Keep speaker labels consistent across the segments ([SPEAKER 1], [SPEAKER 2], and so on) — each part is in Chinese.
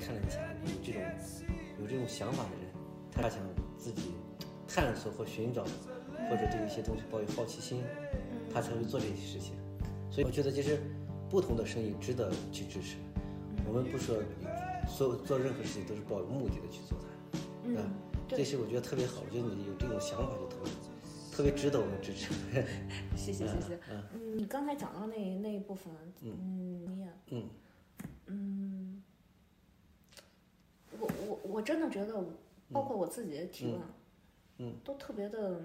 [SPEAKER 1] 看了一下，有这种有这种想法的人，他想自己探索或寻找，或者对一些东西抱有好奇心，他
[SPEAKER 2] 嗯
[SPEAKER 1] 才会做这些事情。所以我觉得，其实不同的生意值得去支持。
[SPEAKER 2] 嗯
[SPEAKER 1] 我们不说做做任何事情都是抱有目的的去做它，
[SPEAKER 2] 嗯
[SPEAKER 1] 啊，
[SPEAKER 2] 对
[SPEAKER 1] 这是我觉得特别好。我觉得你有这种想法就特别特别值得我们支持。
[SPEAKER 2] 谢谢谢谢
[SPEAKER 1] 嗯。
[SPEAKER 2] 嗯，你刚才讲到那那一部分，嗯，你也，
[SPEAKER 1] 嗯
[SPEAKER 2] 嗯，我我我真的觉得，包括我自己的提问，
[SPEAKER 1] 嗯，
[SPEAKER 2] 都特别的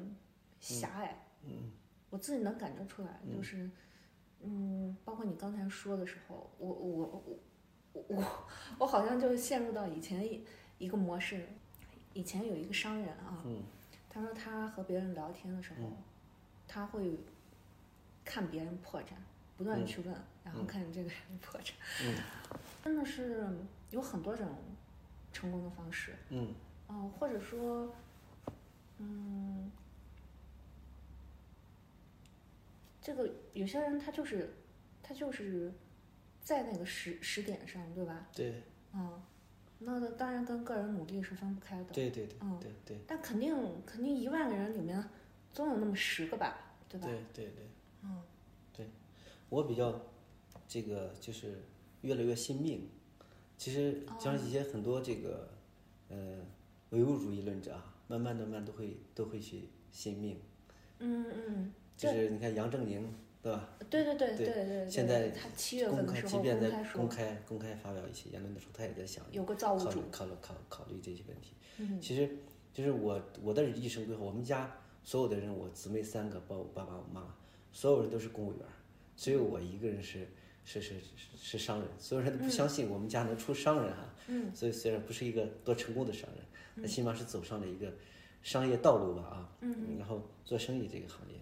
[SPEAKER 2] 狭隘，
[SPEAKER 1] 嗯
[SPEAKER 2] 我自己能感觉出来，就是，嗯，包括你刚才说的时候，我我我我我我好像就陷入到以前一一个模式，以前有一个商人啊，
[SPEAKER 1] 嗯
[SPEAKER 2] 他说他和别人聊天的时候，他会看别人破绽，不断地去问，然后看这个人破绽。
[SPEAKER 1] 嗯
[SPEAKER 2] 真的是有很多种成功的方式，
[SPEAKER 1] 嗯
[SPEAKER 2] 嗯、或者说，嗯，这个有些人他就是他就是在那个时时点上，对吧？
[SPEAKER 1] 对
[SPEAKER 2] 嗯，那当然跟个人努力是分不开的。
[SPEAKER 1] 对对对
[SPEAKER 2] 嗯
[SPEAKER 1] 对对
[SPEAKER 2] 但肯定肯定一万个人里面总有那么十个吧，对吧？
[SPEAKER 1] 对对对。
[SPEAKER 2] 嗯
[SPEAKER 1] 我比较这个就是越来越信命。其实
[SPEAKER 2] 哦
[SPEAKER 1] 像一些很多这个、呃唯物主义论者啊，慢慢的慢都会都会去信命。
[SPEAKER 2] 嗯嗯，
[SPEAKER 1] 就
[SPEAKER 2] 对
[SPEAKER 1] 是你看杨振宁对吧？
[SPEAKER 2] 对对对
[SPEAKER 1] 对
[SPEAKER 2] 对对，
[SPEAKER 1] 现在
[SPEAKER 2] 他七月
[SPEAKER 1] 公
[SPEAKER 2] 份的
[SPEAKER 1] 开，
[SPEAKER 2] 时
[SPEAKER 1] 即
[SPEAKER 2] 候
[SPEAKER 1] 便在
[SPEAKER 2] 开
[SPEAKER 1] 公
[SPEAKER 2] 说
[SPEAKER 1] 开公开发表一些言论的时候，他也在想
[SPEAKER 2] 有个造物
[SPEAKER 1] 考虑
[SPEAKER 2] 主，
[SPEAKER 1] 考虑考考虑这些问题。
[SPEAKER 2] 嗯
[SPEAKER 1] 其实就是我我的一生规划，我们家所有的人，我姊妹三个，包括我爸爸、我妈妈，所有人都是公务员，只有我一个人是是是是是商人，所有人都不相信我们家能出商人哈、
[SPEAKER 2] 嗯
[SPEAKER 1] 所以虽然不是一个多成功的商人，那起码是走上了一个商业道路吧啊，
[SPEAKER 2] 嗯，
[SPEAKER 1] 然后做生意这个行业，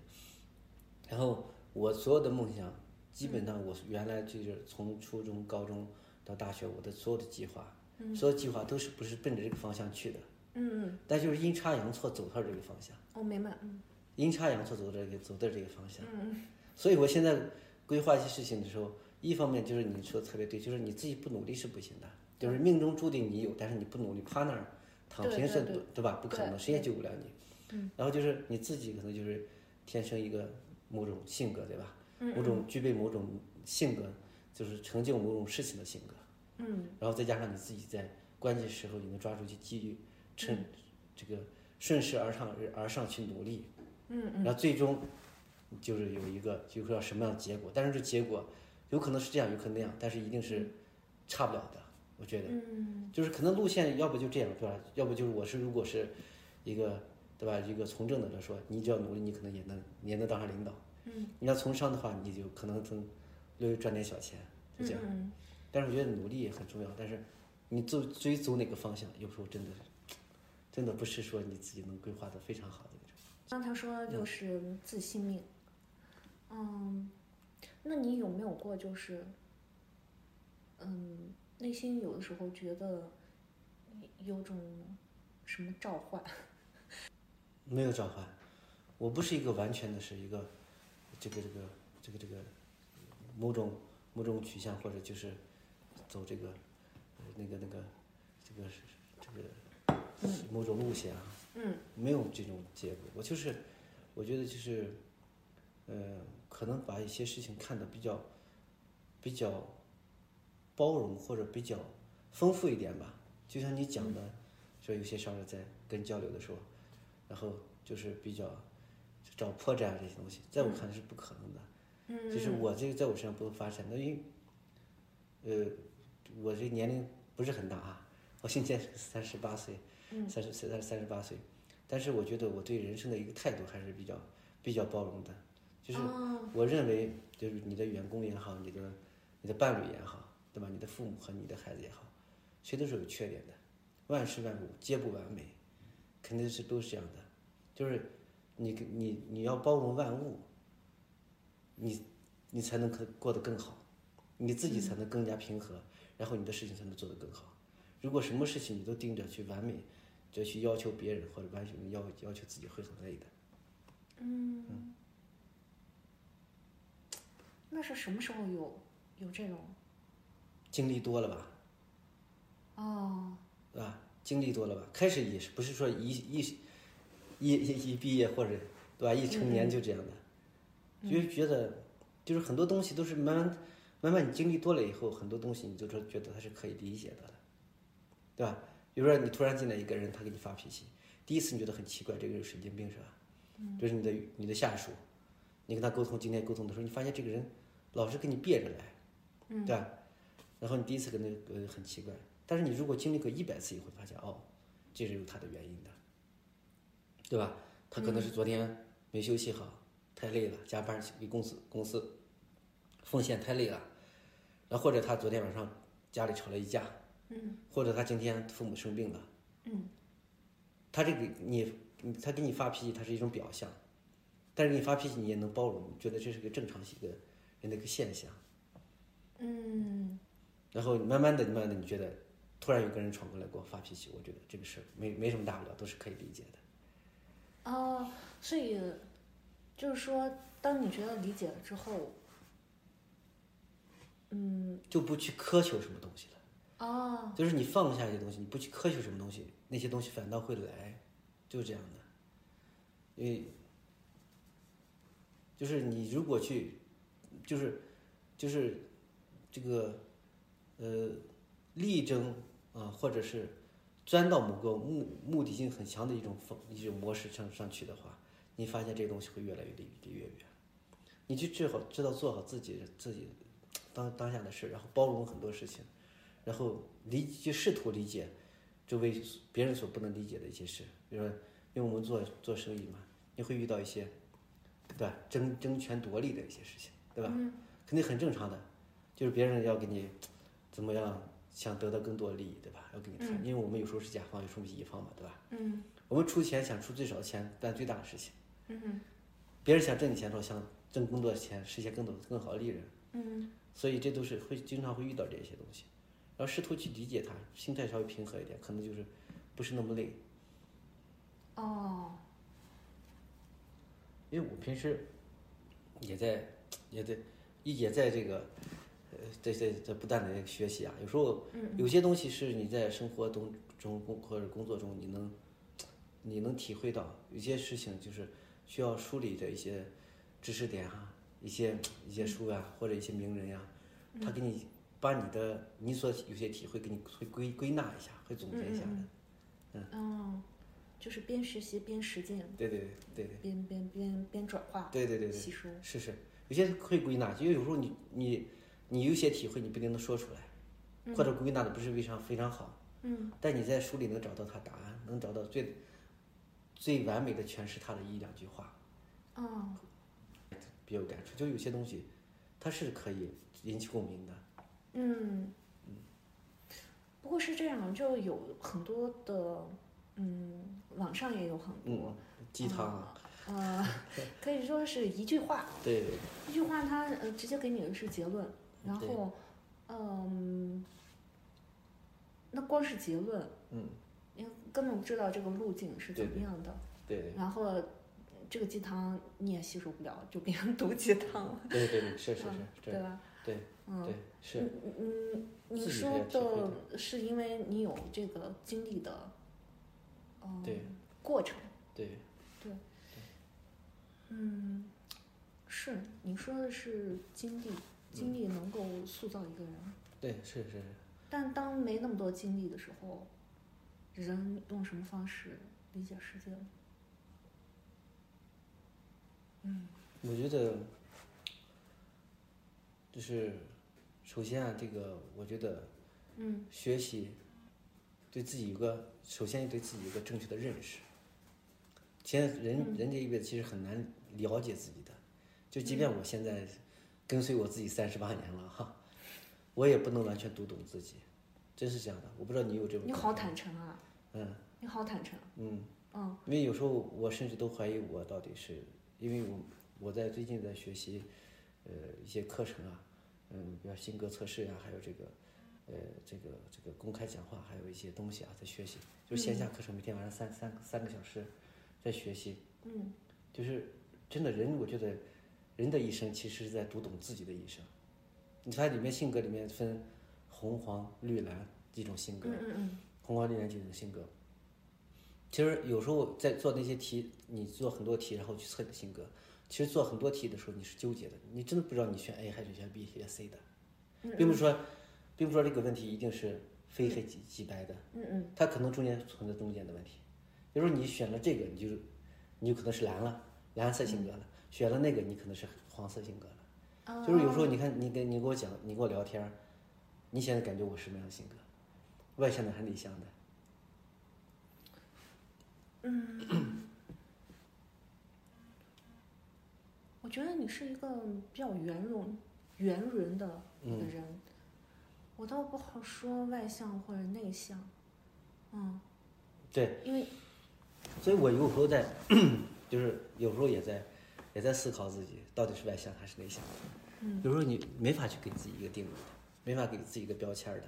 [SPEAKER 1] 然后我所有的梦想，基
[SPEAKER 2] 嗯
[SPEAKER 1] 本上我原来就是从初中、高中到大学，我的所有的计划，所有计划都是不是奔着这个方向去的，
[SPEAKER 2] 嗯，嗯
[SPEAKER 1] 但就是阴差阳错走到这个方向，
[SPEAKER 2] 我明白，嗯
[SPEAKER 1] 阴差阳错走到这个走到这个方向，
[SPEAKER 2] 嗯
[SPEAKER 1] 所以我现在规划一些事情的时候，一方面就是你说的特别对，就是你自己不努力是不行的，就是命中注定你有，但是你不努力趴那儿躺
[SPEAKER 2] 对
[SPEAKER 1] 平是
[SPEAKER 2] 对
[SPEAKER 1] 不对吧？不可能，
[SPEAKER 2] 对
[SPEAKER 1] 谁也救不了你。
[SPEAKER 2] 嗯。
[SPEAKER 1] 然后就是你自己可能就是天生一个某种性格，对吧？
[SPEAKER 2] 嗯
[SPEAKER 1] 某种具备某种性格，就是成就某种事情的性格。
[SPEAKER 2] 嗯
[SPEAKER 1] 然后再加上你自己在关键时候你能抓住一些机遇，趁
[SPEAKER 2] 嗯
[SPEAKER 1] 这个顺势而上而上去努力，
[SPEAKER 2] 嗯嗯
[SPEAKER 1] 然后最终就是有一个就是要什么样的结果，但是这结果有可能是这样，有可能那样，但是一定是差不了的。我觉得
[SPEAKER 2] 嗯
[SPEAKER 1] 就是可能路线要不就这样，对吧？要不就是我是如果是一个对吧，一个从政的来说，你只要努力，你可能也能你也能当上领导。
[SPEAKER 2] 嗯，
[SPEAKER 1] 你要从商的话，你就可能从略微赚点小钱，就这样。
[SPEAKER 2] 嗯
[SPEAKER 1] 但是我觉得努力也很重要，但是你走追走哪个方向，有时候真的真的不是说你自己能规划的非常好的那种。
[SPEAKER 2] 刚才说的就是自信命，嗯，那你有没有过就是，嗯，内心有的时候觉得有种什么召唤？
[SPEAKER 1] 没有转换，我不是一个完全的是一个这个这个这个这个某种某种取向，或者就是走这个呃那个那个这个是这个某种路线啊，
[SPEAKER 2] 嗯
[SPEAKER 1] 没有这种结果。我就是我觉得就是呃，可能把一些事情看得比较比较包容或者比较丰富一点吧。就像你讲的，说有些商人在跟交流的时候，然后就是比较找破绽啊这些东西，在我看来是不可能的。
[SPEAKER 2] 嗯，
[SPEAKER 1] 就是我这个在我身上不能发生的，因为，呃，我这年龄不是很大啊，我现在三十八岁，
[SPEAKER 2] 嗯
[SPEAKER 1] 三十三三十八岁，但是我觉得我对人生的一个态度还是比较比较包容的，就是
[SPEAKER 2] 哦
[SPEAKER 1] 我认为就是你的员工也好，你的你的伴侣也好，对吧？你的父母和你的孩子也好，谁都是有缺点的，万事万物皆不完美，肯定是都是这样的，就是你你你要包容万物，你你才能可过得更好，你自己才能更加平和，然后你的事情才能做得更好。如果什么事情你都盯着去完美，就去要求别人或者完全要要求自己，会很累的。
[SPEAKER 2] 嗯，那是什么时候有有这种
[SPEAKER 1] 经历多了吧，
[SPEAKER 2] 啊？
[SPEAKER 1] 经历多了吧？开始也是不是说一一一一一毕业或者对吧一成年就这样的，就是觉得就是很多东西都是慢慢慢慢你经历多了以后，很多东西你就说觉得它是可以理解的了，对吧？比如说你突然进来一个人，他给你发脾气，第一次你觉得很奇怪，这个人神经病是吧？就是你的你的下属，你跟他沟通，今天沟通的时候，你发现这个人老是跟你憋着来，对吧？然后你第一次跟他呃很奇怪，但是你如果经历过一百次以后，发现哦，这是有他的原因的，对吧？他可能是昨天没休息好，太累了，加班给公司公司奉献太累了，然后或者他昨天晚上家里吵了一架，嗯，或者他今天父母生病了，
[SPEAKER 2] 嗯，
[SPEAKER 1] 他这个你你他给你发脾气，他是一种表象，但是你发脾气你也能包容，觉得这是个正常性的人的一个现象。
[SPEAKER 2] 嗯
[SPEAKER 1] 然后慢慢的、慢慢的，你觉得突然有个人闯过来给我发脾气，我觉得这个事儿没没什么大不了，都是可以理解的。
[SPEAKER 2] 哦，所以就是说，当你觉得理解了之后，嗯
[SPEAKER 1] 就不去苛求什么东西了，
[SPEAKER 2] 哦，
[SPEAKER 1] 就是你放下一些东西，你不去苛求什么东西，那些东西反倒会来，就是这样的。因为就是你如果去，就是就是这个呃力争啊、或者是钻到某个目目的性很强的一种方一种模式上上去的话，你发现这个东西会越来越离离越远。你去最好知道做好自己自己当当下的事，然后包容很多事情，然后理就试图理解周围别人所不能理解的一些事，比如说，因为我们做做生意嘛，你会遇到一些对吧争争权夺利的一些事情，对吧？
[SPEAKER 2] 嗯
[SPEAKER 1] 肯定很正常的，就是别人要给你怎么样，想得到更多利益，对吧？要给你看，因为我们有时候是甲方，有时候是乙方嘛，对吧？
[SPEAKER 2] 嗯
[SPEAKER 1] 我们出钱想出最少钱干最大的事情，
[SPEAKER 2] 嗯
[SPEAKER 1] 别人想挣你钱的时候想挣更多的钱，实现更多更好的利润，
[SPEAKER 2] 嗯
[SPEAKER 1] 所以这都是会经常会遇到这些东西，然后试图去理解它，心态稍微平和一点，可能就是不是那么累。
[SPEAKER 2] 哦，
[SPEAKER 1] 因为我平时也在也在也在这个呃在在在不断的学习啊，有时候有些东西是你在生活中中工或者工作中你能你能体会到，有些事情就是需要梳理的一些知识点啊，一些一些书啊，或者一些名人呀、他给你把你的你所有些体会给你会归归纳一下，会总结一下的。
[SPEAKER 2] 哦，就是边学习边实践，
[SPEAKER 1] 对对对对
[SPEAKER 2] 边边边边转化，
[SPEAKER 1] 对对对对。
[SPEAKER 2] 吸收，
[SPEAKER 1] 是是，有些可以归纳，因为有时候你你你有些体会你不一定能说出来，或者归纳的不是非常非常好，
[SPEAKER 2] 嗯
[SPEAKER 1] 但你在书里能找到它答案，能找到最最完美的诠释它的一两句话，
[SPEAKER 2] 哦，
[SPEAKER 1] 比较有感触。就有些东西，它是可以引起共鸣的。
[SPEAKER 2] 嗯，不过是这样，就有很多的，嗯，网上也有很多，
[SPEAKER 1] 嗯，鸡汤啊，
[SPEAKER 2] 呃， 可以说是一句话，
[SPEAKER 1] 对，
[SPEAKER 2] 一句话它呃直接给你的是结论，然
[SPEAKER 1] 对
[SPEAKER 2] 后，嗯，那光是结论，
[SPEAKER 1] 嗯，
[SPEAKER 2] 你根本不知道这个路径是怎
[SPEAKER 1] 对
[SPEAKER 2] 么样的，
[SPEAKER 1] 对
[SPEAKER 2] 然后这个鸡汤你也吸收不了，就变 成毒鸡汤了，
[SPEAKER 1] 对对对，是是是
[SPEAKER 2] 嗯，
[SPEAKER 1] 对
[SPEAKER 2] 对吧？
[SPEAKER 1] 对
[SPEAKER 2] 嗯
[SPEAKER 1] 对。是，
[SPEAKER 2] 嗯，你
[SPEAKER 1] 自己
[SPEAKER 2] 说
[SPEAKER 1] 的体会
[SPEAKER 2] 的是因为你有这个经历的，嗯、
[SPEAKER 1] 对
[SPEAKER 2] 过程，
[SPEAKER 1] 对
[SPEAKER 2] 嗯，是你说的是经
[SPEAKER 1] 嗯
[SPEAKER 2] 历，经历能够塑造一个人，
[SPEAKER 1] 对是是是，
[SPEAKER 2] 但当没那么多经历的时候，人用什么方式理解世界呢？
[SPEAKER 1] 我觉得就是首先啊，这个我觉得。
[SPEAKER 2] 嗯
[SPEAKER 1] 学习，对自己有个首先对自己有个正确的认识。其实人、
[SPEAKER 2] 嗯
[SPEAKER 1] 人这一辈子其实很难了解自己的，就即
[SPEAKER 2] 嗯
[SPEAKER 1] 便我现在跟随我自己三十八年了哈，我也不能完全读懂自己，真是这样的。我不知道你有这种
[SPEAKER 2] 你
[SPEAKER 1] 感觉
[SPEAKER 2] 好
[SPEAKER 1] 吗，
[SPEAKER 2] 坦诚啊，
[SPEAKER 1] 嗯
[SPEAKER 2] 你好坦诚，
[SPEAKER 1] 嗯，
[SPEAKER 2] 嗯
[SPEAKER 1] 因为有时候我甚至都怀疑我到底是，因为我我在最近在学习，呃一些课程啊，嗯，比如性格测试啊，还有这个，呃这个这个公开讲话，还有一些东西啊，在学习，就是线下课程每天晚上三三三个小时，在学习，
[SPEAKER 2] 嗯
[SPEAKER 1] 就是真的人，我觉得人的一生其实是在读懂自己的一生，你看里面性格里面分红黄绿蓝几种性格，
[SPEAKER 2] 嗯嗯嗯，
[SPEAKER 1] 红高骛远景的性格。其实有时候在做那些题，你做很多题，然后去测你的性格。其实做很多题的时候，你是纠结的，你真的不知道你选 A 还是选 B 还是 C 的，
[SPEAKER 2] 嗯
[SPEAKER 1] 并不是说，并不是说这个问题一定是非黑即即白的，
[SPEAKER 2] 嗯嗯，
[SPEAKER 1] 它可能中间存在中间的问题。比如说你选了这个，你就你就可能是蓝了，蓝色性格
[SPEAKER 2] 嗯
[SPEAKER 1] 了；选了那个，你可能是黄色性格了。
[SPEAKER 2] 啊
[SPEAKER 1] 就是有时候你看你跟你跟我讲，你跟我聊天儿，你现在感觉我什么样的性格？外向的还是内向的？
[SPEAKER 2] 我觉得你是一个比较圆融、圆润的
[SPEAKER 1] 嗯
[SPEAKER 2] 一个人，我倒不好说外向或者内向，嗯，
[SPEAKER 1] 对，
[SPEAKER 2] 因为
[SPEAKER 1] 所以我有时候在， 就是有时候也在，也在思考自己到底是外向还是内向。嗯，有时候你没法去给自己一个定位的，没法给自己一个标签儿的，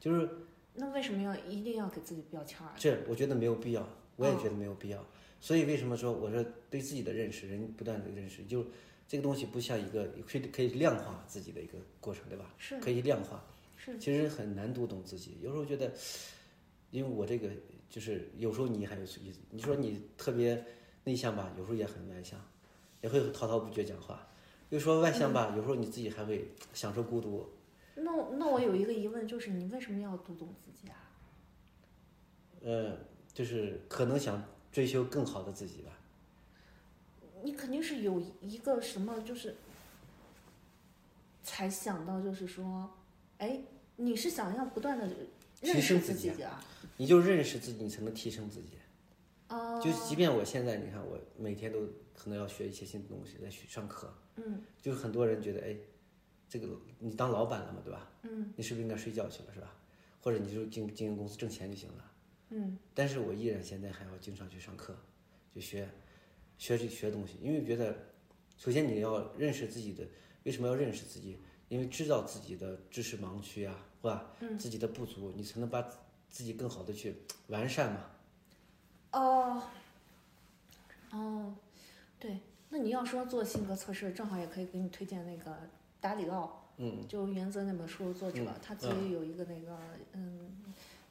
[SPEAKER 1] 就是
[SPEAKER 2] 那为什么要一定要给自己标签儿啊？
[SPEAKER 1] 这我觉得没有必要，我也觉得没有必要。所以为什么说我说对自己的认识，人不断的认识，就这个东西不像一个可以可以量化自己的一个过程，对吧？
[SPEAKER 2] 是
[SPEAKER 1] 可以量化。
[SPEAKER 2] 是，
[SPEAKER 1] 其实很难读懂自己。有时候觉得，因为我这个就是有时候你还有意思，你说你特别内向吧，有时候也很外向，也会滔滔不绝讲话；又说外向吧，有时候你自己还会享受孤独。
[SPEAKER 2] 那那我有一个疑问，就是你为什么要读懂自己啊？
[SPEAKER 1] 呃，就是可能想追求更好的自己吧。
[SPEAKER 2] 你肯定是有一个什么，就是才想到，就是说，哎，你是想要不断的认
[SPEAKER 1] 提
[SPEAKER 2] 识
[SPEAKER 1] 升
[SPEAKER 2] 自
[SPEAKER 1] 自己
[SPEAKER 2] 己啊？
[SPEAKER 1] 你就认识自己，你才能提升自己。
[SPEAKER 2] 啊，
[SPEAKER 1] 就即便我现在，你看我每天都可能要学一些新的东西，在学上课，
[SPEAKER 2] 嗯
[SPEAKER 1] 就是很多人觉得，哎，这个你当老板了嘛，对吧？
[SPEAKER 2] 嗯
[SPEAKER 1] 你是不是应该睡觉去了，是吧？或者你就经经营公司挣钱就行了。
[SPEAKER 2] 嗯
[SPEAKER 1] 但是我依然现在还要经常去上课，就学学这学东西，因为觉得首先你要认识自己的，为什么要认识自己？因为知道自己的知识盲区啊，是吧？
[SPEAKER 2] 嗯
[SPEAKER 1] 自己的不足，你才能把自己更好的去完善嘛。
[SPEAKER 2] 哦哦，对，那你要说做性格测试，正好也可以给你推荐那个达里奥，
[SPEAKER 1] 嗯，
[SPEAKER 2] 就《原则》那本书的作者，
[SPEAKER 1] 嗯
[SPEAKER 2] 他自己有一个那个嗯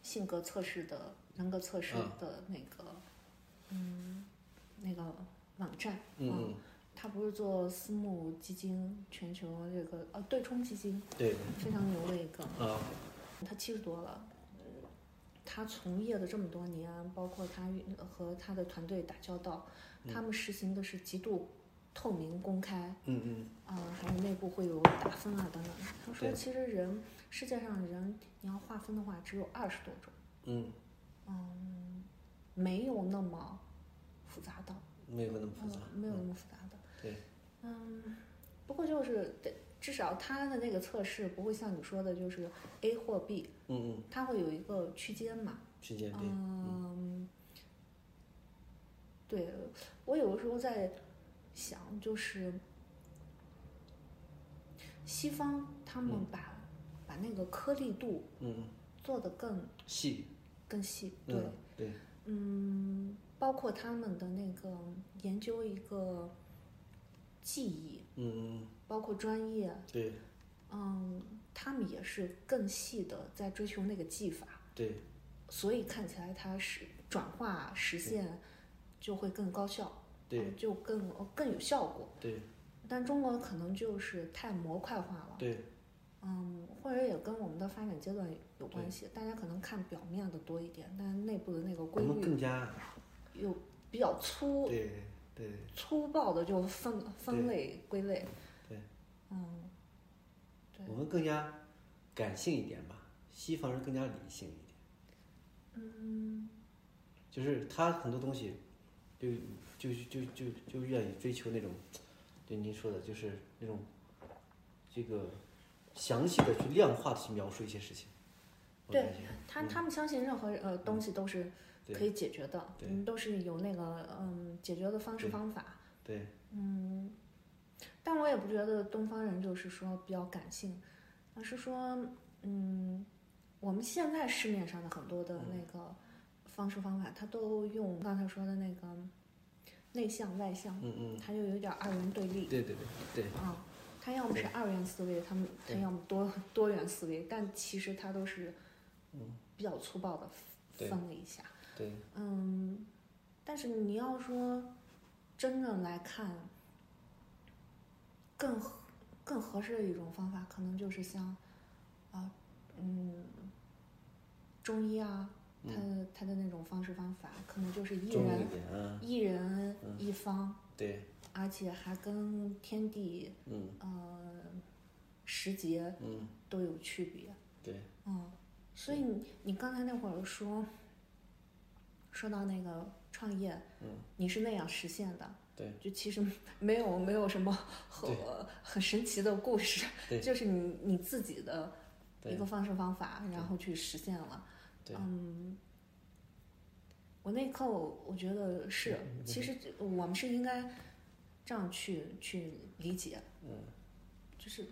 [SPEAKER 2] 性格测试的人格测试
[SPEAKER 1] 嗯
[SPEAKER 2] 的那个嗯那个网站，
[SPEAKER 1] 嗯
[SPEAKER 2] 啊
[SPEAKER 1] 嗯，
[SPEAKER 2] 他不是做私募基金全球这个呃对冲基金
[SPEAKER 1] 对，
[SPEAKER 2] 非常牛的一个，
[SPEAKER 1] 啊，
[SPEAKER 2] 他七十多了，嗯他从业的这么多年，包括他与和他的团队打交道，他们实行的是极度透明公开，
[SPEAKER 1] 嗯嗯，
[SPEAKER 2] 啊、还有内部会有打分啊等等。他说，
[SPEAKER 1] 对
[SPEAKER 2] 其实人世界上人你要划分的话，只有二十多种，
[SPEAKER 1] 嗯，
[SPEAKER 2] 嗯，没有那么复杂的，
[SPEAKER 1] 没有那么复杂，
[SPEAKER 2] 嗯，没有那么复杂的。
[SPEAKER 1] 对，
[SPEAKER 2] 嗯，不过就是对至少他的那个测试不会像你说的，就是 A 或 B，
[SPEAKER 1] 嗯嗯，
[SPEAKER 2] 它会有一个区间嘛。
[SPEAKER 1] 之间对，
[SPEAKER 2] 嗯，对我有的时候在想，就是西方他们把、把那个颗粒度
[SPEAKER 1] 嗯，
[SPEAKER 2] 做得更
[SPEAKER 1] 细，
[SPEAKER 2] 更细，对，
[SPEAKER 1] 嗯对，
[SPEAKER 2] 嗯，包括他们的那个研究一个技艺，
[SPEAKER 1] 嗯嗯
[SPEAKER 2] 包括专业，
[SPEAKER 1] 对
[SPEAKER 2] 嗯，他们也是更细的在追求那个技法。
[SPEAKER 1] 对，
[SPEAKER 2] 所以看起来它是转化实现就会更高效，
[SPEAKER 1] 对
[SPEAKER 2] 嗯，就更更有效果。
[SPEAKER 1] 对
[SPEAKER 2] 但中国可能就是太模块化了，
[SPEAKER 1] 对，
[SPEAKER 2] 嗯，或者也跟我们的发展阶段有关系。大家可能看表面的多一点，但内部的那个
[SPEAKER 1] 我
[SPEAKER 2] 规
[SPEAKER 1] 们
[SPEAKER 2] 律哦
[SPEAKER 1] 更加
[SPEAKER 2] 又比较粗
[SPEAKER 1] 对对
[SPEAKER 2] 粗暴的就分分类归类。
[SPEAKER 1] 对，
[SPEAKER 2] 嗯，对
[SPEAKER 1] 我，们更加感性一点吧，西方人更加理性一点，
[SPEAKER 2] 嗯
[SPEAKER 1] 就是他很多东西就就就就就愿意追求那种，就您说的，就是那种这个详细的去量化的去描述一些事情。我
[SPEAKER 2] 对
[SPEAKER 1] 感觉，
[SPEAKER 2] 他
[SPEAKER 1] 嗯
[SPEAKER 2] 他们相信任何呃东西都是
[SPEAKER 1] 对
[SPEAKER 2] 可以解决的，
[SPEAKER 1] 对
[SPEAKER 2] 嗯，都是有那个嗯解决的方式
[SPEAKER 1] 对
[SPEAKER 2] 方法，
[SPEAKER 1] 对
[SPEAKER 2] 嗯，但我也不觉得东方人就是说比较感性，而是说嗯，我们现在市面上的很多
[SPEAKER 1] 嗯
[SPEAKER 2] 的那个方式方法，他都用刚才说的那个内向外向，
[SPEAKER 1] 嗯嗯，
[SPEAKER 2] 他就有点二元对立
[SPEAKER 1] 对对对对
[SPEAKER 2] 啊。他要么是二元思维，他们他
[SPEAKER 1] 对
[SPEAKER 2] 要么多多元思维，但其实他都是
[SPEAKER 1] 嗯
[SPEAKER 2] 比较粗暴的
[SPEAKER 1] 对
[SPEAKER 2] 分了一下。
[SPEAKER 1] 对，
[SPEAKER 2] 嗯，但是你要说真正来看，更合更合适的一种方法，可能就是像啊，嗯，中医啊，他的他的那种方式方法，可能就是一
[SPEAKER 1] 中
[SPEAKER 2] 人
[SPEAKER 1] 一点啊，
[SPEAKER 2] 一人一方，
[SPEAKER 1] 对，
[SPEAKER 2] 而且还跟天地
[SPEAKER 1] 嗯
[SPEAKER 2] 呃时节
[SPEAKER 1] 嗯，
[SPEAKER 2] 都有区别。
[SPEAKER 1] 对，
[SPEAKER 2] 嗯，所以你你刚才那会儿说，说到那个创业，
[SPEAKER 1] 嗯，
[SPEAKER 2] 你是那样实现的，
[SPEAKER 1] 对，
[SPEAKER 2] 就其实没有没有什么很
[SPEAKER 1] 对
[SPEAKER 2] 很神奇的故事，
[SPEAKER 1] 对
[SPEAKER 2] 就是你你自己的
[SPEAKER 1] 对
[SPEAKER 2] 一个方式方法，然后去实现了，
[SPEAKER 1] 对
[SPEAKER 2] 嗯。我那一刻，我我觉得是，
[SPEAKER 1] 嗯
[SPEAKER 2] 其实就我们是应该这样去去理解，
[SPEAKER 1] 嗯，
[SPEAKER 2] 就是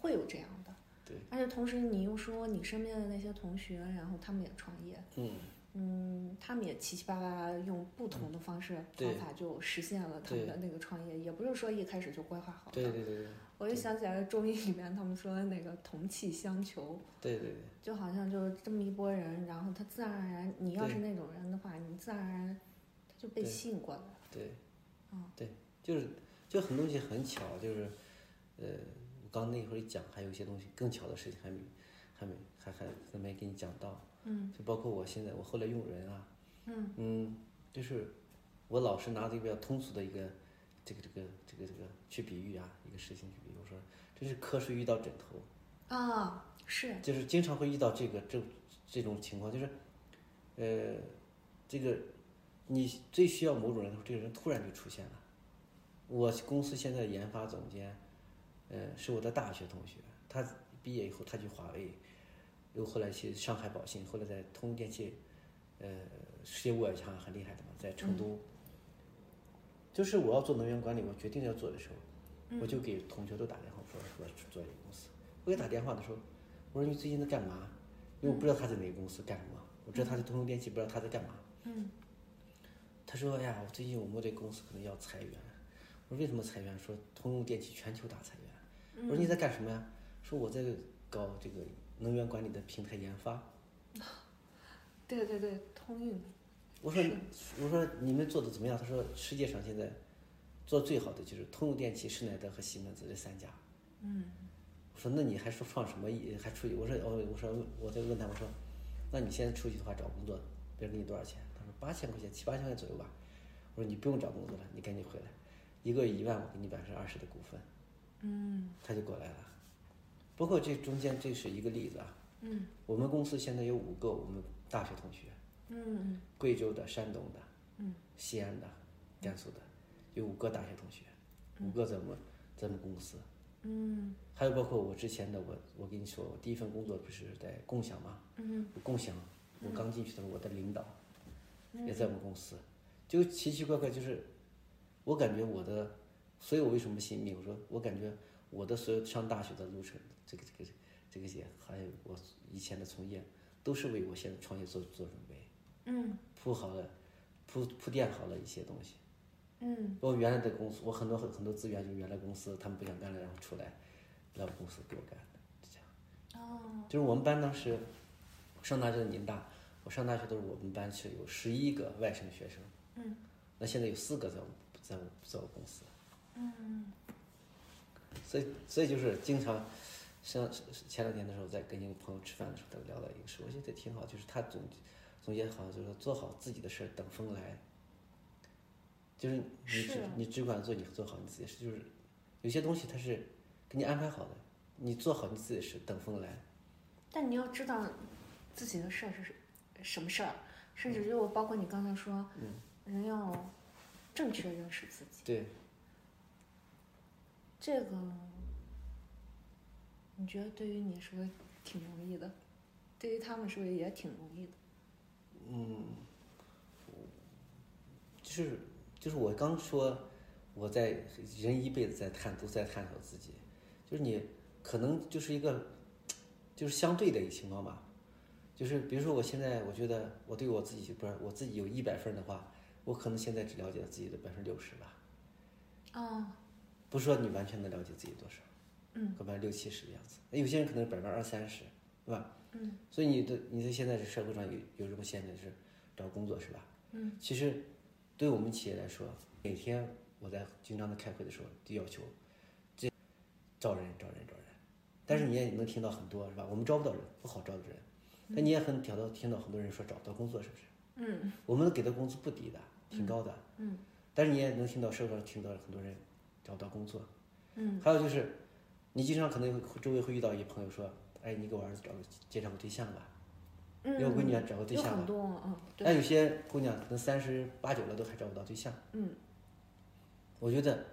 [SPEAKER 2] 会有这样的，
[SPEAKER 1] 对，
[SPEAKER 2] 而且同时，你又说你身边的那些同学，然后他们也创业，
[SPEAKER 1] 嗯，
[SPEAKER 2] 嗯，他们也七七八八用不同的方式、
[SPEAKER 1] 嗯对
[SPEAKER 2] 方法就实现了他们的那个创业，也不是说一开始就规划好
[SPEAKER 1] 对
[SPEAKER 2] 的。
[SPEAKER 1] 对对对
[SPEAKER 2] 我就想起来中医里面他们说的那个同气相求，
[SPEAKER 1] 对对对，
[SPEAKER 2] 就好像就是这么一拨人，然后他自然而然，你要
[SPEAKER 1] 对
[SPEAKER 2] 是那种人的话，你自然而然他就被
[SPEAKER 1] 对
[SPEAKER 2] 吸引过来了。
[SPEAKER 1] 对，
[SPEAKER 2] 嗯
[SPEAKER 1] 对，就是就很多东西很巧，就是呃，我刚那会儿讲，还有一些东西更巧的事情还没还没还还还没给你讲到，
[SPEAKER 2] 嗯
[SPEAKER 1] 就包括我现在我后来用人啊，
[SPEAKER 2] 嗯
[SPEAKER 1] 嗯，就是我老是拿这个比较通俗的一个这个这个这个这个去比喻啊，一个事情去比喻，我说真是瞌睡遇到枕头，
[SPEAKER 2] 啊，是
[SPEAKER 1] 就是经常会遇到这个这这种情况，就是，呃，这个你最需要某种人的时候，这个人突然就出现了。我公司现在的研发总监，呃，是我的大学同学，他毕业以后他去华为，又后来去上海宝信，后来在通电器，呃，世界五百强很厉害的嘛，在成都。就是我要做能源管理，我决定要做的时候，我就给同学都打电话，我说我去做一个公司。我给他打电话的时候，我说你最近在干嘛？因为我不知道他在哪个公司干什么，我知道他在通用电器，不知道他在干嘛。
[SPEAKER 2] 嗯
[SPEAKER 1] 他说：“哎呀，我最近我们这公司可能要裁员。”我说：“为什么裁员？”说通用电气全球大裁员。我说：“你在干什么呀？”说：“我在搞这个能源管理的平台研发。
[SPEAKER 2] 对对对，通运，”
[SPEAKER 1] 我说
[SPEAKER 2] 是：“
[SPEAKER 1] 我说你们做的怎么样？”他说：“世界上现在做最好的就是通用电气、施耐德和西门子这三家。”
[SPEAKER 2] 嗯
[SPEAKER 1] 我说那你还说放什么意还出去？我说哦，我说我在问他，我说，那你现在出去的话找工作，别人给你多少钱？他说八千块钱，七八千块钱左右吧。我说你不用找工作了，你赶紧回来，一个月一万，我给你百分之二十的股份。
[SPEAKER 2] 嗯
[SPEAKER 1] 他就过来了。不过这中间这是一个例子啊，
[SPEAKER 2] 嗯
[SPEAKER 1] 我们公司现在有五个我们大学同学，
[SPEAKER 2] 嗯
[SPEAKER 1] 贵州的、山东的、
[SPEAKER 2] 嗯
[SPEAKER 1] 西安的、甘肃的，有五个大学同学，五个咱们咱们公司。
[SPEAKER 2] 嗯
[SPEAKER 1] 还有包括我之前的我，我跟你说，我第一份工作不是在共享吗？
[SPEAKER 2] 嗯嗯
[SPEAKER 1] 共享，我刚进去的时候，我的领导也在我们公司，就奇奇怪怪，就是我感觉我的，所以我为什么信命？我说我感觉我的所有上大学的路程，这个这个这个也还有我以前的从业，都是为我现在创业做做准备，
[SPEAKER 2] 嗯
[SPEAKER 1] 铺好了，铺铺垫好了一些东西。
[SPEAKER 2] 嗯。
[SPEAKER 1] 包括原来的公司，我很多很很多资源就是原来公司他们不想干了，然后出来来我公司给我干的，就这样。
[SPEAKER 2] 哦，
[SPEAKER 1] 就是我们班当时上大学的宁大，我上大学的时候我们班是有十一个外省学生，
[SPEAKER 2] 嗯，
[SPEAKER 1] 那现在有四个在我在我在我公司，
[SPEAKER 2] 嗯
[SPEAKER 1] 所以所以就是经常。像前两天的时候，在跟一个朋友吃饭的时候，他聊到一个事，我觉得挺好，就是他总总结好，就是说做好自己的事儿，等风来。就是你
[SPEAKER 2] 是
[SPEAKER 1] 只
[SPEAKER 2] 啊
[SPEAKER 1] 你只管做你做好你自己的事，就是有些东西它是给你安排好的，你做好你自己的事，等风来。
[SPEAKER 2] 但你要知道自己的事儿是什么事儿，甚至就包括你刚才说，
[SPEAKER 1] 嗯
[SPEAKER 2] 人要正确认识自己，
[SPEAKER 1] 对，
[SPEAKER 2] 这个你觉得对于你是不是挺容易的？对于他们是不是也挺容易的？
[SPEAKER 1] 就是就是我刚说，我在人一辈子在探都在探索自己，就是你可能就是一个就是相对的一个情况吧，就是比如说我现在我觉得我对我自己不是我自己有一百分儿的话，我可能现在只了解自己的百分之六十吧，
[SPEAKER 2] 哦，
[SPEAKER 1] 不是说你完全能了解自己多少，
[SPEAKER 2] 嗯，
[SPEAKER 1] 可能六七十的样子，那有些人可能百分之二三十，对吧？
[SPEAKER 2] 嗯
[SPEAKER 1] 所以你的你在现在这社会上有有什么限制？就是找工作是吧？
[SPEAKER 2] 嗯，
[SPEAKER 1] 其实对我们企业来说，每天我在经常的开会的时候就要求这招人招人招人，但是你也能听到很多是吧？我们招不到人，不好招的人，但你也很挑到听到很多人说找不到工作是不是？
[SPEAKER 2] 嗯
[SPEAKER 1] 我们给的工资不低的，挺高的，
[SPEAKER 2] 嗯
[SPEAKER 1] 但是你也能听到社会上听到很多人找不到工作，
[SPEAKER 2] 嗯
[SPEAKER 1] 还有就是，你经常可能会周围会遇到一朋友说，哎，你给我儿子找个介绍个对象吧，
[SPEAKER 2] 嗯，
[SPEAKER 1] 给我闺女找个对
[SPEAKER 2] 有
[SPEAKER 1] 象
[SPEAKER 2] 很
[SPEAKER 1] 吧。
[SPEAKER 2] 多啊，
[SPEAKER 1] 但
[SPEAKER 2] 对，
[SPEAKER 1] 有些姑娘可能三十八九了都还找不到对象。
[SPEAKER 2] 嗯，
[SPEAKER 1] 我觉得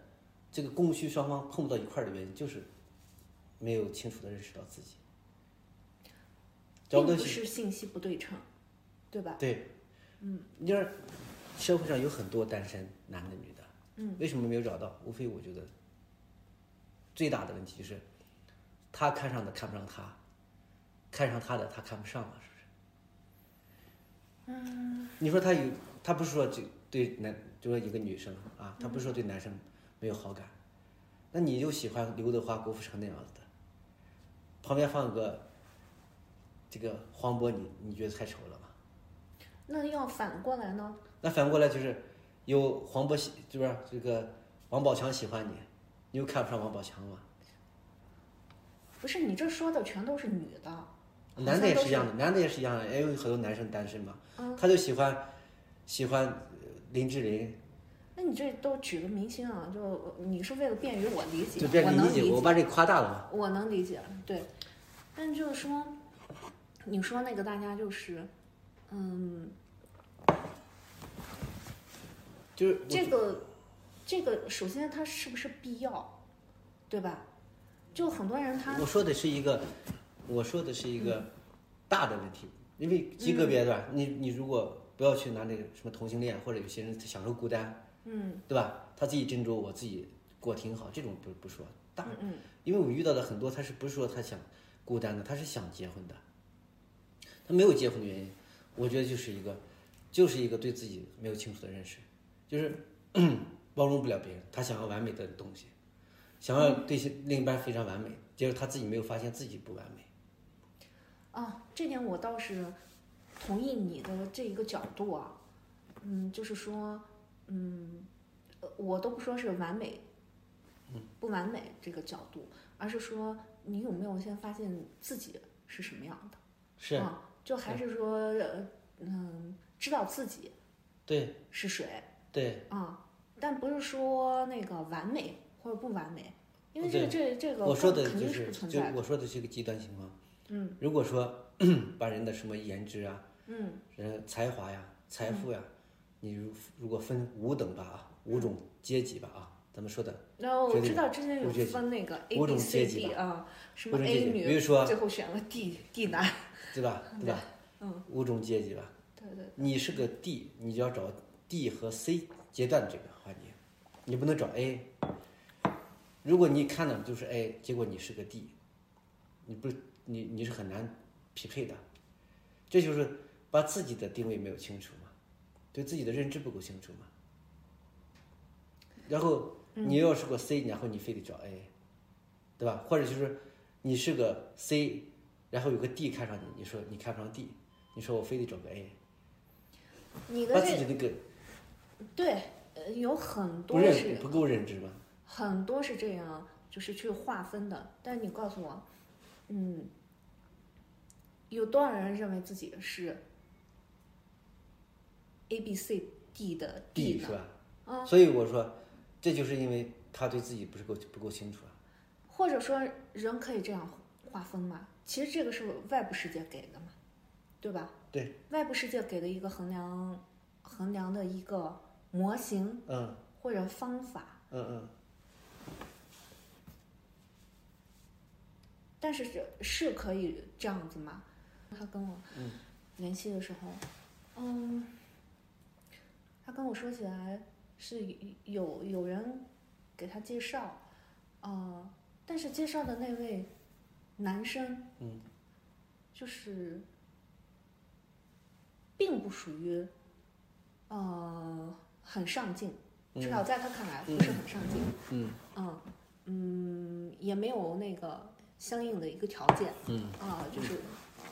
[SPEAKER 1] 这个供需双方碰不到一块儿的原因就是没有清楚的认识到自己，找
[SPEAKER 2] 并
[SPEAKER 1] 不到
[SPEAKER 2] 不
[SPEAKER 1] 信
[SPEAKER 2] 是信息不对称，对吧？
[SPEAKER 1] 对，嗯，你说社会上有很多单身男的女的，
[SPEAKER 2] 嗯，
[SPEAKER 1] 为什么没有找到？无非我觉得最大的问题就是他看上的看不上他，看上他的他看不上了，是不是？嗯，你说他有，他不是说就对男，就说一个女生啊，他不是说对男生没有好感，那你就喜欢刘德华、郭富城那样子的，旁边放个这个黄渤，你你觉得太丑了吗？
[SPEAKER 2] 那要反过来呢？
[SPEAKER 1] 那反过来就是有黄渤喜，就是这个王宝强喜欢你，你又看不上王宝强嘛？
[SPEAKER 2] 不是你这说的全都是女的，像
[SPEAKER 1] 男的也
[SPEAKER 2] 都
[SPEAKER 1] 是
[SPEAKER 2] 是
[SPEAKER 1] 一样的，男的也是一样的，也有很多男生单身嘛，
[SPEAKER 2] 嗯
[SPEAKER 1] 他就喜欢喜欢呃林志玲，
[SPEAKER 2] 那你这都举个明星啊，就你是为了便于我理解，
[SPEAKER 1] 就变
[SPEAKER 2] 我
[SPEAKER 1] 成
[SPEAKER 2] 能
[SPEAKER 1] 理
[SPEAKER 2] 理
[SPEAKER 1] 解，我把这个夸大了嘛。
[SPEAKER 2] 我能理解，对。但就是说，你说那个大家就是，嗯，
[SPEAKER 1] 就是我
[SPEAKER 2] 这个这个，首先它是不是必要，对吧？就很多人他
[SPEAKER 1] 我说的是一个，我说的是一个大的问题，因为极
[SPEAKER 2] 嗯
[SPEAKER 1] 个别对吧？你你如果不要去拿那个什么同性恋，或者有些人享受孤单，
[SPEAKER 2] 嗯
[SPEAKER 1] 对吧？他自己斟酌，我自己过挺好，这种不不说。大
[SPEAKER 2] 嗯嗯
[SPEAKER 1] 因为我遇到的很多，他是不是说他想孤单的，他是想结婚的，他没有结婚的原因，我觉得就是一个，就是一个对自己没有清楚的认识，就是 包容不了别人，他想要完美的东西，想要对另一半非常完美，结果他自己没有发现自己不完美。
[SPEAKER 2] 啊，这点我倒是同意你的这一个角度啊，嗯，就是说，嗯，呃我都不说是完美，
[SPEAKER 1] 嗯
[SPEAKER 2] 不完美这个角度，而是说你有没有先发现自己是什么样的？
[SPEAKER 1] 是
[SPEAKER 2] 啊，就还是说，呃嗯，知道自己
[SPEAKER 1] 对
[SPEAKER 2] 是谁
[SPEAKER 1] 对，
[SPEAKER 2] 啊，但不是说那个完美或者不完美，因为这个这这个
[SPEAKER 1] 哦我说的
[SPEAKER 2] 肯
[SPEAKER 1] 就
[SPEAKER 2] 定是
[SPEAKER 1] 是
[SPEAKER 2] 不存
[SPEAKER 1] 就
[SPEAKER 2] 在的，
[SPEAKER 1] 我说的是一个极端情况。
[SPEAKER 2] 嗯
[SPEAKER 1] 如果说 把人的什么颜值啊、
[SPEAKER 2] 嗯
[SPEAKER 1] 人才华呀、财富呀，你如如果分五等吧啊，五种阶级吧啊，咱们说的
[SPEAKER 2] 然后我
[SPEAKER 1] 决定
[SPEAKER 2] 知道之前有
[SPEAKER 1] 我觉得
[SPEAKER 2] 分那个 A
[SPEAKER 1] 五
[SPEAKER 2] B
[SPEAKER 1] 种阶
[SPEAKER 2] C
[SPEAKER 1] 级
[SPEAKER 2] D 啊，什
[SPEAKER 1] 五
[SPEAKER 2] 么
[SPEAKER 1] 种阶
[SPEAKER 2] A
[SPEAKER 1] 级，
[SPEAKER 2] 女，
[SPEAKER 1] 比如说
[SPEAKER 2] 最后选了 D D 男。
[SPEAKER 1] 对吧？对吧？
[SPEAKER 2] 嗯，
[SPEAKER 1] 五种阶级吧，
[SPEAKER 2] 对对，
[SPEAKER 1] 你是个 D，你就要找 D 和 C 阶段这个环节，你不能找 A。如果你看到就是 A，结果你是个 D，你不你你是很难匹配的，这就是把自己的定位没有清楚嘛，对自己的认知不够清楚嘛。然后
[SPEAKER 2] 嗯
[SPEAKER 1] 你要是个 C，、然后你非得找 A，对吧？或者就是你是个 C，然后有个 D 看上你，你说你看不上 D，你说我非得找个 A，
[SPEAKER 2] 你
[SPEAKER 1] 把
[SPEAKER 2] 的
[SPEAKER 1] 自
[SPEAKER 2] 这
[SPEAKER 1] 己那个
[SPEAKER 2] 对，呃有很
[SPEAKER 1] 不
[SPEAKER 2] 多
[SPEAKER 1] 认
[SPEAKER 2] 是
[SPEAKER 1] 不够认知嘛，
[SPEAKER 2] 很多是这样，就是去划分的。但你告诉我，嗯，有多少人认为自己是 A B C D 的
[SPEAKER 1] D
[SPEAKER 2] 呢
[SPEAKER 1] 是？吧？
[SPEAKER 2] 啊，
[SPEAKER 1] 所以我说，这就是因为他对自己不是够不够清楚啊。
[SPEAKER 2] 或者说人可以这样划分吗？其实这个是外部世界给的嘛，对吧？
[SPEAKER 1] 对，
[SPEAKER 2] 外部世界给的一个衡量衡量的一个模型
[SPEAKER 1] 嗯
[SPEAKER 2] 或者方法，
[SPEAKER 1] 嗯嗯，
[SPEAKER 2] 但是这是可以这样子吗？他跟我
[SPEAKER 1] 嗯
[SPEAKER 2] 联系的时候，嗯，他跟我说起来是有有人给他介绍，呃，但是介绍的那位男生，
[SPEAKER 1] 嗯，
[SPEAKER 2] 就是并不属于，呃，很上进，
[SPEAKER 1] 嗯
[SPEAKER 2] 至少在他看来不是很上进，
[SPEAKER 1] 嗯
[SPEAKER 2] 嗯嗯，也没有那个相应的一个条件。
[SPEAKER 1] 嗯
[SPEAKER 2] 啊，就是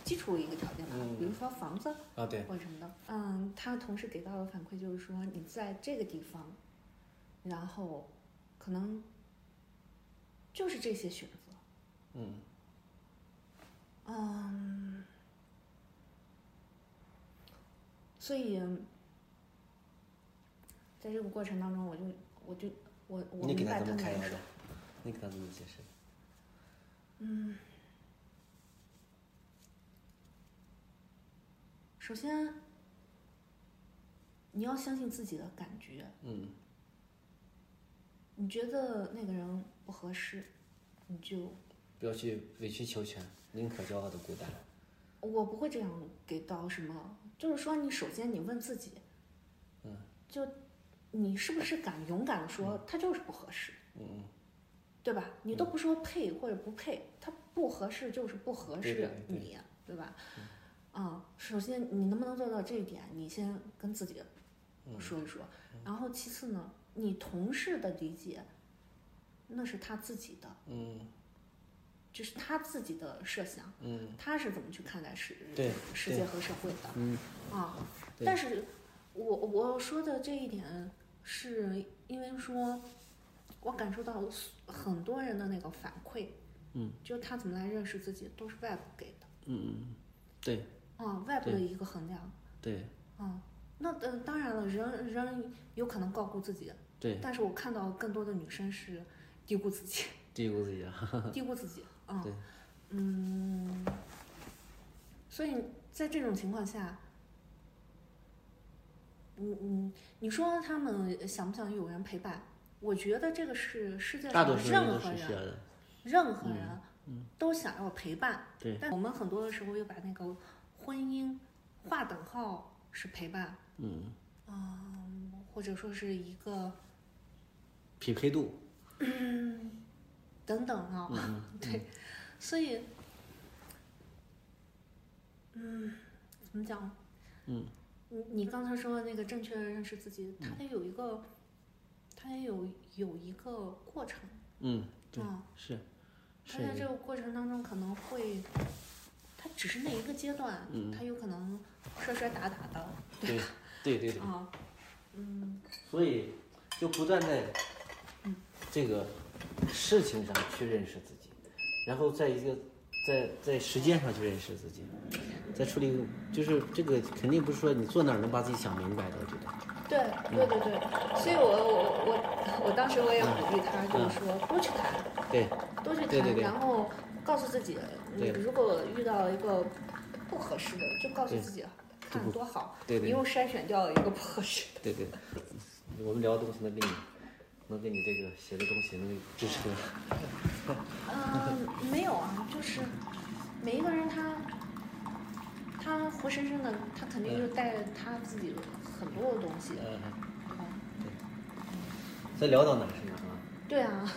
[SPEAKER 2] 基础一个条件吧，比如说房子
[SPEAKER 1] 啊，对，
[SPEAKER 2] 或者什么的。嗯，他同事给到的反馈就是说，你在这个地方，然后可能就是这些选择。
[SPEAKER 1] 嗯
[SPEAKER 2] 嗯，所以在这个过程当中我，就我就我我
[SPEAKER 1] 你给
[SPEAKER 2] 明
[SPEAKER 1] 他
[SPEAKER 2] 白
[SPEAKER 1] 怎
[SPEAKER 2] 他
[SPEAKER 1] 么
[SPEAKER 2] 们
[SPEAKER 1] 开
[SPEAKER 2] 的
[SPEAKER 1] 导
[SPEAKER 2] 说
[SPEAKER 1] 的？你给他怎么解释？
[SPEAKER 2] 首先，你要相信自己的感觉。
[SPEAKER 1] 嗯
[SPEAKER 2] 你觉得那个人不合适，你就
[SPEAKER 1] 不要去委曲求全，宁可骄傲的孤单。
[SPEAKER 2] 我不会这样给到什么，就是说你首先你问自己，
[SPEAKER 1] 嗯，
[SPEAKER 2] 就你是不是 敢勇敢的说他就是不合适，
[SPEAKER 1] 嗯
[SPEAKER 2] 对吧？你都不说配或者不配，他不合适就是不合
[SPEAKER 1] 对
[SPEAKER 2] 适
[SPEAKER 1] 对嗯对
[SPEAKER 2] 你，对吧？啊，首先你能不能做到这一点，你先跟自己
[SPEAKER 1] 嗯
[SPEAKER 2] 说一说，然后其次呢，你同事的理解，那是他自己的，
[SPEAKER 1] 嗯
[SPEAKER 2] 这是他自己的设想。
[SPEAKER 1] 嗯
[SPEAKER 2] 他是怎么去看待世
[SPEAKER 1] 对
[SPEAKER 2] 世界和社会的
[SPEAKER 1] 嗯
[SPEAKER 2] 啊？
[SPEAKER 1] 对
[SPEAKER 2] 但是我我说的这一点，是因为说，我感受到很多人的那个反馈，
[SPEAKER 1] 嗯，
[SPEAKER 2] 就是他怎么来认识自己，都是外部给的
[SPEAKER 1] 嗯嗯，对
[SPEAKER 2] 啊，外部的
[SPEAKER 1] 对
[SPEAKER 2] 一个衡量
[SPEAKER 1] 对
[SPEAKER 2] 啊。那呃，当然了，人人有可能高估自己，
[SPEAKER 1] 对，
[SPEAKER 2] 但是我看到更多的女生是低估自己，
[SPEAKER 1] 低估自己啊。
[SPEAKER 2] 低估自己啊
[SPEAKER 1] 对。
[SPEAKER 2] 嗯，所以在这种情况下，嗯嗯，你说他们想不想有人陪伴？我觉得这个是世界
[SPEAKER 1] 大
[SPEAKER 2] 上
[SPEAKER 1] 多数人
[SPEAKER 2] 任
[SPEAKER 1] 都
[SPEAKER 2] 何
[SPEAKER 1] 是
[SPEAKER 2] 人
[SPEAKER 1] 需要的。
[SPEAKER 2] 任何人
[SPEAKER 1] 嗯
[SPEAKER 2] 都想要陪伴，
[SPEAKER 1] 对
[SPEAKER 2] 但我们很多的时候又把那个婚姻划等号是陪伴，
[SPEAKER 1] 嗯，
[SPEAKER 2] 嗯，或者说是一个
[SPEAKER 1] 匹配度。
[SPEAKER 2] 等等啊，
[SPEAKER 1] 嗯
[SPEAKER 2] 对，所以，嗯，怎么讲？
[SPEAKER 1] 嗯，
[SPEAKER 2] 你你刚才说的那个正确认识自己，它得有一个，它也有有一个过程
[SPEAKER 1] 嗯，对，
[SPEAKER 2] 啊。
[SPEAKER 1] 是
[SPEAKER 2] 它
[SPEAKER 1] 是
[SPEAKER 2] 在
[SPEAKER 1] 的。
[SPEAKER 2] 这个过程当中可能会，它只是那一个阶段，
[SPEAKER 1] 嗯
[SPEAKER 2] 它有可能摔摔打打的
[SPEAKER 1] 对对对对，
[SPEAKER 2] 啊，嗯
[SPEAKER 1] 所以就不断在
[SPEAKER 2] 嗯
[SPEAKER 1] 这个事情上去认识自己，然后在一个在在时间上去认识自己，在处理就是这个肯定不是说你坐哪儿能把自己想明白的，我觉得。
[SPEAKER 2] 对对对对，所以我我我我当时我也鼓励他，就是
[SPEAKER 1] 嗯
[SPEAKER 2] 说多去谈，
[SPEAKER 1] 对，
[SPEAKER 2] 多去谈，
[SPEAKER 1] 对对对
[SPEAKER 2] 然后告诉自己，你
[SPEAKER 1] 对
[SPEAKER 2] 如果遇到一个不合适的，就告诉
[SPEAKER 1] 对
[SPEAKER 2] 自己看
[SPEAKER 1] 不
[SPEAKER 2] 多好，
[SPEAKER 1] 对对
[SPEAKER 2] 你又筛选掉了一个不合适的。
[SPEAKER 1] 对对，我们聊的东西能给你，能给你这个写的东西能给你支撑。
[SPEAKER 2] 嗯，没有啊，就是每一个人他他活生生的，他肯定就带着他自己的很多的东西。
[SPEAKER 1] 嗯，
[SPEAKER 2] 嗯
[SPEAKER 1] 这聊到哪儿是哪儿啊？
[SPEAKER 2] 对啊，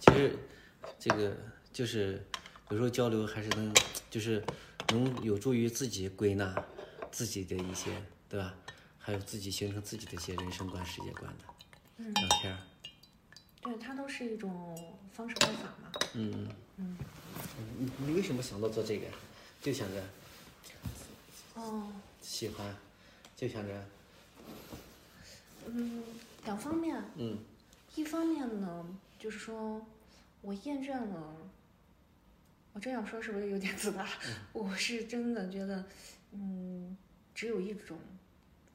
[SPEAKER 1] 其实这个就是有时候交流还是能，就是能有助于自己归纳自己的一些，对吧？还有自己形成自己的一些人生观、世界观的
[SPEAKER 2] 嗯，
[SPEAKER 1] 聊天儿，
[SPEAKER 2] 对，它都是一种方式方法嘛。
[SPEAKER 1] 嗯
[SPEAKER 2] 嗯
[SPEAKER 1] 你你为什么想到做这个呀？就想着
[SPEAKER 2] 哦，
[SPEAKER 1] 喜欢，就想着
[SPEAKER 2] 嗯，两方面，
[SPEAKER 1] 嗯
[SPEAKER 2] 一方面呢，就是说我验证了，我这样说是不是有点自大？
[SPEAKER 1] 嗯
[SPEAKER 2] 我是真的觉得，嗯，只有一种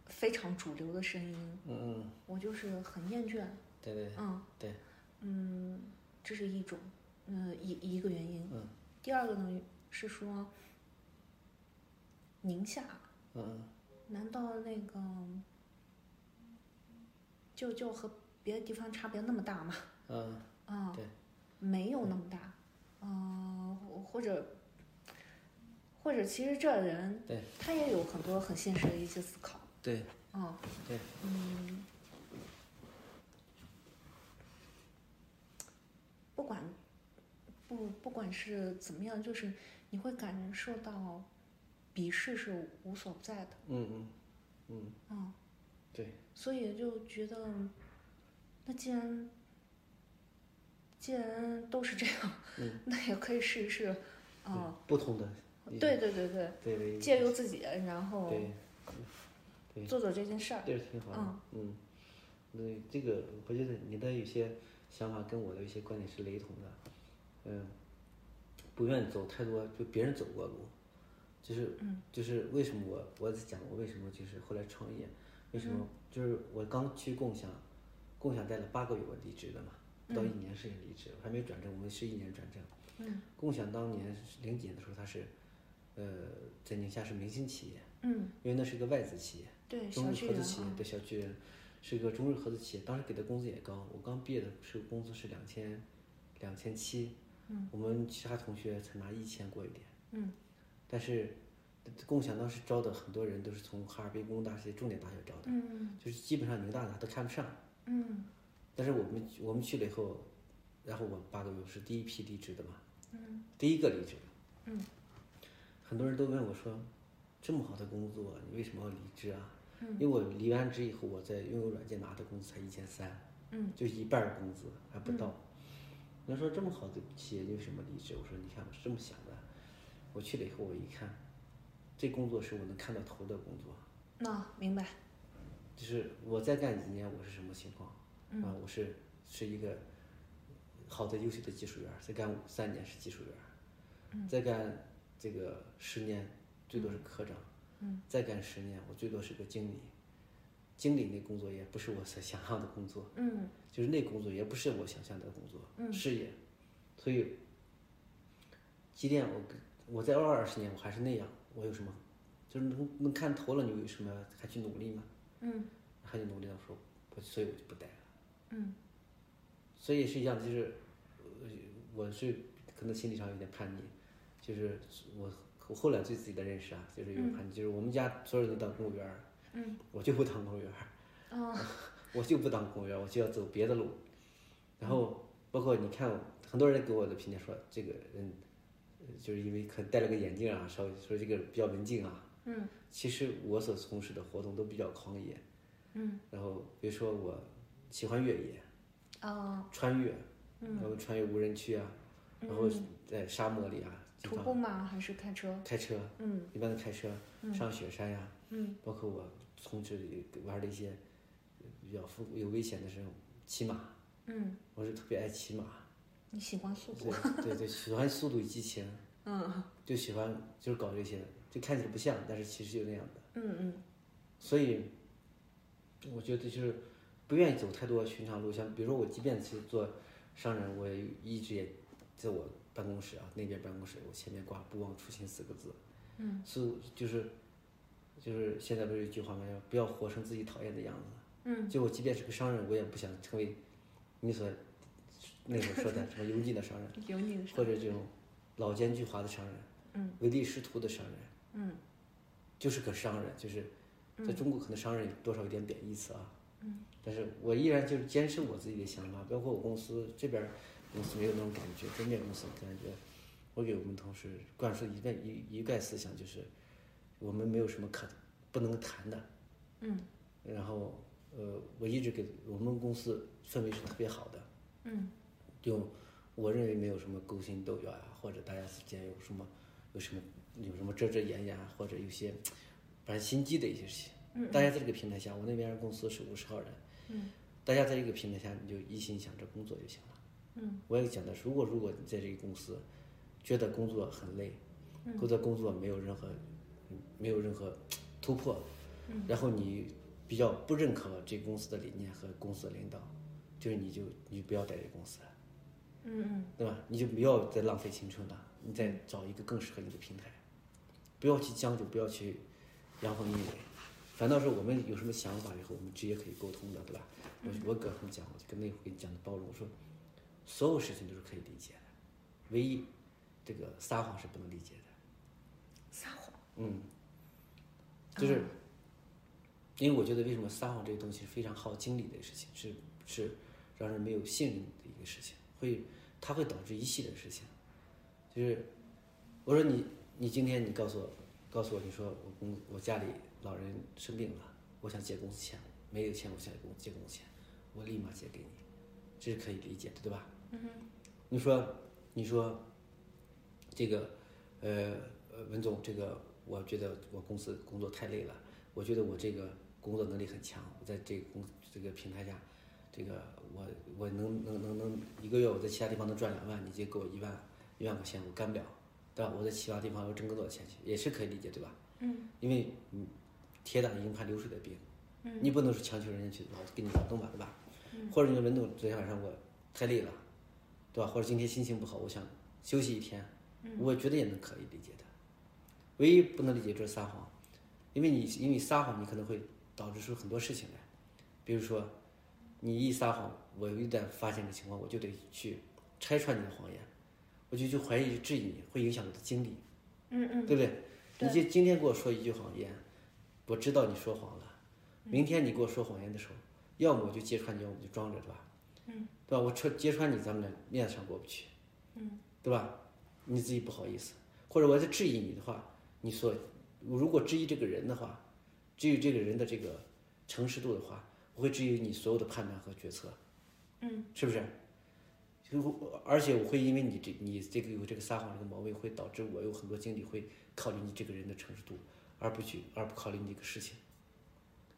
[SPEAKER 2] 非常主流的声音，
[SPEAKER 1] 嗯嗯，
[SPEAKER 2] 我就是很厌倦。
[SPEAKER 1] 对对
[SPEAKER 2] 嗯，
[SPEAKER 1] 对，
[SPEAKER 2] 嗯，这是一种，嗯、一一个原因。
[SPEAKER 1] 嗯
[SPEAKER 2] 第二个呢是说，宁夏
[SPEAKER 1] 嗯嗯
[SPEAKER 2] 难道那个就就和别的地方差别那么大吗？
[SPEAKER 1] 嗯
[SPEAKER 2] 啊，
[SPEAKER 1] 对，
[SPEAKER 2] 没有那么大，嗯、或者或者其实这人
[SPEAKER 1] 对
[SPEAKER 2] 他也有很多很现实的一些思考，
[SPEAKER 1] 对
[SPEAKER 2] 啊，
[SPEAKER 1] 对，
[SPEAKER 2] 嗯，不管不不管是怎么样，就是你会感受到鄙视是无所不在的，
[SPEAKER 1] 嗯嗯嗯，
[SPEAKER 2] 嗯，
[SPEAKER 1] 对，
[SPEAKER 2] 所以就觉得，那既然既然都是这样，
[SPEAKER 1] 嗯
[SPEAKER 2] 那也可以试一试，啊、
[SPEAKER 1] 不同的，
[SPEAKER 2] 对对对对，
[SPEAKER 1] 对对
[SPEAKER 2] 借由自己，然后
[SPEAKER 1] 对对
[SPEAKER 2] 做做这件事儿，
[SPEAKER 1] 这是挺好的，嗯，那这个我觉得你的有些想法跟我的一些观点是雷同的，嗯，不愿走太多就别人走过的路，就是、
[SPEAKER 2] 嗯
[SPEAKER 1] 就是为什么我我在讲我为什么就是后来创业，为什么、
[SPEAKER 2] 嗯
[SPEAKER 1] 就是我刚去共享，共享待了八个月我离职的嘛，不到一年时间离职，我还没转正，我们是一年转正，
[SPEAKER 2] 嗯
[SPEAKER 1] 共享当年是零几年的时候它是，呃，在宁夏是明星企业，
[SPEAKER 2] 嗯，
[SPEAKER 1] 因为那是个外资企业。
[SPEAKER 2] 对，
[SPEAKER 1] 中
[SPEAKER 2] 小
[SPEAKER 1] 日
[SPEAKER 2] 巨
[SPEAKER 1] 合
[SPEAKER 2] 人
[SPEAKER 1] 资企业
[SPEAKER 2] 啊，
[SPEAKER 1] 对小巨人，是个中日合资企业，当时给的工资也高。我刚毕业的时候工资是两千，两千七，嗯，我们其他同学才拿一千过一点，
[SPEAKER 2] 嗯，
[SPEAKER 1] 但是共享当时招的很多人都是从哈尔滨工大这些重点大学招的，
[SPEAKER 2] 嗯
[SPEAKER 1] 就是基本上宁大的他都看不上。
[SPEAKER 2] 嗯
[SPEAKER 1] 但是我们我们去了以后，然后我八个月我是第一批离职的嘛，
[SPEAKER 2] 嗯，
[SPEAKER 1] 第一个离职，
[SPEAKER 2] 嗯，
[SPEAKER 1] 很多人都问我说，这么好的工作你为什么要离职啊？
[SPEAKER 2] 嗯
[SPEAKER 1] 因为我离完职以后，我在用友软件拿的工资才一千三，
[SPEAKER 2] 嗯，
[SPEAKER 1] 就一半儿工资还不到。人家说这么好的企业你为什么离职？我说你看我是这么想的，我去了以后我一看，这工作是我能看到头的工作，
[SPEAKER 2] 那明白，
[SPEAKER 1] 就是我再干几年，我是什么情况？
[SPEAKER 2] 嗯
[SPEAKER 1] 啊，我是是一个好的优秀的技术员儿，再干三年是技术员儿，
[SPEAKER 2] 嗯
[SPEAKER 1] 再干这个十年最多是科长，
[SPEAKER 2] 嗯
[SPEAKER 1] 再干十年我最多是个经理。经理那工作也不是我所想象的工作，
[SPEAKER 2] 嗯
[SPEAKER 1] 就是那工作也不是我想象的工作、
[SPEAKER 2] 嗯
[SPEAKER 1] 事业，所以，即便我跟我再熬二十年，我还是那样，我有什么？就是能能看头了，你有什么还去努力吗？
[SPEAKER 2] 嗯
[SPEAKER 1] 还去努力的时候，我所以我就不待了。
[SPEAKER 2] 嗯
[SPEAKER 1] 所以是一样，就是呃我是可能心理上有点叛逆，就是我我后来对自己的认识啊，就是有叛逆，就是我们家所有人都当公务员儿，
[SPEAKER 2] 嗯
[SPEAKER 1] 我就不当公务员儿，
[SPEAKER 2] 啊
[SPEAKER 1] 我就不当公务员儿，我就要走别的路。然后包括你看，很多人给我的评价说这个人，呃就是因为可能戴了个眼镜啊，稍微说这个比较文静啊。
[SPEAKER 2] 嗯
[SPEAKER 1] 其实我所从事的活动都比较狂野，
[SPEAKER 2] 嗯
[SPEAKER 1] 然后比如说我喜欢越野，
[SPEAKER 2] 啊
[SPEAKER 1] 穿越，然
[SPEAKER 2] 嗯
[SPEAKER 1] 后穿越无人区啊，然后在沙漠里啊，经
[SPEAKER 2] 徒
[SPEAKER 1] 常
[SPEAKER 2] 步吗？还是开车？
[SPEAKER 1] 开车，
[SPEAKER 2] 嗯
[SPEAKER 1] 一般的开车上雪山呀、
[SPEAKER 2] 嗯
[SPEAKER 1] 包括我从这里玩的一些比较复有危险的时候，骑马，
[SPEAKER 2] 嗯，
[SPEAKER 1] 我是特别爱骑马，
[SPEAKER 2] 你喜欢速度？
[SPEAKER 1] 对对对，喜欢速度与激情，
[SPEAKER 2] 嗯
[SPEAKER 1] 就喜欢就是搞这些，就看起来不像，但是其实就那样的，
[SPEAKER 2] 嗯嗯
[SPEAKER 1] 所以我觉得就是不愿意走太多寻常路，像比如说我即便是做商人，我也一直也在我办公室啊那边办公室，我前面挂“不忘初心”四个字，
[SPEAKER 2] 嗯，
[SPEAKER 1] 是就是就是现在不是有一句话吗？叫不要活成自己讨厌的样子。
[SPEAKER 2] 嗯
[SPEAKER 1] 就我即便是个商人，我也不想成为你所那种说的什么油腻的商人，
[SPEAKER 2] 有你的事
[SPEAKER 1] 或者这种老奸巨猾的商人，
[SPEAKER 2] 嗯，
[SPEAKER 1] 唯利是图的商人，
[SPEAKER 2] 嗯，
[SPEAKER 1] 就是个商人，就是在中国可能商人多少有点贬义词啊，嗯，但是我依然就是坚持我自己的想法，包括我公司这边儿公司没有那种感觉，对面公司感觉，我给我们同事灌输一概一一概思想就是，我们没有什么可不能谈的，
[SPEAKER 2] 嗯
[SPEAKER 1] 然后呃，我一直给我们公司氛围是特别好的，
[SPEAKER 2] 嗯
[SPEAKER 1] 就我认为没有什么勾心斗角呀、或者大家之间有什么有什么有什么遮遮掩掩啊，或者有些反正心机的一些事情。
[SPEAKER 2] 嗯
[SPEAKER 1] 大家在这个平台下，我那边公司是五十号人，
[SPEAKER 2] 嗯
[SPEAKER 1] 大家在这个平台下，你就一心想着工作就行了。
[SPEAKER 2] 嗯
[SPEAKER 1] 我也讲的，如果如果你在这个公司觉得工作很累，
[SPEAKER 2] 嗯
[SPEAKER 1] 觉得工作没有任何没有任何突破，
[SPEAKER 2] 嗯
[SPEAKER 1] 然后你比较不认可这公司的理念和公司的领导，就是你就你就不要待这个公司了。
[SPEAKER 2] 嗯
[SPEAKER 1] 对吧？你就不要再浪费青春了，你再找一个更适合你的平台，不要去将就，不要去阳奉阴违。反倒是我们有什么想法以后，我们直接可以沟通的，对吧？我
[SPEAKER 2] 嗯
[SPEAKER 1] 我跟他们讲，我就跟那会儿跟你讲的包容，我说所有事情都是可以理解的，唯一这个撒谎是不能理解的。
[SPEAKER 2] 撒谎。嗯
[SPEAKER 1] 嗯，就是因为我觉得为什么撒谎这个东西是非常耗精力的事情，是是让人没有信任的一个事情，会它会导致一系列事情。就是我说你你今天你告诉我告诉我你说我公我家里老人生病了，我想借公司钱，没有钱我想公借公司钱，我立马借给你，这是可以理解的，对吧？你说，你说，这个，呃，呃文总，这个我觉得我公司工作太累了，我觉得我这个工作能力很强，我在这个公这个平台下，这个我我能能能能一个月我在其他地方能赚两万，你就给我一万一万块钱，我干不了，对吧？我在其他地方要挣更多的钱去，也是可以理解，对吧？嗯，因为你铁打的营盘流水的兵，嗯，你不能说强求人家去老给你劳动吧，对吧？嗯、或者你说文总昨天晚上我太累了。对吧？或者今天心情不好，我想休息一天，我觉得也能可以理解的。唯一不能理解就是撒谎，因为你因为撒谎，你可能会导致出很多事情来，比如说你一撒谎，我一旦发现这情况，我就得去拆穿你的谎言，我就去怀疑、质疑你，会影响我的精力，
[SPEAKER 2] 嗯嗯，
[SPEAKER 1] 对不对？
[SPEAKER 2] 对
[SPEAKER 1] 你今今天给我说一句谎言，我知道你说谎了，明天你给我说谎言的时候，要么我就揭穿你，要么我就装着，对吧？嗯，对吧？我穿揭穿你，咱们俩面子上过不去，嗯，对吧？你自己不好意思，或者我在质疑你的话，你所如果质疑这个人的话，质疑这个人的这个诚实度的话，我会质疑你所有的判断和决策，嗯，是不是？就而且我会因为你这你这个有这个撒谎这个毛病，会导致我有很多精力会考虑你这个人的诚实度，而不去而不考虑你这个事情。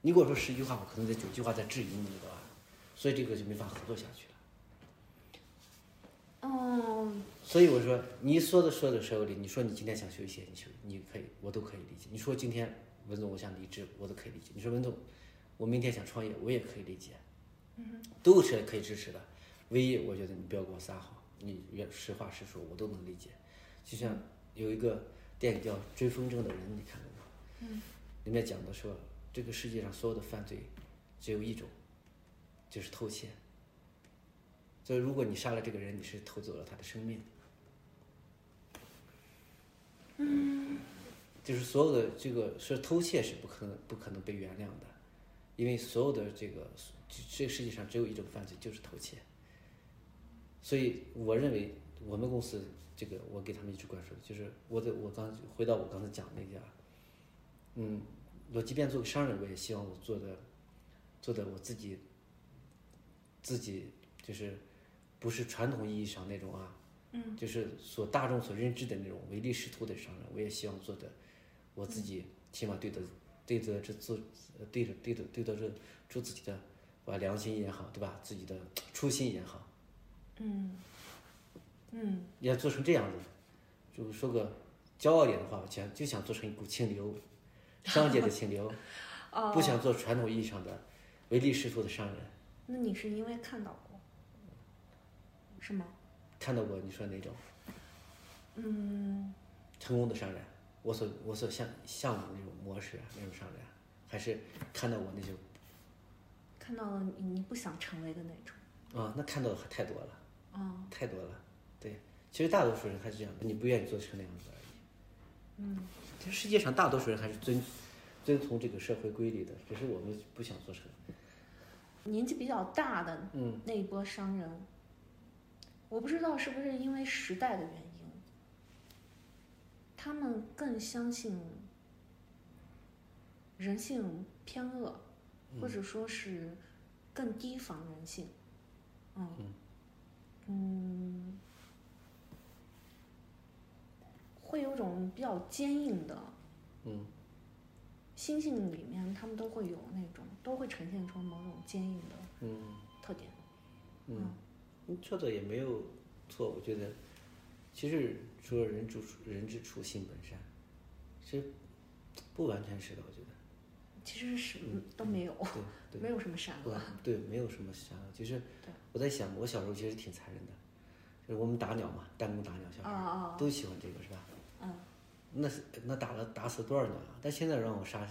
[SPEAKER 1] 你跟我说十句话，我可能在九句话在质疑你的话，所以这个就没法合作下去了。
[SPEAKER 2] 哦，
[SPEAKER 1] 所以我说，你说的说的说有理。你说你今天想休息，你休，你可以，我都可以理解。你说今天文总我想离职，我都可以理解。你说文总，我明天想创业，我也可以理解。嗯，都是可以支持的。唯一我觉得你不要跟我撒谎，你原实话实说，我都能理解。就像有一个电影叫《追风筝的人》，你看过吗？嗯，里面讲的说，这个世界上所有的犯罪，只有一种，就是偷窃。所以，如果你杀了这个人，你是偷走了他的生命。嗯，就是所有的这个是偷窃是不可能不可能被原谅的，因为所有的这个这这个世界上只有一种犯罪就是偷窃。所以，我认为我们公司这个我给他们一直灌输的就是我的我刚回到我刚才讲那个，嗯，我即便做个商人，我也希望我做的做的我自己自己就是不是传统意义上那种啊，嗯，就是所大众所认知的那种唯利是图的商人，我也希望做的我自己起码对得对得这自对着对着对得这住自己的把良心也好，对吧？自己的初心也好，
[SPEAKER 2] 嗯
[SPEAKER 1] 要做成这样子，就说个骄傲点的话，我想就想做成一股清流，商界的清流，
[SPEAKER 2] 哦，
[SPEAKER 1] 不想做传统意义上的唯利是图的商人。
[SPEAKER 2] 那你是因为看到过，是吗？
[SPEAKER 1] 看到过你说哪种
[SPEAKER 2] 嗯，
[SPEAKER 1] 成功的商人，我所我所向向往的那种模式啊，那种商人啊，还是看到我那种
[SPEAKER 2] 看到了你，你不想成为的那种。
[SPEAKER 1] 啊，那看到的太多了，
[SPEAKER 2] 哦，
[SPEAKER 1] 太多了。对，其实大多数人还是这样的，你不愿意做成那样子而已。
[SPEAKER 2] 嗯，
[SPEAKER 1] 其实世界上大多数人还是遵遵从这个社会规律的，只是我们不想做成。
[SPEAKER 2] 年纪比较大的
[SPEAKER 1] 嗯。
[SPEAKER 2] 那一波商人，我不知道是不是因为时代的原因，他们更相信人性偏恶，或
[SPEAKER 1] 嗯
[SPEAKER 2] 者说是更提防人性。嗯嗯，会有种比较坚硬的。
[SPEAKER 1] 嗯。
[SPEAKER 2] 心性里面，他们都会有那种，都会呈现出某种坚硬的
[SPEAKER 1] 嗯
[SPEAKER 2] 特点。
[SPEAKER 1] 嗯，你说的也没有错，我觉得，其实说人之初人之初性本善，其实不完全是的，我觉得，
[SPEAKER 2] 其实是都没有，
[SPEAKER 1] 嗯对
[SPEAKER 2] 没有什么善
[SPEAKER 1] 对
[SPEAKER 2] 恶。
[SPEAKER 1] 对，没有什么善恶。其实
[SPEAKER 2] 对
[SPEAKER 1] 我在想，我小时候其实挺残忍的，就是我们打鸟嘛，弹弓打鸟，小
[SPEAKER 2] 啊
[SPEAKER 1] 孩儿
[SPEAKER 2] 啊，
[SPEAKER 1] 都喜欢这个是吧？
[SPEAKER 2] 嗯，
[SPEAKER 1] 那是那打了打死多少鸟啊？但现在让我杀，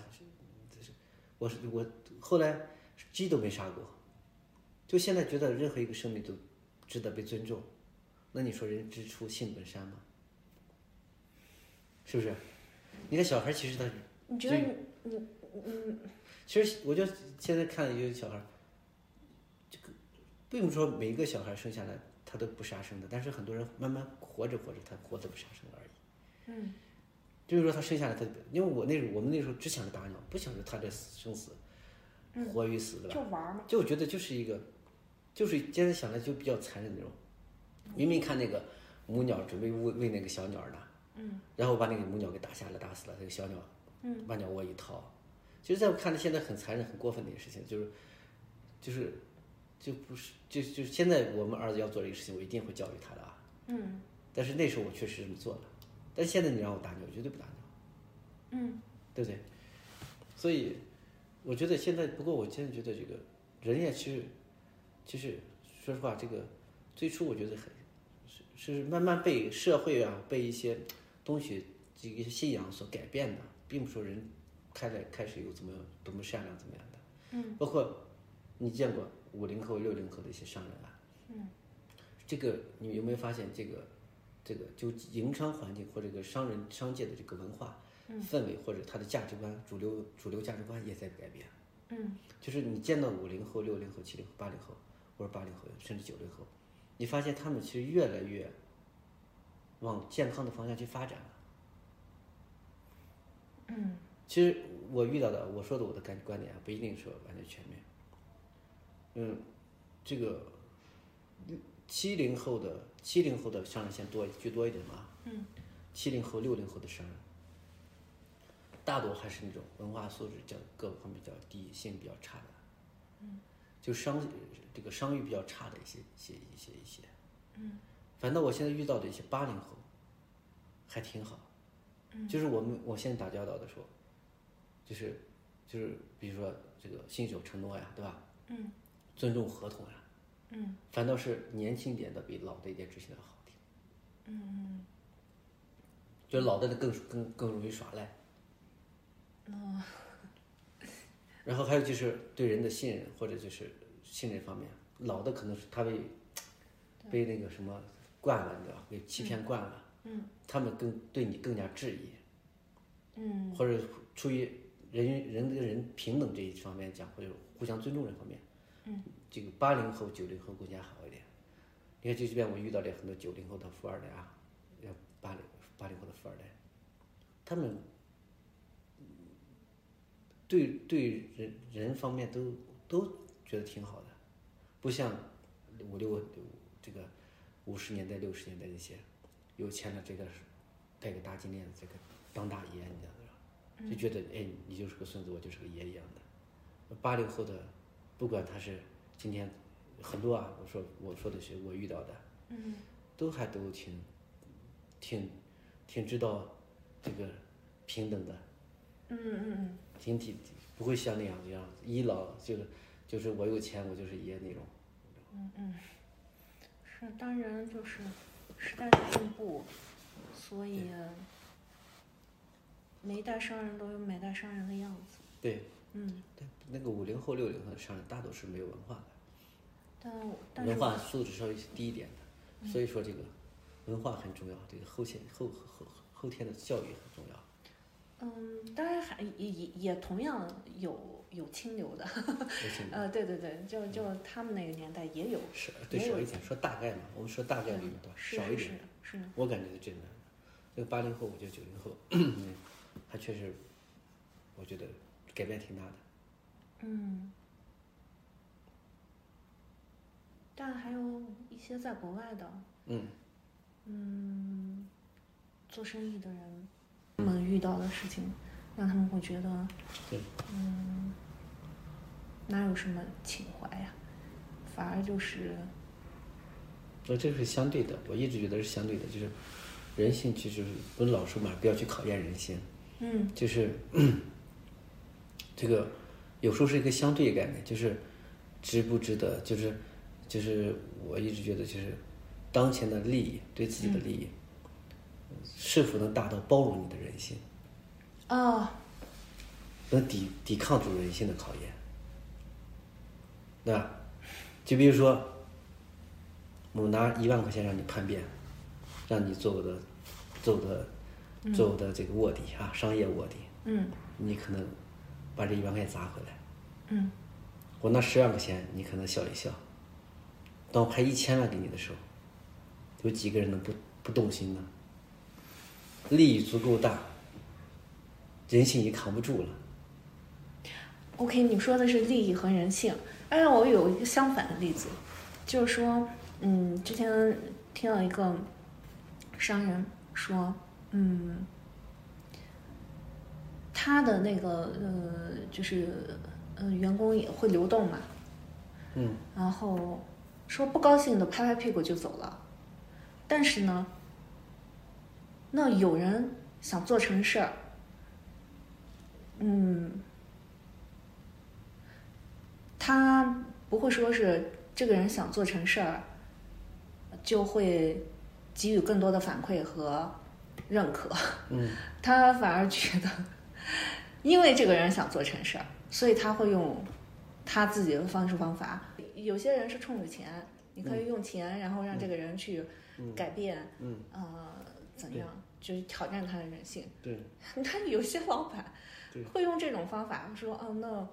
[SPEAKER 1] 就是我是我后来鸡都没杀过，就现在觉得任何一个生命都值得被尊重。那你说人之初性本善吗？是不是？你看小孩其实他
[SPEAKER 2] 你觉得你你嗯
[SPEAKER 1] 其实我就现在看有些小孩儿，这个并不是说每一个小孩儿生下来他都不杀生的，但是很多人慢慢活着活着，他活得不杀生而已。
[SPEAKER 2] 嗯，
[SPEAKER 1] 就是说他生下来他，因为我那时候我们那时候只想着打鸟，不想着他的生死，活与死的吧。
[SPEAKER 2] 就玩儿嘛，
[SPEAKER 1] 就我觉得就是一个，就是现在想来就比较残忍那种，明明看那个母鸟准备喂喂那个小鸟呢，
[SPEAKER 2] 嗯
[SPEAKER 1] 然后把那个母鸟给打瞎了，打死了，那个小鸟
[SPEAKER 2] 嗯
[SPEAKER 1] 把鸟窝一掏。其实在我看来，现在很残忍、很过分的一个事情，就是，就是，就不是，就就现在我们儿子要做这个事情，我一定会教育他的啊。
[SPEAKER 2] 嗯
[SPEAKER 1] 但是那时候我确实这么做了，但是现在你让我打你，我绝对不打你，
[SPEAKER 2] 嗯
[SPEAKER 1] 对不对？所以我觉得现在，不过我真的觉得这个人也是，其实说实话，这个最初我觉得很是是慢慢被社会啊，被一些东西这个信仰所改变的，并不是说人开来开始有怎么多么善良怎么样的，
[SPEAKER 2] 嗯，
[SPEAKER 1] 包括你见过五零后、六零后的一些商人啊，
[SPEAKER 2] 嗯，
[SPEAKER 1] 这个你有没有发现这个？这个就营商环境或者这个商人商界的这个文化、
[SPEAKER 2] 嗯
[SPEAKER 1] 氛围或者他的价值观，主流主流价值观也在改变。
[SPEAKER 2] 嗯
[SPEAKER 1] 就是你见到五零后、六零后、七零后、八零后，或者八零后甚至九零后，你发现他们其实越来越往健康的方向去发展了。
[SPEAKER 2] 嗯
[SPEAKER 1] 其实我遇到的，我说的我的感观点啊，不一定说完全全面。嗯，这个七零后的七零后的商人先多居多一点嘛。
[SPEAKER 2] 嗯。
[SPEAKER 1] 七零后、六零后的商人，大多还是那种文化素质较各方面比较低、性比较差的。嗯。就商这个商誉比较差的一些、一些、一些、一些。
[SPEAKER 2] 嗯。
[SPEAKER 1] 反倒我现在遇到的一些八零后，还挺好。就是我们我现在打交道的时候，就是就是比如说这个信守承诺呀，对吧？
[SPEAKER 2] 嗯
[SPEAKER 1] 尊重合同呀，
[SPEAKER 2] 嗯
[SPEAKER 1] 反倒是年轻一点的比老的一点执行的好一点。
[SPEAKER 2] 嗯
[SPEAKER 1] 就是老的更更更容易耍赖，
[SPEAKER 2] 嗯
[SPEAKER 1] 然后还有就是对人的信任或者就是信任方面，老的可能是他被被那个什么惯了，你知道吧？被欺骗惯了，
[SPEAKER 2] 嗯
[SPEAKER 1] 他们更对你更加质疑，
[SPEAKER 2] 嗯
[SPEAKER 1] 或者出于人与人跟人平等这一方面讲，或者互相尊重这方面，
[SPEAKER 2] 嗯，
[SPEAKER 1] 这个八零后、九零后更加好一点。你看，就这边我遇到的很多九零后的富二代啊，要八零八零后的富二代，他们嗯对对人人方面都都觉得挺好的，不像五六这个五十年代六十年代那些有钱了这个戴个大金链子，这个当大爷，你知道吧？就觉得哎，你就是个孙子，我就是个爷一样的。八零后的，不管他是今天很多啊，我说我说的是我遇到的，
[SPEAKER 2] 嗯
[SPEAKER 1] 都还都挺挺挺知道这个平等的，
[SPEAKER 2] 嗯
[SPEAKER 1] 挺体不会像那样一样倚老就是就是我有钱我就是爷那种。
[SPEAKER 2] 嗯嗯，是，当然就是时代在进步，所以每一代商人都有每代商人的样子。
[SPEAKER 1] 对，
[SPEAKER 2] 嗯，
[SPEAKER 1] 但那个五零后六零后的商人大多是没有文化的。
[SPEAKER 2] 但我但
[SPEAKER 1] 文
[SPEAKER 2] 是嗯
[SPEAKER 1] 化素质稍微低一点的，所以说这个文化很重要，这个后天后后后天的教育很 重要。
[SPEAKER 2] 嗯，当然还也也也同样有有清流的，
[SPEAKER 1] 而且
[SPEAKER 2] 呃，对对对，就就他们那个年代也有，
[SPEAKER 1] 少对
[SPEAKER 2] 也有
[SPEAKER 1] 少一点，说大概嘛，我们说大概率嘛，对吧？
[SPEAKER 2] 是
[SPEAKER 1] 少一
[SPEAKER 2] 是是
[SPEAKER 1] 点，
[SPEAKER 2] 是，
[SPEAKER 1] 我感觉是这样的。这个八零后，我觉得九零后 嗯，还确实，我觉得改变挺大的。
[SPEAKER 2] 嗯，但还有一些在国外的，
[SPEAKER 1] 嗯，
[SPEAKER 2] 嗯，做生意的人，他们遇到的事情，让他们会觉得，
[SPEAKER 1] 对，
[SPEAKER 2] 嗯，哪有什么情怀呀、反而就是，
[SPEAKER 1] 那呃这是相对的，我一直觉得是相对的，就是人性其实不是老说嘛，不要去考验人性。
[SPEAKER 2] 嗯
[SPEAKER 1] 就是 这个有时候是一个相对概念，就是值不值得，就是就是我一直觉得就是当前的利益对自己的利益、是否能达到包容你的人性，
[SPEAKER 2] 哦，
[SPEAKER 1] 能抵抵抗住人性的考验，对吧？就比如说，我拿一万块钱让你叛变，让你做我的做我的做我的这个卧底啊，商业卧底，
[SPEAKER 2] 嗯
[SPEAKER 1] 你可能把这一万块钱砸回来。
[SPEAKER 2] 嗯
[SPEAKER 1] 我拿十万块钱，你可能笑一笑。当我拍一千万给你的时候，有几个人能不不动心呢？利益足够大，人性也扛不住了。
[SPEAKER 2] ，OK，你说的是利益和人性，哎，我有一个相反的例子，就是说，嗯，之前听到一个商人说，嗯，他的那个呃，就是呃，员工也会流动嘛，
[SPEAKER 1] 嗯，
[SPEAKER 2] 然后说不高兴的拍拍屁股就走了，但是呢，那有人想做成事儿，嗯，他不会说是这个人想做成事儿，就会给予更多的反馈和认可。
[SPEAKER 1] 嗯，
[SPEAKER 2] 他反而觉得，因为这个人想做成事儿，所以他会用他自己的方式方法。有些人是冲着钱，你可以用钱，然后让这个人去
[SPEAKER 1] 嗯
[SPEAKER 2] 改变，
[SPEAKER 1] 嗯，
[SPEAKER 2] 呃，怎样，就是挑战他的人性。
[SPEAKER 1] 对，
[SPEAKER 2] 那有些老板
[SPEAKER 1] 对
[SPEAKER 2] 会用这种方法说，哦，那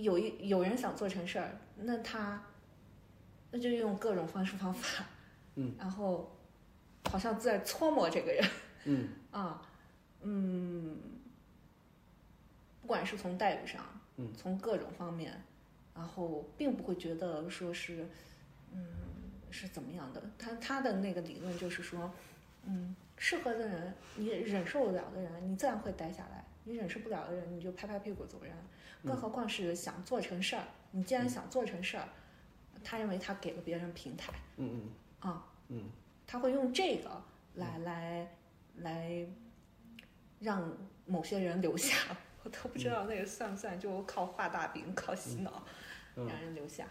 [SPEAKER 2] 有一有人想做成事儿，那他那就用各种方式方法，
[SPEAKER 1] 嗯，
[SPEAKER 2] 然后好像在搓磨这个人
[SPEAKER 1] 嗯
[SPEAKER 2] 啊，嗯，不管是从待遇上，
[SPEAKER 1] 嗯，
[SPEAKER 2] 从各种方面，然后并不会觉得说是，嗯，是怎么样的。他他的那个理论就是说，嗯，适合的人，你忍受得了的人，你自然会待下来；你忍受不了的人，你就拍拍屁股走人。
[SPEAKER 1] 嗯
[SPEAKER 2] 更何况是想做成事儿，你既然想做成事儿，他认为他给了别人平台
[SPEAKER 1] 嗯嗯
[SPEAKER 2] 啊，
[SPEAKER 1] 嗯，
[SPEAKER 2] 他会用这个来来来让某些人留下。 我都不知道那个算不算，就靠画大饼、靠洗脑
[SPEAKER 1] 嗯
[SPEAKER 2] 让人留下。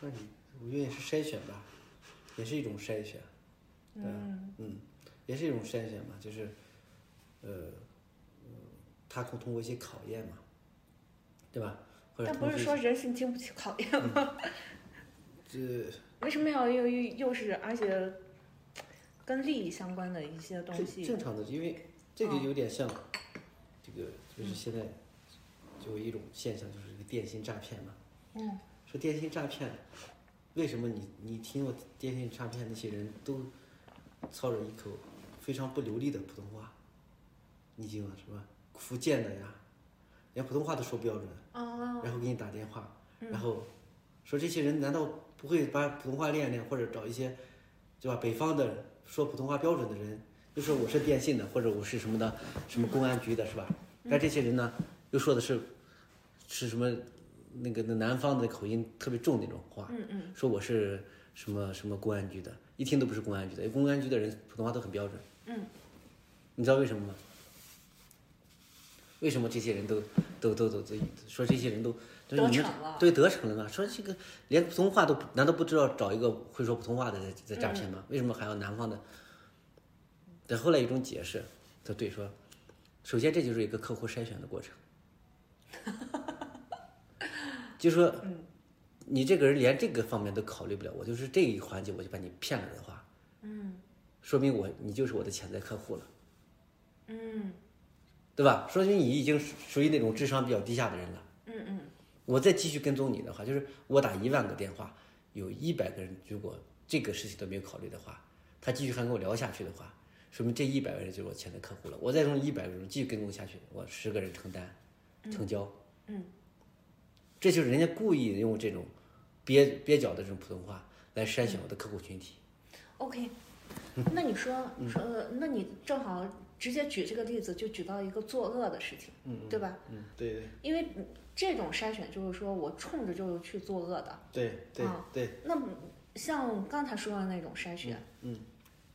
[SPEAKER 1] 那你我觉得也是筛选吧，也是一种筛选，对啊
[SPEAKER 2] 嗯
[SPEAKER 1] 嗯，也是一种筛选嘛，就是，呃，嗯他可通过一些考验嘛，对吧？或者
[SPEAKER 2] 但
[SPEAKER 1] 通过
[SPEAKER 2] 不是
[SPEAKER 1] 一
[SPEAKER 2] 说
[SPEAKER 1] 些
[SPEAKER 2] 人性经不起考验，
[SPEAKER 1] 这
[SPEAKER 2] 为什么要又又又是而且跟利益相关的一些东
[SPEAKER 1] 这
[SPEAKER 2] 西？
[SPEAKER 1] 正常的，因为这个
[SPEAKER 2] 嗯
[SPEAKER 1] 有点像，这个就是现在就有一种现象，就是这个电信诈骗嘛。
[SPEAKER 2] 嗯。
[SPEAKER 1] 说电信诈骗，为什么你你听我电信诈骗那些人都操着一口非常不流利的普通话？你听了什么福建的呀，连普通话都说不标准，
[SPEAKER 2] 啊，
[SPEAKER 1] 然后给你打电话，然后说这些人难道不会把普通话练练，或者找一些，对吧？北方的说普通话标准的人，就说我是电信的，或者我是什么的，什么公安局的，是吧？但这些人呢，又说的是，是什么那个那南方的口音特别重那种话，
[SPEAKER 2] 嗯嗯
[SPEAKER 1] 说我是什么什么公安局的，一听都不是公安局的，公安局的人普通话都很标准。
[SPEAKER 2] 嗯，
[SPEAKER 1] 你知道为什么吗？为什么这些人都都都都都说这些人都都
[SPEAKER 2] 得
[SPEAKER 1] 你
[SPEAKER 2] 逞
[SPEAKER 1] 们
[SPEAKER 2] 了
[SPEAKER 1] 对得逞了呢？说这个连普通话都不难道不知道找一个会说普通话的在在诈骗吗？
[SPEAKER 2] 嗯
[SPEAKER 1] 为什么还要南方的？但后来有一种解释，他对说，首先这就是一个客户筛选的过程， 就说你这个人连这个方面都考虑不了，我就是这一环节我就把你骗了的话，
[SPEAKER 2] 嗯
[SPEAKER 1] 说明我你就是我的潜在客户了。
[SPEAKER 2] 嗯
[SPEAKER 1] 对吧？说明你已经属于那种智商比较低下的人了。
[SPEAKER 2] 嗯嗯
[SPEAKER 1] 我再继续跟踪你的话，就是我打一万个电话，有一百个人如果这个事情都没有考虑的话，他继续还跟我聊下去的话，说明这一百个人就是我潜在客户了。我再从一百个人继续跟踪下去，我十个人成单成交。
[SPEAKER 2] 嗯
[SPEAKER 1] 这就是人家故意用这种蹩蹩脚的这种普通话来筛
[SPEAKER 2] 嗯
[SPEAKER 1] 选我的客户群体。
[SPEAKER 2] ，OK。那你说
[SPEAKER 1] 嗯
[SPEAKER 2] 说，那你正好直接举这个例子，就举到一个作恶的事情，
[SPEAKER 1] 嗯
[SPEAKER 2] 对吧？
[SPEAKER 1] 嗯，对对
[SPEAKER 2] 因为这种筛选就是说我冲着就是去作恶的，
[SPEAKER 1] 对
[SPEAKER 2] 对
[SPEAKER 1] 对
[SPEAKER 2] 那么像刚才说的那种筛选，
[SPEAKER 1] 嗯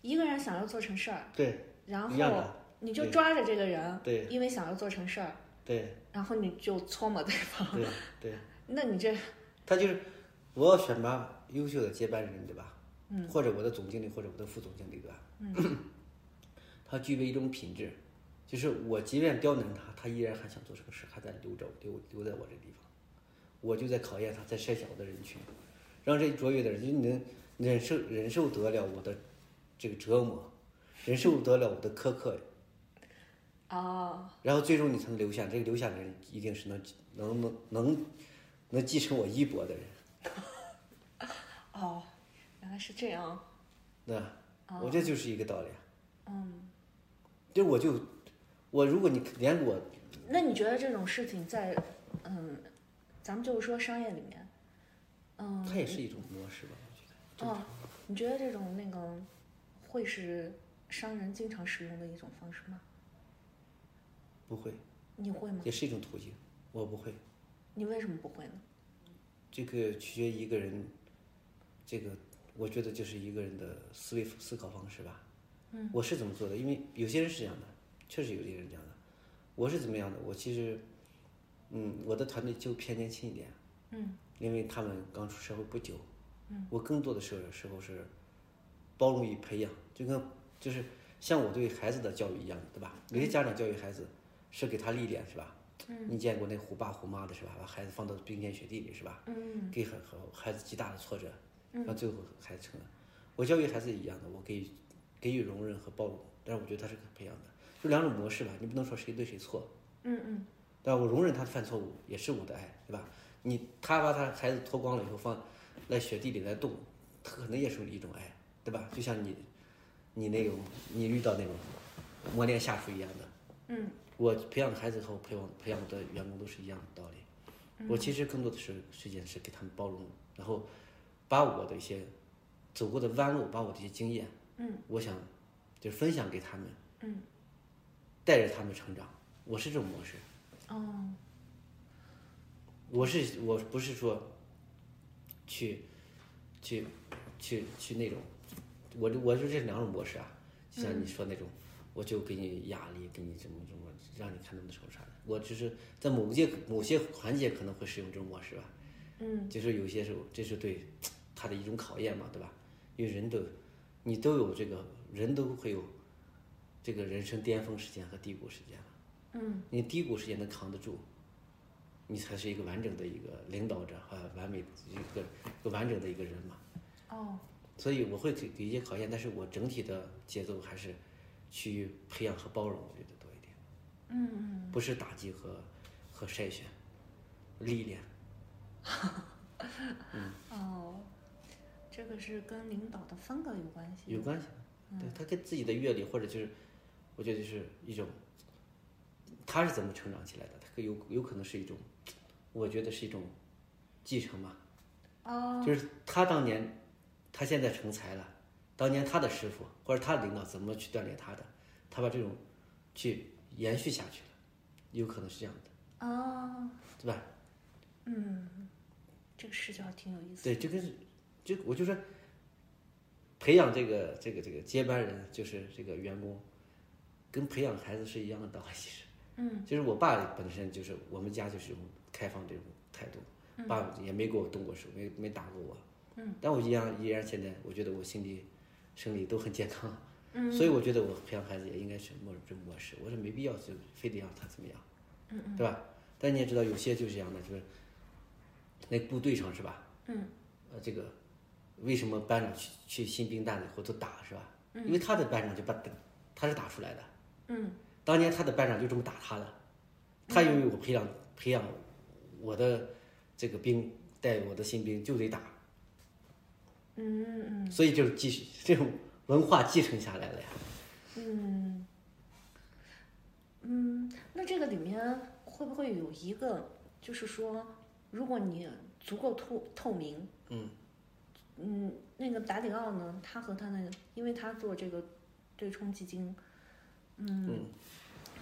[SPEAKER 2] 一个人想要做成事儿，
[SPEAKER 1] 对
[SPEAKER 2] 然
[SPEAKER 1] 一样
[SPEAKER 2] 后
[SPEAKER 1] 的，
[SPEAKER 2] 你就
[SPEAKER 1] 对
[SPEAKER 2] 抓着这个人，
[SPEAKER 1] 对
[SPEAKER 2] 因为想要做成事儿，
[SPEAKER 1] 对
[SPEAKER 2] 然后你就搓磨对方，
[SPEAKER 1] 对对。
[SPEAKER 2] 那你这
[SPEAKER 1] 他就是我要选拔优秀的接班人，对吧？
[SPEAKER 2] 嗯，
[SPEAKER 1] 或者我的总经理或者我的副总经理，对吧？嗯， 他具备一种品质，就是我即便刁难他，他依然还想做成事，还在留着留留在我这地方，我就在考验他，在筛选我的人群，让这卓越的人，就是你能忍受忍受得了我的这个折磨，忍受得了我的苛刻，
[SPEAKER 2] 哦，
[SPEAKER 1] 然后最终你才能留下。这个留下的人一定是能能能能能继承我衣钵的人。
[SPEAKER 2] 哦，原来是这样。
[SPEAKER 1] 对吧？我这就是一个道理啊。
[SPEAKER 2] 嗯，
[SPEAKER 1] 就我就我，如果你连我
[SPEAKER 2] 那你觉得这种事情在嗯，咱们就是说商业里面，嗯，
[SPEAKER 1] 它也是一种模式吧，我觉得。
[SPEAKER 2] 哦，你觉得这种那个会是商人经常使用的一种方式吗？
[SPEAKER 1] 不会，
[SPEAKER 2] 你会吗？
[SPEAKER 1] 也是一种途径。我不会，
[SPEAKER 2] 你为什么不会呢？
[SPEAKER 1] 这个取决于一个人，这个我觉得就是一个人的思维思考方式吧。嗯，我是怎么做的？因为有些人是这样的，确实有些人这样的。我是怎么样的？我其实，嗯，我的团队就偏年轻一点。
[SPEAKER 2] 嗯，
[SPEAKER 1] 因为他们刚出社会不久。嗯，我更多的时候时候是包容与培养，就跟就是像我对孩子的教育一样，对吧？有些家长教育孩子是给他历练，是吧？嗯，你见过那虎爸虎妈的是吧？把孩子放到冰天雪地里是吧？
[SPEAKER 2] 嗯，
[SPEAKER 1] 给很和孩子极大的挫折，让最后孩子成了。我教育孩子也一样的，我给予给予容忍和包容，但是我觉得他是可培养的，就两种模式吧，你不能说谁对谁错，
[SPEAKER 2] 嗯嗯
[SPEAKER 1] 对吧？我容忍他犯错误也是我的爱，对吧？你他把他孩子脱光了以后放在雪地里来冻，他可能也是一种爱，对吧？就像你你那种你遇到那种磨练下属一样的，
[SPEAKER 2] 嗯
[SPEAKER 1] 我培养孩子和我培养培养我的员工都是一样的道理。
[SPEAKER 2] 嗯
[SPEAKER 1] 我其实更多的是时间是给他们包容，然后把我的一些走过的弯路，把我的一些经验，
[SPEAKER 2] 嗯，
[SPEAKER 1] 我想就是分享给他们，
[SPEAKER 2] 嗯，
[SPEAKER 1] 带着他们成长。我是这种模式，
[SPEAKER 2] 哦
[SPEAKER 1] 我是我不是说去去去去那种，我就我就这两种模式啊，就像你说那种，我就给你压力，给你怎么怎么，让你看他们受伤。我只是在某些某些环节可能会使用这种模式啊吧，
[SPEAKER 2] 嗯
[SPEAKER 1] 就是有些时候这是对他的一种考验嘛，对吧？因为人都你都有这个人都会有这个人生巅峰时间和低谷时间。
[SPEAKER 2] 嗯
[SPEAKER 1] 你低谷时间能扛得住，你才是一个完整的一个领导者和完美的一个一个完整的一个人嘛。
[SPEAKER 2] 哦
[SPEAKER 1] 所以我会给给一些考验，但是我整体的节奏还是去培养和包容，我觉得多一点，
[SPEAKER 2] 嗯
[SPEAKER 1] 不是打击和和筛选，历练。
[SPEAKER 2] 嗯哦，这个是跟领导的风格有关系吗。嗯
[SPEAKER 1] 有关系，对他跟自己的阅历或者就是，我觉得就是一种，他是怎么成长起来的，他可有有可能是一种，我觉得是一种继承嘛，
[SPEAKER 2] 哦
[SPEAKER 1] 就是他当年，他现在成才了，当年他的师傅或者他的领导怎么去锻炼他的，他把这种去延续下去了，有可能是这样的，
[SPEAKER 2] 哦
[SPEAKER 1] 对吧？
[SPEAKER 2] 嗯，这个视角挺有意思。
[SPEAKER 1] 对，就跟就我就说，培养这个这个这个接班人，就是这个员工，跟培养孩子是一样的道理。其实，
[SPEAKER 2] 嗯，
[SPEAKER 1] 就是我爸本身就是我们家就是这种开放这种态度，爸也没给我动过手，没没打过我。
[SPEAKER 2] 嗯，
[SPEAKER 1] 但我依然依然现在，我觉得我心理、生理都很健康，
[SPEAKER 2] 嗯
[SPEAKER 1] 所以我觉得我培养孩子也应该是某种模式，我是没必要就非得让他怎么样，
[SPEAKER 2] 嗯
[SPEAKER 1] 对吧？但你也知道，有些就是这样的，就是那部队上是吧？
[SPEAKER 2] 嗯
[SPEAKER 1] 呃，这个为什么班长去去新兵蛋了以后都打是吧？因为他的班长就把他是打出来的，
[SPEAKER 2] 嗯
[SPEAKER 1] 当年他的班长就这么打他的，他因为我培养培养我的这个兵带我的新兵就得打，
[SPEAKER 2] 嗯嗯
[SPEAKER 1] 所以就是继续这种文化继承下来了呀。
[SPEAKER 2] 嗯嗯，那这个里面会不会有一个，就是说，如果你足够透透明，
[SPEAKER 1] 嗯
[SPEAKER 2] 嗯，那个达里奥呢，他和他那个，因为他做这个对冲基金，嗯，
[SPEAKER 1] 嗯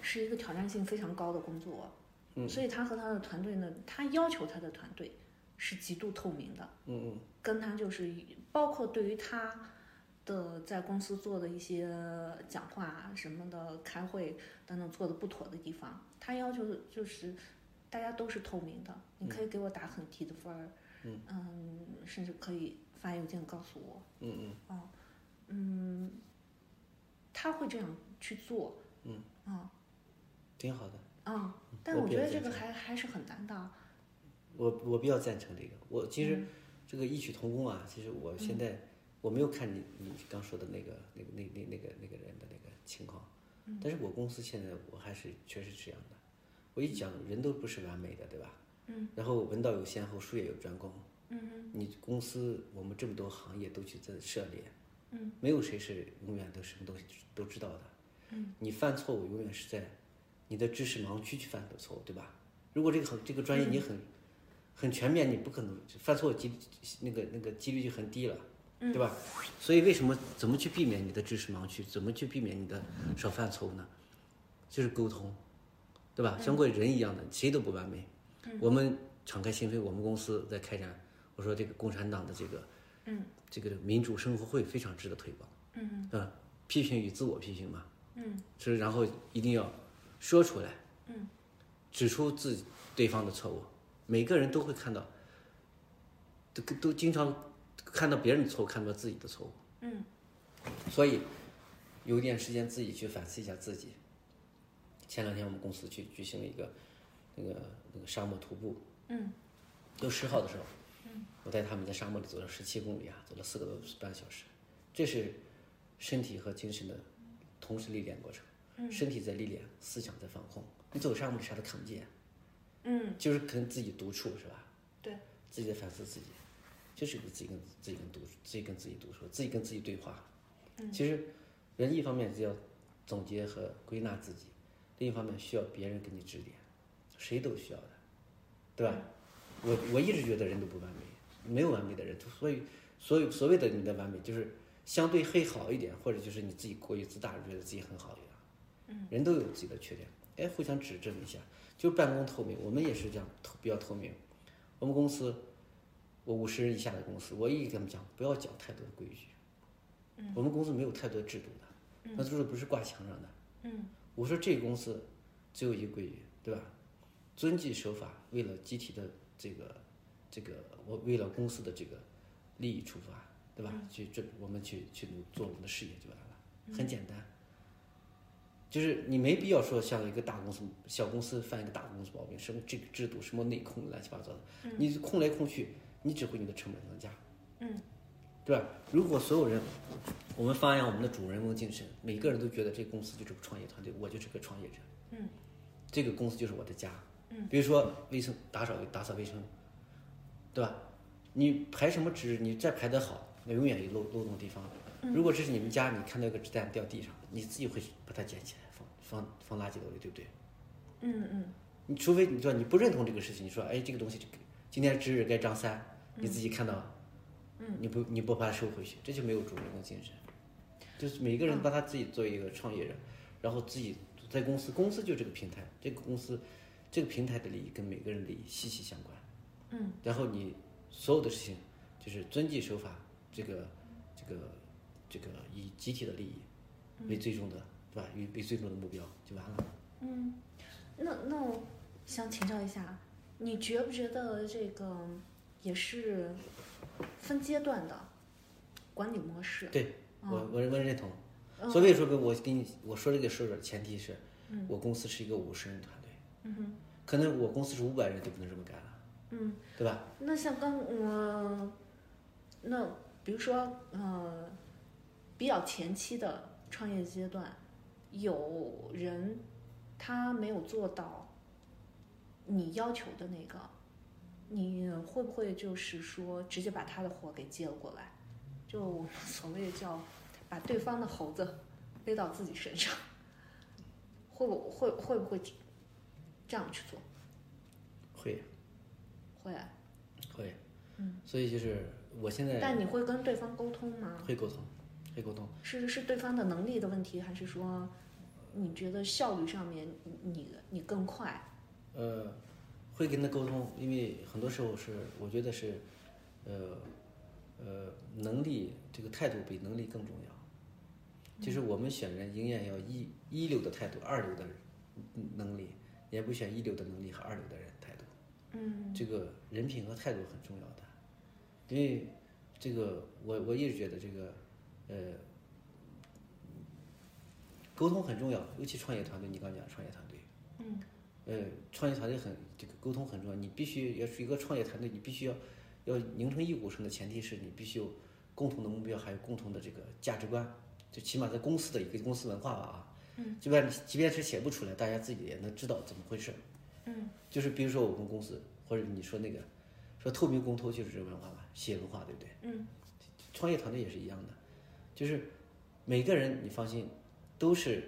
[SPEAKER 2] 是一个挑战性非常高的工作，
[SPEAKER 1] 嗯
[SPEAKER 2] 所以他和他的团队呢，他要求他的团队是极度透明的，
[SPEAKER 1] 嗯嗯
[SPEAKER 2] 跟他就是包括对于他的在公司做的一些讲话什么的、开会等等做的不妥的地方，他要求就是大家都是透明的，你可以给我打很低的分儿，
[SPEAKER 1] 嗯
[SPEAKER 2] 甚至可以发邮件告诉我，啊
[SPEAKER 1] 嗯嗯，
[SPEAKER 2] 嗯，他会这样去做，
[SPEAKER 1] 嗯
[SPEAKER 2] 啊
[SPEAKER 1] 挺好的。
[SPEAKER 2] 啊，但
[SPEAKER 1] 嗯我
[SPEAKER 2] 我
[SPEAKER 1] 比
[SPEAKER 2] 觉
[SPEAKER 1] 较
[SPEAKER 2] 得这
[SPEAKER 1] 赞
[SPEAKER 2] 个
[SPEAKER 1] 成
[SPEAKER 2] 还还是很难的啊，
[SPEAKER 1] 我我比较赞成这个。我其
[SPEAKER 2] 嗯
[SPEAKER 1] 实这个异曲同工啊，其实我现在、我没有看你你刚说的那个那个那那那个那个人的那个情况，
[SPEAKER 2] 嗯
[SPEAKER 1] 但是我公司现在我还是确实是这样的。我一讲人都不是完美的，对吧？
[SPEAKER 2] 嗯。
[SPEAKER 1] 然后文道有先后，术业有专攻。
[SPEAKER 2] 嗯
[SPEAKER 1] 你公司我们这么多行业都去在涉猎，
[SPEAKER 2] 嗯，
[SPEAKER 1] 没有谁是永远都什么东西都知道的，
[SPEAKER 2] 嗯，
[SPEAKER 1] 你犯错误永远是在你的知识盲区去犯的错误，对吧？如果这个很这个专业
[SPEAKER 2] 嗯
[SPEAKER 1] 你很、很全面，你不可能犯错几那个那个几率就很低了，
[SPEAKER 2] 嗯
[SPEAKER 1] 对吧？所以为什么怎么去避免你的知识盲区，怎么去避免你的少犯错误呢？就是沟通，对吧？
[SPEAKER 2] 嗯
[SPEAKER 1] 像过人一样的，谁都不完美。我们敞开心扉，我们公司在开展，我说这个共产党的这个，
[SPEAKER 2] 嗯，
[SPEAKER 1] 这个民主生活会非常值得推广。
[SPEAKER 2] 嗯
[SPEAKER 1] 啊，批评与自我批评嘛，
[SPEAKER 2] 嗯，
[SPEAKER 1] 是然后一定要说出来，
[SPEAKER 2] 嗯，
[SPEAKER 1] 指出自己对方的错误，每个人都会看到，都都经常看到别人的错误，看不到自己的错误，
[SPEAKER 2] 嗯，
[SPEAKER 1] 所以有点时间自己去反思一下自己。前两天我们公司去举行了一个那个那个沙漠徒步，
[SPEAKER 2] 嗯，
[SPEAKER 1] 六十号的时候，嗯，我带他们在沙漠里走了十七公里啊，走了四个多半小时，这是身体和精神的同时历练过程。
[SPEAKER 2] 嗯
[SPEAKER 1] 身体在历练，思想在放空。你走沙漠里啥都看不见，
[SPEAKER 2] 嗯，
[SPEAKER 1] 就是可能自己独处是吧？
[SPEAKER 2] 对，
[SPEAKER 1] 自己在反思自己，就是自己跟自己跟独自己跟自己独处，自己跟自己对话。嗯，其实人一方面是要总结和归纳自己，另一方面需要别人给你指点，谁都需要的，对吧？
[SPEAKER 2] 嗯
[SPEAKER 1] 我我一直觉得人都不完美，没有完美的人，所以所以所谓的你的完美就是相对会好一点，或者就是你自己过于自大，觉得自己很好一样。
[SPEAKER 2] 嗯
[SPEAKER 1] 人都有自己的缺点，哎，互相指正一下。就办公透明，我们也是这样，透比较透明。我们公司，我五十人以下的公司，我一直跟他们讲，不要讲太多的规矩。嗯、我们公司没有太多制度的，那制度不是挂墙上的。
[SPEAKER 2] 嗯，
[SPEAKER 1] 我说这个公司只有一个规矩，对吧？遵纪守法，为了集体的这个这个，我为了公司的这个利益出发，对吧？去这我们去去做我们的事业就完了，很简单。就是你没必要说像一个大公司、小公司犯一个大公司毛病，什么这个制度、什么内控，乱七八糟的，你控来控去，你只会你的成本增加，
[SPEAKER 2] 嗯，
[SPEAKER 1] 对吧？如果所有人，我们发扬我们的主人翁精神，每个人都觉得这个公司就是个创业团队，我就是个创业者，
[SPEAKER 2] 嗯，
[SPEAKER 1] 这个公司就是我的家，嗯，比如说卫生打扫打扫卫生，对吧？你排什么值，你再排得好，那永远有漏漏洞地方。如果这是你们家，你看到一个鸡蛋掉地上，你自己会把它捡起来放放放垃圾兜里，对不对？
[SPEAKER 2] 嗯嗯
[SPEAKER 1] 你除非你说你不认同这个事情，你说哎这个东西这个今天值日该张三，你自己看到，嗯，你不你不把它收回去，这就没有主人公精神。就是每个人把他自己作为一个创业人，然后自己在公司，公司就这个平台，这个公司这个平台的利益跟每个人利益息息相关。
[SPEAKER 2] 嗯，
[SPEAKER 1] 然后你所有的事情就是遵纪守法，这个这个这个以集体的利益为最终的，对吧？为为最终的目标就完了。
[SPEAKER 2] 嗯，那那我想请教一下，你觉不觉得这个也是分阶段的管理模式？
[SPEAKER 1] 对
[SPEAKER 2] 嗯
[SPEAKER 1] 我我我认同。
[SPEAKER 2] 嗯
[SPEAKER 1] 所以说，我跟你我说这个事儿的前提是
[SPEAKER 2] 嗯，
[SPEAKER 1] 我公司是一个五十人团队，
[SPEAKER 2] 嗯哼，
[SPEAKER 1] 可能我公司是五百人都不能这么干了，
[SPEAKER 2] 嗯，
[SPEAKER 1] 对吧？
[SPEAKER 2] 那像刚嗯，那比如说呃，比较前期的创业阶段，有人他没有做到你要求的那个，你会不会就是说直接把他的活给接了过来？就我们所谓叫把对方的猴子背到自己身上，会不会会不会这样去做？
[SPEAKER 1] 会
[SPEAKER 2] 会啊，
[SPEAKER 1] 会，所以就是我现在
[SPEAKER 2] 嗯但你会跟对方沟通吗？
[SPEAKER 1] 会沟通，会沟通。
[SPEAKER 2] 是是对方的能力的问题，还是说你觉得效率上面你你你更快？
[SPEAKER 1] 呃，会跟他沟通，因为很多时候是我觉得是，呃，呃，能力这个态度比能力更重要。就是我们选人永远要一一流的态度，二流的能力，也不选一流的能力和二流的人态度。
[SPEAKER 2] 嗯
[SPEAKER 1] 这个人品和态度很重要的，因为这个我我一直觉得这个呃沟通很重要，尤其创业团队，你刚讲创业团队，
[SPEAKER 2] 嗯，
[SPEAKER 1] 呃，创业团队很这个沟通很重要，你必须要是一个创业团队，你必须要要凝成一股绳的前提是你必须有共同的目标，还有共同的这个价值观，就起码在公司的一个公司文化吧啊，嗯，即便即便是写不出来，大家自己也能知道怎么回事，
[SPEAKER 2] 嗯
[SPEAKER 1] 就是比如说我们公司，或者你说那个，说透明公投就是这文化吧，企业文化对不对？
[SPEAKER 2] 嗯
[SPEAKER 1] 创业团队也是一样的，就是每个人你放心，都是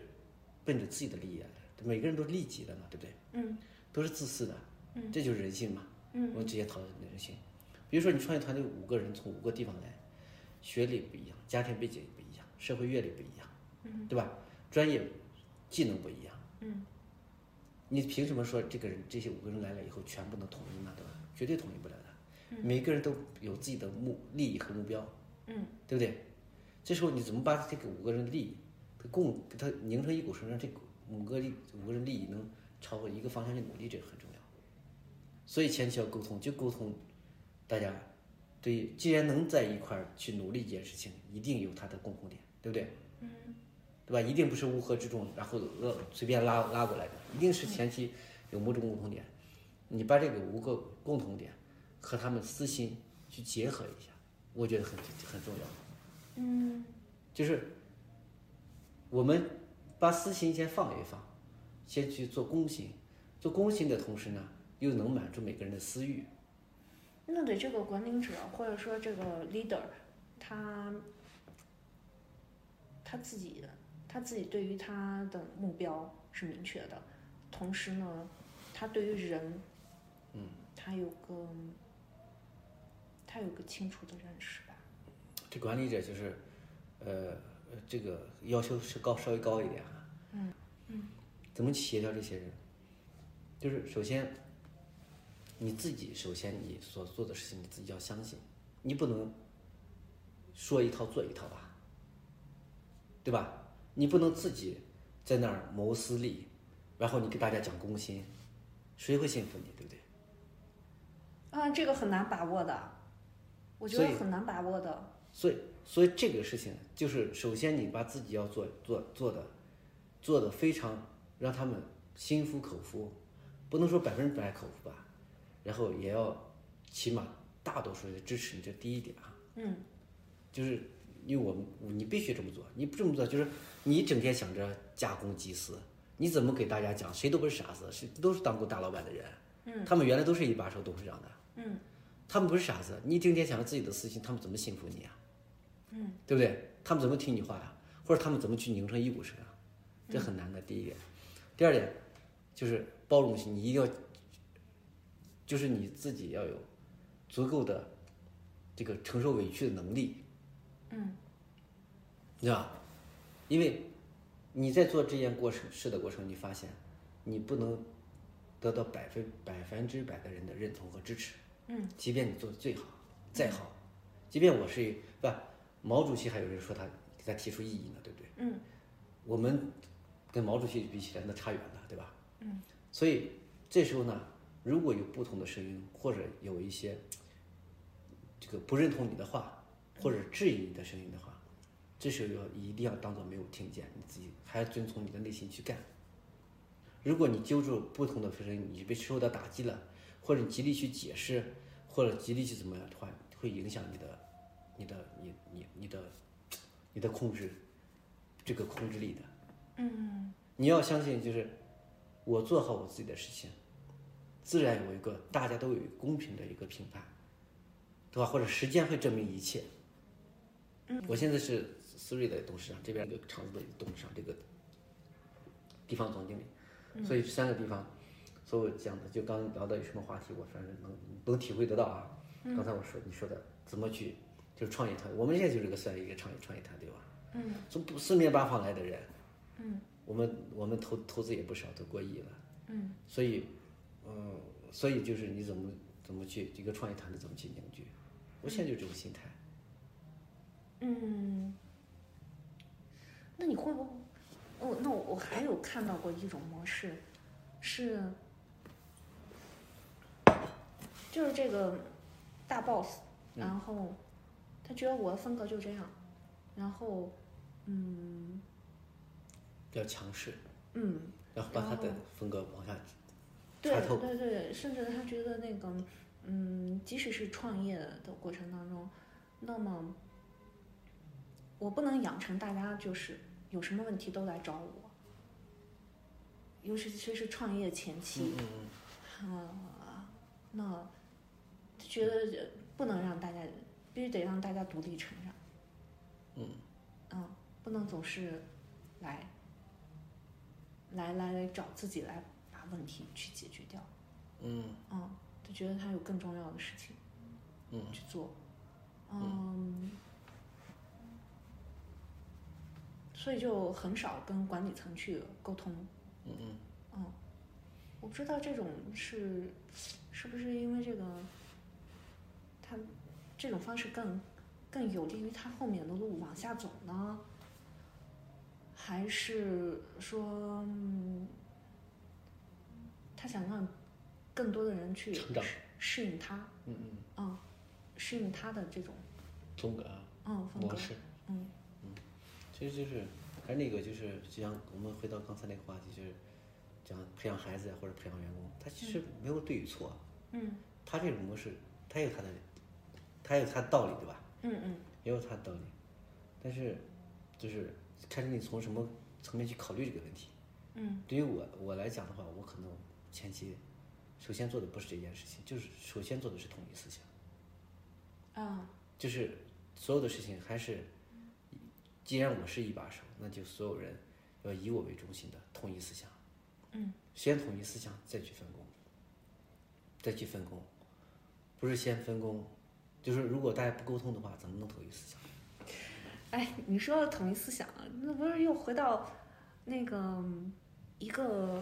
[SPEAKER 1] 奔着自己的利益来的，每个人都是利己的嘛，对不对？
[SPEAKER 2] 嗯
[SPEAKER 1] 都是自私的，
[SPEAKER 2] 嗯
[SPEAKER 1] 这就是人性嘛。
[SPEAKER 2] 嗯
[SPEAKER 1] 我们直接讨论人性。比如说你创业团队五个人从五个地方来，学历不一样，家庭背景不一样，社会阅历不一样，嗯，对吧？专业技能不一样，
[SPEAKER 2] 嗯，
[SPEAKER 1] 你凭什么说这个人这些五个人来了以后全部能统一呢？对吧？绝对统一不了的，每个人都有自己的目利益和目标，
[SPEAKER 2] 嗯，
[SPEAKER 1] 对不对？这时候你怎么把这个五个人利益，它共给它拧成一股绳，让这个五个利五个人利益能朝着一个方向去努力，这个很重要。所以前提要沟通，就沟通，大家对，既然能在一块儿去努力一件事情，一定有它的共同点，对不对？
[SPEAKER 2] 嗯，
[SPEAKER 1] 对吧？一定不是乌合之众，然后呃随便拉拉过来的，一定是前期有某种共同点。你把这个五个共同点和他们私心去结合一下，我觉得很很重要。
[SPEAKER 2] 嗯
[SPEAKER 1] 就是我们把私心先放一放，先去做公心，做公心的同时呢，又能满足每个人的私欲。
[SPEAKER 2] 那对这个管理者或者说这个 leader，他他自己他自己对于他的目标是明确的，同时呢，他对于人，
[SPEAKER 1] 嗯，
[SPEAKER 2] 他有个他有个清楚的认识吧。
[SPEAKER 1] 这管理者就是，呃，呃这个要求是高稍微高一点啊。
[SPEAKER 2] 嗯
[SPEAKER 1] 嗯。怎么去协调这些人？就是首先，你自己首先你所做的事情你自己要相信，你不能说一套做一套吧，对吧？你不能自己在那儿谋私利，然后你给大家讲公心，谁会信服你，对不对？
[SPEAKER 2] 啊，这个很难把握的，我觉
[SPEAKER 1] 所以
[SPEAKER 2] 得很难把握的。
[SPEAKER 1] 所以，所以这个事情就是，首先你把自己要做做做的，做的非常让他们心服口服，不能说百分之百口服吧，然后也要起码大多数人支持你，这第一点啊，
[SPEAKER 2] 嗯，
[SPEAKER 1] 就是因为我们你必须这么做，你不这么做就是你整天想着加公济私，你怎么给大家讲，谁都不是傻子，谁都是当过大老板的人，嗯，他们原来都是一把手董事长的，
[SPEAKER 2] 嗯，
[SPEAKER 1] 他们不是傻子，你整天想着自己的私心，他们怎么信服你啊？
[SPEAKER 2] 嗯
[SPEAKER 1] 对不对？他们怎么听你话呀、或者他们怎么去拧成一股绳啊？这很难的。第一点，第二点就是包容性，你一定要，就是你自己要有足够的这个承受委屈的能力。
[SPEAKER 2] 嗯，
[SPEAKER 1] 对吧？因为你在做这件过程事的过程，你发现你不能得到百分百分之百的人的认同和支持。
[SPEAKER 2] 嗯，
[SPEAKER 1] 即便你做的最好，再好，即便我是一不毛主席还有人说他给他提出异议呢，对不对？
[SPEAKER 2] 嗯，
[SPEAKER 1] 我们跟毛主席比起来，那差远了，对吧？嗯，所以这时候呢，如果有不同的声音，或者有一些这个不认同你的话，或者质疑你的声音的话，这时候要一定要当做没有听见，你自己还要遵从你的内心去干。如果你揪住不同的声音，你被受到打击了，或者你极力去解释，或者极力去怎么样的话，会影响你的、你的、你、你、你的、你的控制这个控制力的。
[SPEAKER 2] 嗯
[SPEAKER 1] 你要相信，就是我做好我自己的事情，自然有一个大家都有一个公平的一个评判，对吧？或者时间会证明一切。我现在是思睿的董事长，这边有个厂子的董事长，这个地方总经理，所以三个地方，所以我讲的就刚聊到有什么话题，我反正能能体会得到啊。刚才我说你说的怎么去就是创业团，我们现在就是个算一个创业创业团队吧，
[SPEAKER 2] 嗯，
[SPEAKER 1] 从不四面八方来的人，
[SPEAKER 2] 嗯，
[SPEAKER 1] 我们我们投投资也不少，都过亿了，
[SPEAKER 2] 嗯，
[SPEAKER 1] 所以，嗯，所以就是你怎么怎么去一个创业团队怎么去凝聚，我现在就这种心态。
[SPEAKER 2] 嗯，那你会不会？哦，那我我还有看到过一种模式，是，就是这个大 boss，
[SPEAKER 1] 嗯
[SPEAKER 2] 然后他觉得我的风格就这样，然后嗯
[SPEAKER 1] 要强势，
[SPEAKER 2] 嗯，
[SPEAKER 1] 然后把他的
[SPEAKER 2] 然后
[SPEAKER 1] 风格往下
[SPEAKER 2] 对
[SPEAKER 1] 穿透
[SPEAKER 2] 对对，甚至他觉得那个，嗯，即使是创业的过程当中，那么我不能养成大家就是有什么问题都来找我，尤其是是创业前期，啊，那他觉得呃不能让大家必须得让大家独立成长，嗯，啊，不能总是来来来来找自己来把问题去解决掉。
[SPEAKER 1] 嗯
[SPEAKER 2] 嗯，就觉得他有更重要的事情
[SPEAKER 1] 嗯
[SPEAKER 2] 去做。嗯，所以就很少跟管理层去沟通。
[SPEAKER 1] 嗯嗯，
[SPEAKER 2] 我不知道这种是是不是因为这个，他这种方式更更有利于他后面的路往下走呢，还是说、嗯他想让更多的人去
[SPEAKER 1] 成长
[SPEAKER 2] 适适应他，
[SPEAKER 1] 嗯嗯，
[SPEAKER 2] 嗯，适应他的这种
[SPEAKER 1] 风格啊，
[SPEAKER 2] 嗯风
[SPEAKER 1] 模
[SPEAKER 2] 格，
[SPEAKER 1] 式，
[SPEAKER 2] 嗯
[SPEAKER 1] 其实就是还是那个，就是就像我们回到刚才那个话题，就是讲培养孩子啊呀或者培养员工，他其实没有对与错，啊
[SPEAKER 2] 嗯
[SPEAKER 1] 他这种模式，他有他的，他有他的道理，对吧？
[SPEAKER 2] 嗯嗯
[SPEAKER 1] 也有他的道理，但是就是看你从什么层面去考虑这个问题。
[SPEAKER 2] 嗯
[SPEAKER 1] 对于我我来讲的话，我可能前期首先做的不是这件事情，就是首先做的是统一思想，
[SPEAKER 2] 啊
[SPEAKER 1] 就是所有的事情还是，既然我是一把手，那就所有人要以我为中心的统一思想。
[SPEAKER 2] 嗯，
[SPEAKER 1] 先统一思想，再去分工，再去分工，不是先分工，就是如果大家不沟通的话，怎么能统一思想？
[SPEAKER 2] 哎，你说统一思想，啊那不是又回到那个嗯一个，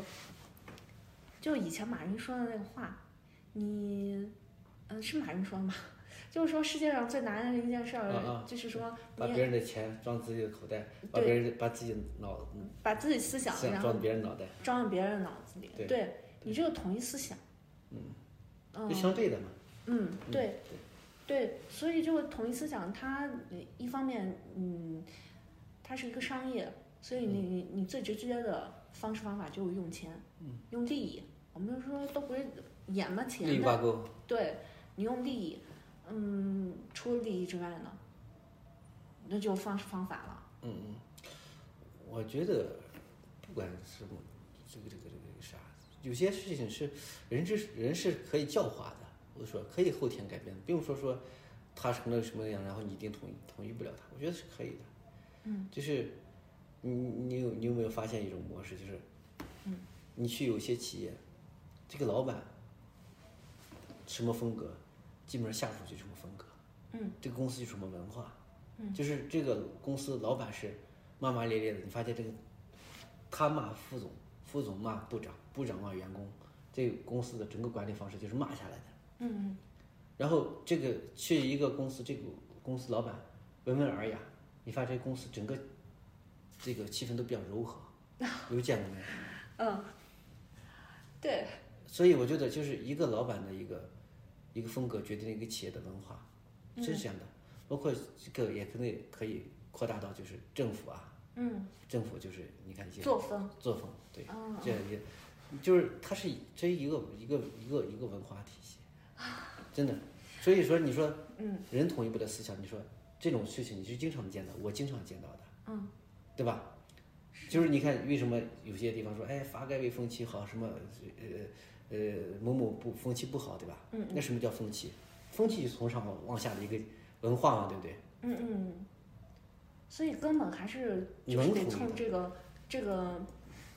[SPEAKER 2] 就以前马云说的那个话，你，嗯，是马云说的吗？ 就是说世界上最难的一件事儿，
[SPEAKER 1] 啊啊
[SPEAKER 2] 就是说
[SPEAKER 1] 把
[SPEAKER 2] 你
[SPEAKER 1] 别人的钱装自己的口袋，把
[SPEAKER 2] 对
[SPEAKER 1] 别人把自己的脑
[SPEAKER 2] 把自己思想，
[SPEAKER 1] 思想
[SPEAKER 2] 然
[SPEAKER 1] 装
[SPEAKER 2] 后
[SPEAKER 1] 到别人脑袋，
[SPEAKER 2] 装到别人的脑子里，
[SPEAKER 1] 对
[SPEAKER 2] 你这个统一思想，嗯
[SPEAKER 1] 就相对的嘛。
[SPEAKER 2] 嗯，
[SPEAKER 1] 嗯
[SPEAKER 2] 对，对，所以这个统一思想，它呃一方面，嗯，它是一个商业，所以你你你最直接的方式方法就是用钱，
[SPEAKER 1] 嗯，
[SPEAKER 2] 用利益。我们就说都不是眼嘛
[SPEAKER 1] 利益
[SPEAKER 2] 钱
[SPEAKER 1] 挂
[SPEAKER 2] 的，
[SPEAKER 1] 钩，
[SPEAKER 2] 对你用利益，嗯，除了利益之外呢，那就方式方法了。
[SPEAKER 1] 嗯嗯，我觉得不管是我这个这个这个这个啥，有些事情是人是人是可以教化的，我说可以后天改变的，不用说说他成了什么样，然后你一定同意同意不了他，我觉得是可以的。
[SPEAKER 2] 嗯，
[SPEAKER 1] 就是你你有你有没有发现一种模式，就是
[SPEAKER 2] 嗯，
[SPEAKER 1] 你去有些企业，这个老板什么风格，基本上下属就什么风格，
[SPEAKER 2] 嗯，
[SPEAKER 1] 这个公司就什么文化，
[SPEAKER 2] 嗯
[SPEAKER 1] 就是这个公司老板是骂骂咧咧的，你发现这个他骂副总，副总骂部长，部长骂员工，这个公司的整个管理方式就是骂下来的。
[SPEAKER 2] 嗯
[SPEAKER 1] 然后这个去一个公司，这个公司老板温文尔雅，你发现这公司整个这个气氛都比较柔和，有见过没有？
[SPEAKER 2] 嗯嗯，对，
[SPEAKER 1] 所以我觉得就是一个老板的一个一个风格决定了一个企业的文化，真是这样的。包括这个也可能可以扩大到就是政府啊，
[SPEAKER 2] 嗯，
[SPEAKER 1] 政府就是你看一些
[SPEAKER 2] 作风，
[SPEAKER 1] 作风，对，
[SPEAKER 2] 嗯
[SPEAKER 1] 这也就是它是这一个一个一个一个文化体 系，真的。所以说你说
[SPEAKER 2] 嗯
[SPEAKER 1] 人统一不了思想，你说这种事情你是经常见到，我经常见到的，
[SPEAKER 2] 嗯，
[SPEAKER 1] 对吧？就是你看为什么有些地方说，哎，发改委风气好，什么呃呃某某部风气不好，对吧？
[SPEAKER 2] 嗯
[SPEAKER 1] 那什么叫风气？风气是从上往往下的一个文化嘛，对不对？
[SPEAKER 2] 嗯嗯，所以根本还是就
[SPEAKER 1] 能
[SPEAKER 2] 是得
[SPEAKER 1] 统一
[SPEAKER 2] 从
[SPEAKER 1] 的
[SPEAKER 2] 这个这个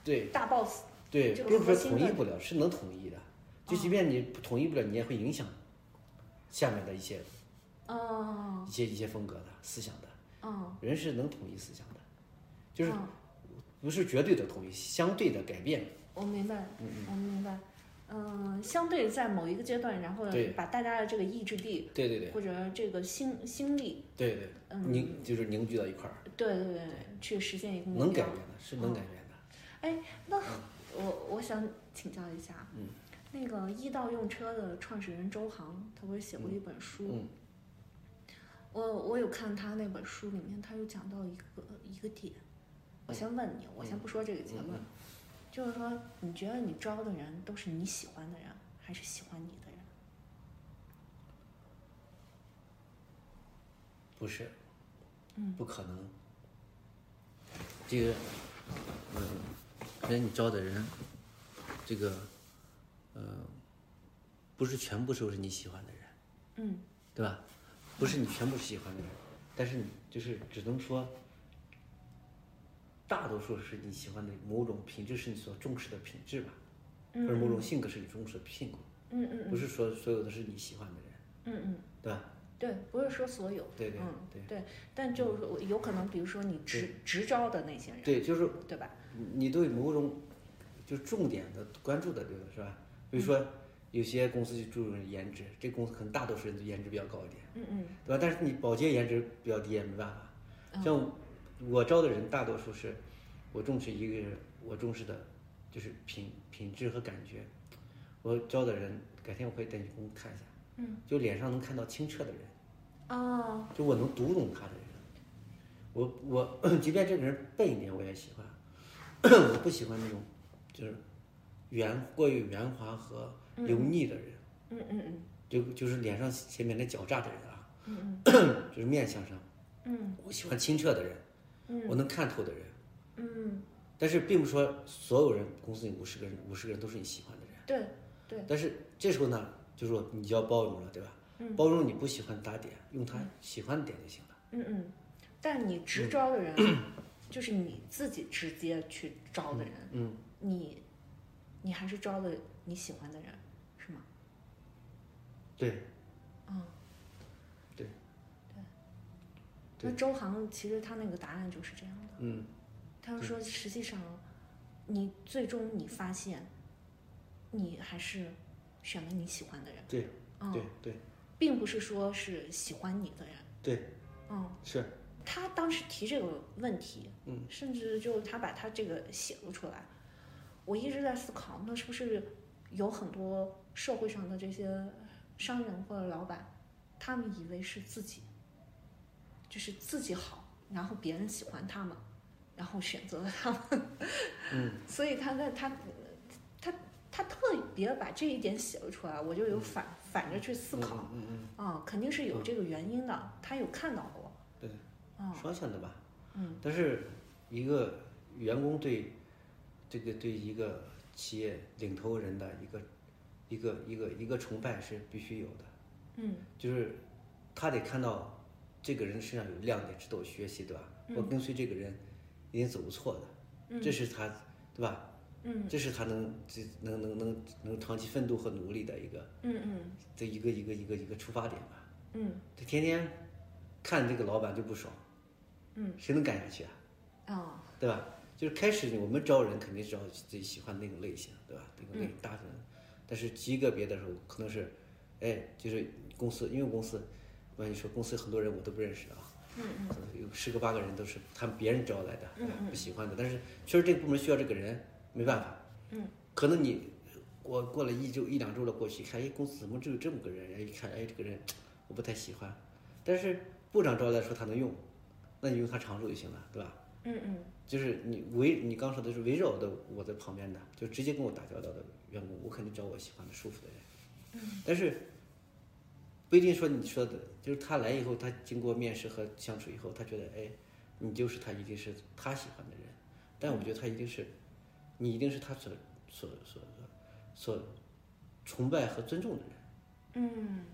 [SPEAKER 1] 对
[SPEAKER 2] 大 boss，
[SPEAKER 1] 对，
[SPEAKER 2] 这个
[SPEAKER 1] 并不
[SPEAKER 2] 核
[SPEAKER 1] 是
[SPEAKER 2] 心
[SPEAKER 1] 统
[SPEAKER 2] 的哦
[SPEAKER 1] 一不了，是能统一的。就即便你不统一不了，你也会影响下面的一些
[SPEAKER 2] 嗯
[SPEAKER 1] 一些一些风格的思想的。
[SPEAKER 2] 嗯，
[SPEAKER 1] 人是能统一思想的，就是
[SPEAKER 2] 嗯
[SPEAKER 1] 不是绝对的统一，相对的改变。
[SPEAKER 2] 我明白，
[SPEAKER 1] 嗯
[SPEAKER 2] 我明白，嗯，相对在某一个阶段，然后
[SPEAKER 1] 对
[SPEAKER 2] 把大家的这个意志力
[SPEAKER 1] 对对对
[SPEAKER 2] 或者这个心心力，
[SPEAKER 1] 对对，
[SPEAKER 2] 嗯，
[SPEAKER 1] 凝就是凝聚到一块儿，
[SPEAKER 2] 对对对，去实现一个目
[SPEAKER 1] 能改
[SPEAKER 2] 标
[SPEAKER 1] 变。的，是能改变的。
[SPEAKER 2] 我我想请教一下，
[SPEAKER 1] 嗯，
[SPEAKER 2] 那个易道用车的创始人周航，他不是写过一本书？
[SPEAKER 1] 嗯
[SPEAKER 2] 我我有看他那本书里面，他有讲到一个一个点，我先问你，我先不说这个结论，
[SPEAKER 1] 嗯嗯
[SPEAKER 2] 就是说你觉得你招的人都是你喜欢的人，还是喜欢你的人？
[SPEAKER 1] 不是，
[SPEAKER 2] 嗯
[SPEAKER 1] 不可能。这个，嗯，可能你招的人，这个，呃，不是全部都是你喜欢的人，
[SPEAKER 2] 嗯
[SPEAKER 1] 对吧？不是你全部喜欢的人，但是你就是只能说，大多数是你喜欢的某种品质，是你所重视的品质吧，
[SPEAKER 2] 嗯
[SPEAKER 1] 或者某种性格是你重视的性格，
[SPEAKER 2] 嗯嗯
[SPEAKER 1] 不是说所有的是你喜欢的人，
[SPEAKER 2] 嗯嗯，
[SPEAKER 1] 对吧？
[SPEAKER 2] 对，不是说所有，
[SPEAKER 1] 对对
[SPEAKER 2] 嗯
[SPEAKER 1] 对
[SPEAKER 2] 对，但就是说有可能，比如说你执执招的那些人，
[SPEAKER 1] 对，就是
[SPEAKER 2] 对吧？
[SPEAKER 1] 你对某种就重点的关注的这个是吧？比如说有些公司就注重颜值，这公司可能大多数人都颜值比较高一点，
[SPEAKER 2] 嗯嗯
[SPEAKER 1] 对吧？但是你保洁颜值比较低也没办法。
[SPEAKER 2] 嗯
[SPEAKER 1] 像我招的人大多数是，我重视一个人，我重视的就是品品质和感觉。我招的人，改天我可以带你公司看一下，
[SPEAKER 2] 嗯，
[SPEAKER 1] 就脸上能看到清澈的人，
[SPEAKER 2] 哦，
[SPEAKER 1] 就我能读懂他的人。我我 即便这个人笨一点，我也喜欢。我不喜欢那种就是圆过于圆滑和油腻的人，
[SPEAKER 2] 嗯嗯嗯
[SPEAKER 1] 就就是脸上写满了狡诈的人啊，
[SPEAKER 2] 嗯
[SPEAKER 1] 就是面相上。
[SPEAKER 2] 嗯
[SPEAKER 1] 我喜欢清澈的人，我
[SPEAKER 2] 嗯
[SPEAKER 1] 能看透的人。
[SPEAKER 2] 嗯，
[SPEAKER 1] 但是并不是说所有人，公司里五十个人，五十个人都是你喜欢的人。
[SPEAKER 2] 对对，
[SPEAKER 1] 但是这时候呢，就是说你就要包容了，对吧？
[SPEAKER 2] 嗯
[SPEAKER 1] 包容你不喜欢打点，用他喜欢的点就行了。
[SPEAKER 2] 嗯嗯，但你
[SPEAKER 1] 嗯
[SPEAKER 2] 支招 的人，就是你自己直接去招的人，
[SPEAKER 1] 嗯，
[SPEAKER 2] 你你还是招了你喜欢的人，是吗？
[SPEAKER 1] 对，
[SPEAKER 2] 嗯，
[SPEAKER 1] 对
[SPEAKER 2] 对。
[SPEAKER 1] 对
[SPEAKER 2] 那周航其实他那个答案就是这样的，
[SPEAKER 1] 嗯，
[SPEAKER 2] 他就说实际上，你最终你发现，你还是选了你喜欢的人，
[SPEAKER 1] 对，
[SPEAKER 2] 嗯，
[SPEAKER 1] 对对
[SPEAKER 2] 并不是说是喜欢你的人，
[SPEAKER 1] 对，
[SPEAKER 2] 嗯。
[SPEAKER 1] 是，
[SPEAKER 2] 他当时提这个问题，
[SPEAKER 1] 嗯，
[SPEAKER 2] 甚至就他把他这个写了出来。我一直在思考，那是不是有很多社会上的这些商人或者老板，他们以为是自己，就是自己好，然后别人喜欢他们，然后选择了他们，
[SPEAKER 1] 嗯
[SPEAKER 2] 所以他在他他他特别把这一点写了出来，我就有反、反着去思考，
[SPEAKER 1] 嗯嗯
[SPEAKER 2] 啊，肯定是有这个原因的，他有看到过，
[SPEAKER 1] 对，
[SPEAKER 2] 啊
[SPEAKER 1] 嗯，，双向的吧。
[SPEAKER 2] 嗯
[SPEAKER 1] 但是一个员工对这个对一个企业领头人的一个一个一个一个崇拜是必须有的。
[SPEAKER 2] 嗯。
[SPEAKER 1] 就是他得看到这个人身上有亮点，值得我学习，对吧？
[SPEAKER 2] 嗯
[SPEAKER 1] 我跟随这个人一定走不错的，
[SPEAKER 2] 嗯
[SPEAKER 1] 这是他，对吧？
[SPEAKER 2] 嗯
[SPEAKER 1] 这是他能这能能能能长期奋斗和努力的一个
[SPEAKER 2] 嗯
[SPEAKER 1] 这一个一个一个一个出发点吧。
[SPEAKER 2] 嗯嗯
[SPEAKER 1] 这天天看这个老板就不爽，
[SPEAKER 2] 嗯
[SPEAKER 1] 谁能干下去啊？
[SPEAKER 2] 啊
[SPEAKER 1] 对吧？就是开始我们招人肯定是招自己喜欢的那种类型，对吧？
[SPEAKER 2] 嗯
[SPEAKER 1] 那个类大部分，但是极个别的时候可能是，哎，就是公司，因为公司，我跟你说，公司很多人我都不认识啊，
[SPEAKER 2] 嗯嗯
[SPEAKER 1] 可能有十个八个人都是他们别人招来的，
[SPEAKER 2] 嗯
[SPEAKER 1] 哎不喜欢的，但是确实这个部门需要这个人，没办法，
[SPEAKER 2] 嗯，
[SPEAKER 1] 可能你过过了一周一两周了，过去一看，哎，公司怎么只有这么个人？哎，一看，哎，这个人我不太喜欢，但是部长招来说他能用，那你用他长处就行了，对吧？
[SPEAKER 2] 嗯嗯
[SPEAKER 1] 就是你围你刚说的是围绕的我在旁边的，就直接跟我打交道的员工，我肯定找我喜欢的、舒服的人。嗯。但是不一定说你说的，就是他来以后，他经过面试和相处以后，他觉得哎，你就是他一定是他喜欢的人，但我觉得他一定是你一定是他所所所所所崇拜和尊重的人，
[SPEAKER 2] 嗯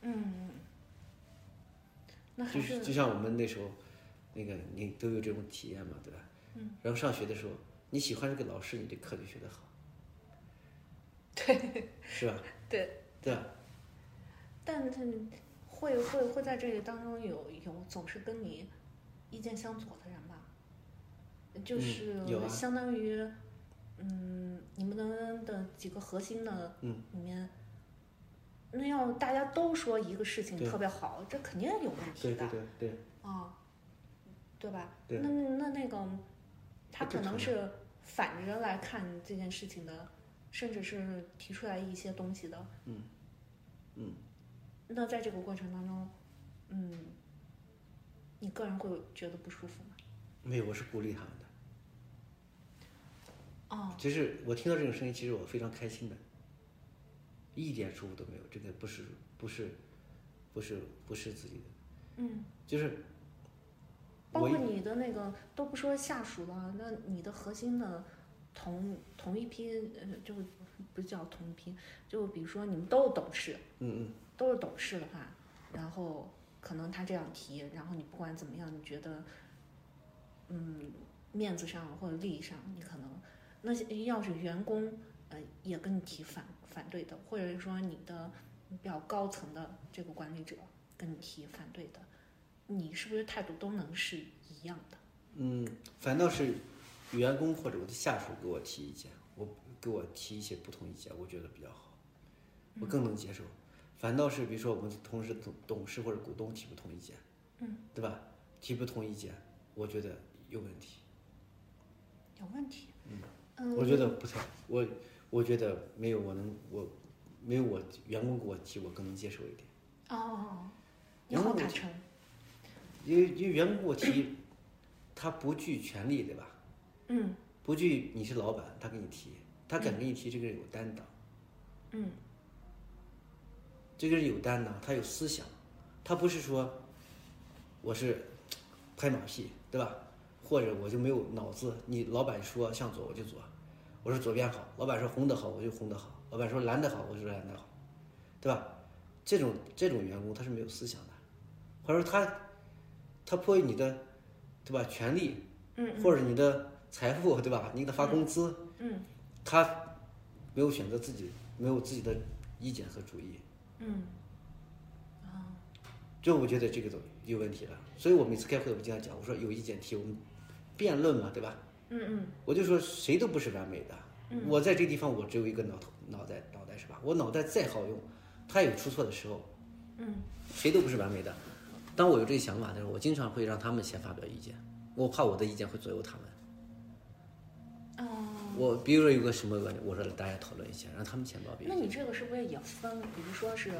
[SPEAKER 2] 嗯，那还
[SPEAKER 1] 就是是就像我们那时候那个你都有这种体验嘛，对吧？嗯。然后上学的时候，你喜欢这个老师，你这课就学得好。
[SPEAKER 2] 对，
[SPEAKER 1] 是 吧？
[SPEAKER 2] 对
[SPEAKER 1] 对啊，
[SPEAKER 2] 但是会会会在这个当中有有总是跟你意见相左的人吧，就
[SPEAKER 1] 嗯
[SPEAKER 2] 是
[SPEAKER 1] 有啊
[SPEAKER 2] 相当于嗯你们的几个核心的
[SPEAKER 1] 嗯
[SPEAKER 2] 里面。那要大家都说一个事情
[SPEAKER 1] 对
[SPEAKER 2] 特别好，这肯定有问题
[SPEAKER 1] 对
[SPEAKER 2] 的。
[SPEAKER 1] 对对对，
[SPEAKER 2] 啊，对吧？
[SPEAKER 1] 对
[SPEAKER 2] 那那那个，他
[SPEAKER 1] 不
[SPEAKER 2] 可
[SPEAKER 1] 可
[SPEAKER 2] 能
[SPEAKER 1] 能
[SPEAKER 2] 是反着来看这件事情的，甚至是提出来一些东西的。
[SPEAKER 1] 嗯嗯。
[SPEAKER 2] 那在这个过程当中，嗯，你个人会觉得不舒服吗？
[SPEAKER 1] 没有，我是鼓励他们的。
[SPEAKER 2] 哦，
[SPEAKER 1] 其实我听到这种声音，其实我非常开心的，一点舒服都没有。这个不是不是不是不是自己的，
[SPEAKER 2] 嗯，
[SPEAKER 1] 就是
[SPEAKER 2] 包
[SPEAKER 1] 我
[SPEAKER 2] 括
[SPEAKER 1] 一
[SPEAKER 2] 你的那个都不说下属了，那你的核心的同同一批，呃，就不叫同一批，就比如说你们都是董事，
[SPEAKER 1] 嗯
[SPEAKER 2] 都是懂事的话，然后可能他这样提，然后你不管怎么样，你觉得，嗯，面子上或者利益上，你可能那些要是员工，呃，也跟你提反反对的，或者是说你的比较高层的这个管理者跟你提反对的，你是不是态度都能是一样的？
[SPEAKER 1] 嗯，反倒是员工或者我的下属给我提意见，我给我提一些不同意见，我觉得比较好，我更能接受。反倒是比如说我们同事董董事或者股东提不同意见，嗯，对吧？提不同意见，我觉得有问题，
[SPEAKER 2] 有问题？
[SPEAKER 1] 我
[SPEAKER 2] 嗯，
[SPEAKER 1] 觉得不太，我我觉得没有我能我没有我员工给我提，我更能接受一点。
[SPEAKER 2] 哦，你
[SPEAKER 1] 然后
[SPEAKER 2] 好
[SPEAKER 1] 我
[SPEAKER 2] 坦
[SPEAKER 1] 就
[SPEAKER 2] 诚，
[SPEAKER 1] 因为因为员工给我提，他不具权利，对吧？
[SPEAKER 2] 嗯
[SPEAKER 1] 不具你是老板，他给你提，他敢给你提，这个人有担当，
[SPEAKER 2] 嗯
[SPEAKER 1] 这个人有担当，他有思想，他不是说我是拍马屁，对吧？或者我就没有脑子，你老板说向左我就左，我说左边好，老板说红的好我就红的好，老板说蓝的好我就蓝的好，对吧？这种这种员工他是没有思想的，或者说他他迫于你的对吧权利，
[SPEAKER 2] 嗯
[SPEAKER 1] 或者你的财富， 对吧？你给他发工资，
[SPEAKER 2] 嗯
[SPEAKER 1] 他没有选择自己，没有自己的意见和主意，
[SPEAKER 2] 嗯，啊
[SPEAKER 1] 这我觉得这个都有问题了。所以我每次开会，我经常讲，我说有意见提，我们辩论嘛，对吧？
[SPEAKER 2] 嗯嗯
[SPEAKER 1] 我就说谁都不是完美的，我在这地方我只有一个脑头脑袋脑袋是吧？我脑袋再好用，它有出错的时候，
[SPEAKER 2] 嗯，
[SPEAKER 1] 谁都不是完美的。当我有这个想法的时候，我经常会让他们先发表意见，我怕我的意见会左右他们。
[SPEAKER 2] 哦。
[SPEAKER 1] 我比如说有个什么观点，我说大家讨论一下，让他们先发表
[SPEAKER 2] 那
[SPEAKER 1] 意见。
[SPEAKER 2] 你这个是不是也分？比如说是，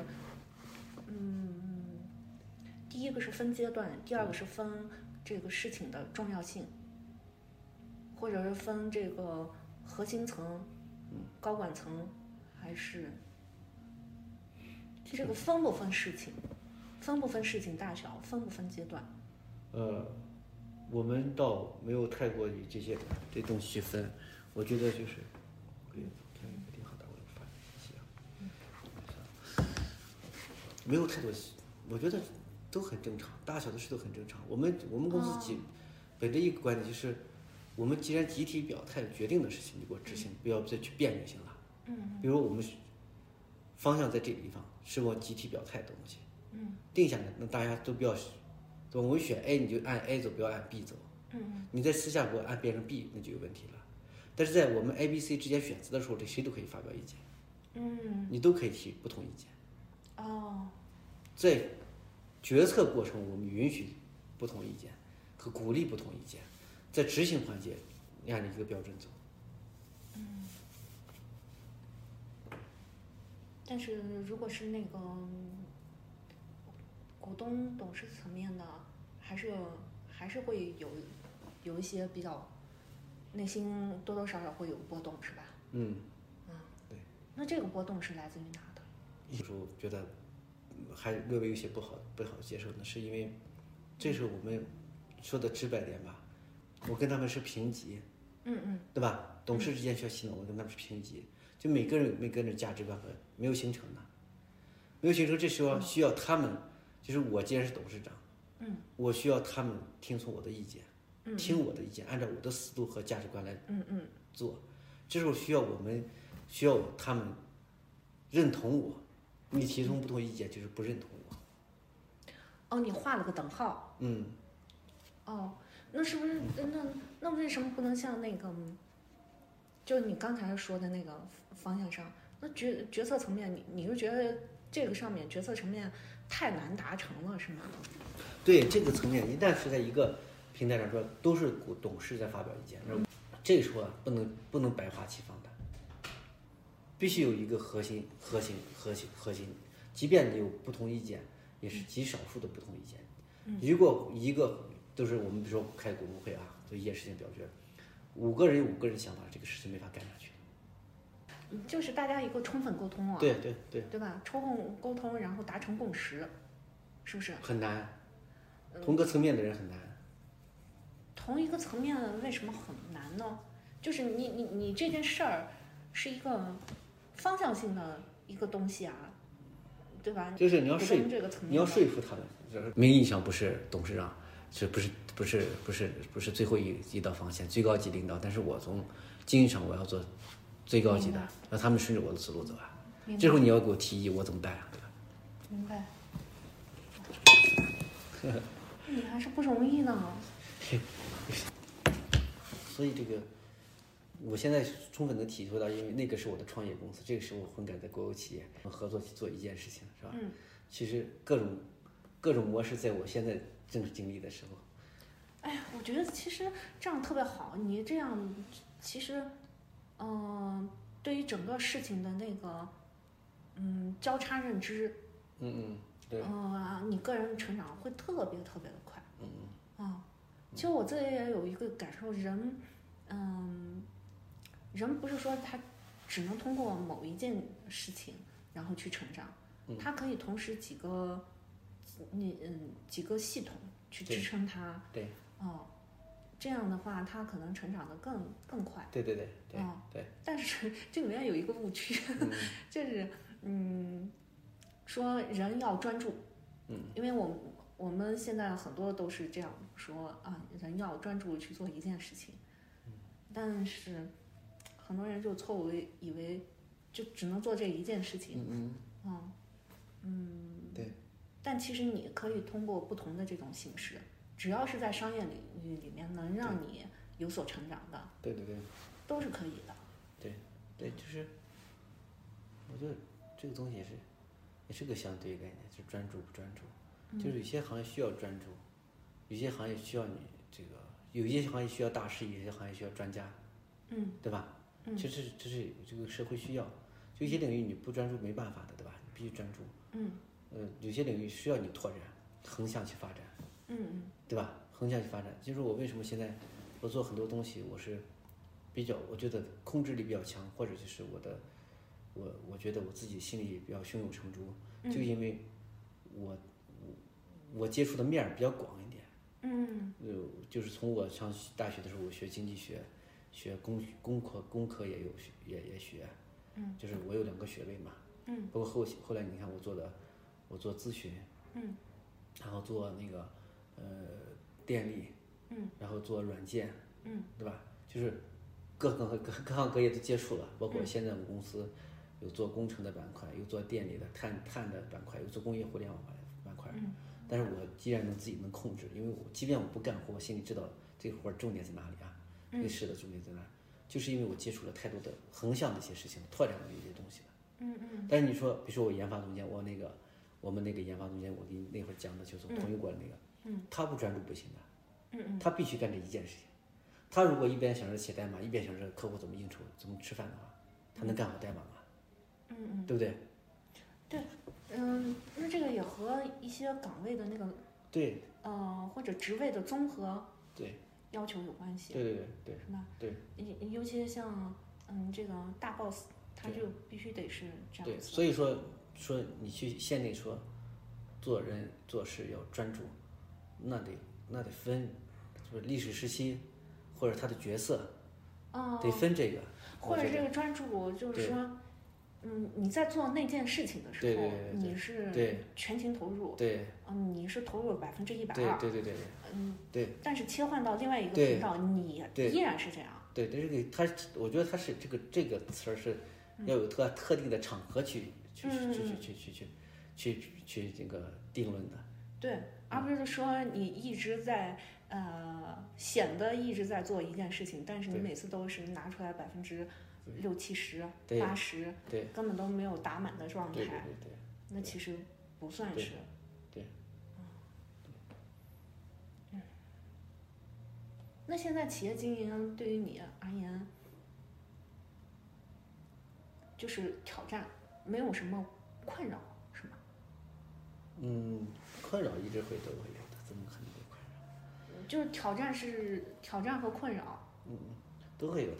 [SPEAKER 2] 嗯，第一个是分阶段，第二个是分这个事情的重要性，或者是分这个核心层、高管层，还是这个分不分事情，分不分事情大小，分不分阶段？
[SPEAKER 1] 呃，我们倒没有太过于这些这东西去分，我觉得就是，哎呀看一个挺好的，我发信息啊啊没有太多，我觉得都很正常，大小的事都很正常。我们我们公司集、本着一个观点就是，我们既然集体表态决定的事情，就给我执行，不要再去辩就行了。嗯，比如我们是方向在这个地方，是我集体表态的东西。嗯，定下来，那大家都不要对吧？我选 A，你就按 A 走，不要按 B 走。嗯，你在私下给我按变成 B，那就有问题了。但是在我们 A、B、C 之间选择的时候，这谁都可以发表意见，
[SPEAKER 2] 嗯，
[SPEAKER 1] 你都可以提不同意见。
[SPEAKER 2] 哦，
[SPEAKER 1] 在决策过程，我们允许不同意见和鼓励不同意见，在执行环节按着一个标准走。
[SPEAKER 2] 但是如果是那个股东、董事层面的，还是还是会有有一些比较内心多多少少会有波动，是吧？
[SPEAKER 1] 嗯，
[SPEAKER 2] 那这个波动是来自于哪的？
[SPEAKER 1] 有时候觉得嗯还略微有些不好不好接受呢，是因为这时候我们说的直白点吧，我跟他们是平级，
[SPEAKER 2] 嗯嗯
[SPEAKER 1] 对吧？董事之间需要洗脑，我跟他们是评级，就每个人有每个人的价值观和没有形成的，没有形成，这时候需要他们，就是我既然是董事长，
[SPEAKER 2] 嗯，
[SPEAKER 1] 我需要他们听从我的意见，
[SPEAKER 2] 嗯
[SPEAKER 1] 听我的意见，按照我的思路和价值观来
[SPEAKER 2] 嗯嗯
[SPEAKER 1] 做，这时候需要我们需要他们认同我，你提出不同意见就是不认同我，
[SPEAKER 2] 哦，你画了个等号
[SPEAKER 1] 嗯，
[SPEAKER 2] 哦，那是不是那那为什么不能像那个，就你刚才说的那个方向上？那决决策层面，你你是觉得这个上面决策层面太难达成了，是吗？
[SPEAKER 1] 对这个层面，一旦是在一个平台上说，都是股董事在发表意见，那这时候啊，不能不能百花齐放的，必须有一个核心、核心、核心、核心。即便你有不同意见，也是极少数的不同意见。如果一个都是我们比如说开股东会啊，就一件事情表决，五个人有五个人想法，这个事情没法干下去。
[SPEAKER 2] 就是大家一个充分沟通啊，
[SPEAKER 1] 对对对，
[SPEAKER 2] 对吧？充分沟通，然后达成共识，是不是？
[SPEAKER 1] 很难，同个层面的人很难。
[SPEAKER 2] 同一个层面为什么很难呢？就是你你你这件事儿是一个方向性的一个东西啊，对吧？
[SPEAKER 1] 就是你要
[SPEAKER 2] 股
[SPEAKER 1] 说
[SPEAKER 2] 东这个层面，
[SPEAKER 1] 你要说服他们，就是名义上不是董事长，是不是不是不是不是最后一一道防线，最高级领导？但是我从经营上我要做最高级的
[SPEAKER 2] 明白，
[SPEAKER 1] 让他们顺着我的思路走啊。
[SPEAKER 2] 明白
[SPEAKER 1] 这时候你要给我提议，我怎么办啊？对吧？
[SPEAKER 2] 明白。你还是不容易呢。
[SPEAKER 1] 所以这个，我现在充分的体会到，因为那个是我的创业公司，这个是我混改在国有企业我们合作去做一件事情，是吧？
[SPEAKER 2] 嗯。
[SPEAKER 1] 其实各种各种模式，在我现在正经历的时候，
[SPEAKER 2] 哎呀，我觉得其实这样特别好。你这样，其实，嗯、对于整个事情的那个，嗯，交叉认知，
[SPEAKER 1] 嗯嗯，对，
[SPEAKER 2] 嗯、你个人成长会特别特别的快。
[SPEAKER 1] 嗯嗯。
[SPEAKER 2] 啊，其实我自己也有一个感受，人，嗯，人不是说他只能通过某一件事情然后去成长，
[SPEAKER 1] 嗯
[SPEAKER 2] 他可以同时几个，你嗯几个系统去
[SPEAKER 1] 对
[SPEAKER 2] 支撑他，
[SPEAKER 1] 对，
[SPEAKER 2] 哦，这样的话他可能成长的更更快，
[SPEAKER 1] 对对对对
[SPEAKER 2] 哦
[SPEAKER 1] 对，
[SPEAKER 2] 但是这里面有一个误区，
[SPEAKER 1] 嗯
[SPEAKER 2] 就是嗯，说人要专注，
[SPEAKER 1] 嗯，
[SPEAKER 2] 因为我们我们现在很多都是这样说啊，人要专注去做一件事情，
[SPEAKER 1] 嗯
[SPEAKER 2] 但是很多人就错误地以为就只能做这一件事情，
[SPEAKER 1] 嗯嗯，
[SPEAKER 2] 嗯嗯，
[SPEAKER 1] 对，
[SPEAKER 2] 但其实你可以通过不同的这种形式，只要是在商业领域里面能让你有所成长的，
[SPEAKER 1] 对对对
[SPEAKER 2] 都是可以的，
[SPEAKER 1] 对，就是，我觉得这个东西也是也是个相对概念，就是专注不专
[SPEAKER 2] 嗯
[SPEAKER 1] 注，就是有些行业需要专注，有些行业需要你这个，有些行业需要大师，有些行业需要专家，
[SPEAKER 2] 嗯
[SPEAKER 1] 对吧？
[SPEAKER 2] 嗯
[SPEAKER 1] 这是这是这个社会需要，就一些领域你不专注没办法的，对吧？你必须专注。
[SPEAKER 2] 嗯
[SPEAKER 1] 呃，有些领域需要你拓展，横向去发展，
[SPEAKER 2] 嗯嗯
[SPEAKER 1] 对吧？横向去发展，就是我为什么现在我做很多东西，我是比较，我觉得控制力比较强，或者就是我的，我我觉得我自己心里比较胸有成竹，
[SPEAKER 2] 嗯
[SPEAKER 1] 就因为我我我接触的面儿比较广一点。
[SPEAKER 2] 嗯
[SPEAKER 1] 呃，就是从我上大学的时候，我学经济学，学工工科，工科也有学也也学，
[SPEAKER 2] 嗯，
[SPEAKER 1] 就是我有两个学位嘛，
[SPEAKER 2] 嗯，
[SPEAKER 1] 包括后期后来你看我做的，我做咨询，
[SPEAKER 2] 嗯，
[SPEAKER 1] 然后做那个呃电力，
[SPEAKER 2] 嗯，
[SPEAKER 1] 然后做软件，
[SPEAKER 2] 嗯，
[SPEAKER 1] 对吧？就是各行各各行各业都接触了，包括
[SPEAKER 2] 嗯
[SPEAKER 1] 现在我们公司有做工程的板块，有做电力的碳碳的板块，有做工业互联网板板块，
[SPEAKER 2] 嗯
[SPEAKER 1] 但是我既然能自己能控制，因为我即便我不干活，我心里知道这个活儿重点在哪里啊，这个
[SPEAKER 2] 嗯
[SPEAKER 1] 事的重点在哪儿，就是因为我接触了太多的横向的一些事情，拓展了一些东西了。
[SPEAKER 2] 嗯嗯
[SPEAKER 1] 但是你说，比如说我研发总监，我那个我们那个研发总监，我给你那会儿讲的就是
[SPEAKER 2] 嗯
[SPEAKER 1] 同一国的那个，
[SPEAKER 2] 嗯
[SPEAKER 1] 他不专注不行的，
[SPEAKER 2] 嗯嗯
[SPEAKER 1] 他必须干这一件事情。他如果一边想着写代码，一边想着客户怎么应酬、怎么吃饭的话，他能干好代码吗？
[SPEAKER 2] 嗯嗯。
[SPEAKER 1] 对不对？
[SPEAKER 2] 嗯，那这个也和一些岗位的那个
[SPEAKER 1] 对
[SPEAKER 2] 呃或者职位的综合
[SPEAKER 1] 对
[SPEAKER 2] 要求有关系，
[SPEAKER 1] 对对对对，
[SPEAKER 2] 是吧？
[SPEAKER 1] 对
[SPEAKER 2] 尤，尤其像嗯这个大 boss，他
[SPEAKER 1] 对
[SPEAKER 2] 就必须得是这样
[SPEAKER 1] 对，
[SPEAKER 2] 子。
[SPEAKER 1] 所以说说你去县内说做人做事要专注，那得那得分，就是历史时期或者他的角色
[SPEAKER 2] 嗯，
[SPEAKER 1] 得分这个，
[SPEAKER 2] 或
[SPEAKER 1] 我
[SPEAKER 2] 者
[SPEAKER 1] 觉
[SPEAKER 2] 这
[SPEAKER 1] 得
[SPEAKER 2] 个专注，就是
[SPEAKER 1] 对
[SPEAKER 2] 说，嗯，你在做那件事情的时候，
[SPEAKER 1] 对对对对
[SPEAKER 2] 你是
[SPEAKER 1] 对
[SPEAKER 2] 全情投入，
[SPEAKER 1] 对
[SPEAKER 2] 嗯，你是投入百分之一百
[SPEAKER 1] 对
[SPEAKER 2] 二，
[SPEAKER 1] 对对对对
[SPEAKER 2] 嗯，
[SPEAKER 1] 对。
[SPEAKER 2] 但是切换到另外一个
[SPEAKER 1] 对
[SPEAKER 2] 频道，你
[SPEAKER 1] 对
[SPEAKER 2] 依然是这样，
[SPEAKER 1] 对，这个他我觉得他是这个这个词儿是
[SPEAKER 2] 嗯
[SPEAKER 1] 要有特特定的场合去去去去去去去去去这个定论的，
[SPEAKER 2] 对，而不是说你一直在呃显得一直在做一件事情，但是你
[SPEAKER 1] 对
[SPEAKER 2] 每次都是拿出来百分之六七十、
[SPEAKER 1] 对
[SPEAKER 2] 八十，
[SPEAKER 1] 对，
[SPEAKER 2] 根本都没有打满的状态
[SPEAKER 1] 对对，对对。
[SPEAKER 2] 那其实不算
[SPEAKER 1] 对
[SPEAKER 2] 是。
[SPEAKER 1] 对
[SPEAKER 2] 嗯。嗯那现在企业经营对于你而言，就是挑战，没有什么困扰，是吗？
[SPEAKER 1] 嗯，困扰一直会都会有的，怎么可能不困扰？
[SPEAKER 2] 就是挑战是挑战和困扰，
[SPEAKER 1] 都会有的。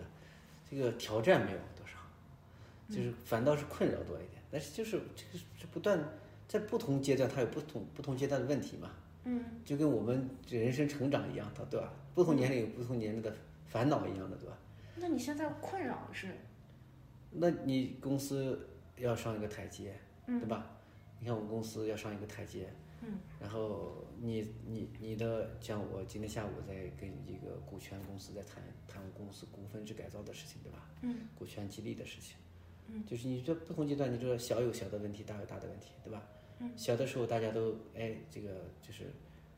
[SPEAKER 1] 这个挑战没有多少，就是
[SPEAKER 2] 嗯
[SPEAKER 1] 反倒是困扰多一点。但是就是这个是不断在不同阶段，它有不同不同阶段的问题嘛，
[SPEAKER 2] 嗯
[SPEAKER 1] 就跟我们人生成长一样，它对吧？不同年龄有不同年龄的烦恼一样的，对吧？，
[SPEAKER 2] 那你现在困扰是，
[SPEAKER 1] 那你公司要上一个台阶，
[SPEAKER 2] 嗯
[SPEAKER 1] 对吧？你看我们公司要上一个台阶，
[SPEAKER 2] 嗯，
[SPEAKER 1] 然后你你你的像我今天下午在跟一个股权公司在谈谈我公司股份制改造的事情，对吧？
[SPEAKER 2] 嗯
[SPEAKER 1] 股权激励的事情。
[SPEAKER 2] 嗯
[SPEAKER 1] 就是你这不同阶段，你这小有小的问题，大有大的问题，对吧？
[SPEAKER 2] 嗯
[SPEAKER 1] 小的时候大家都哎，这个就是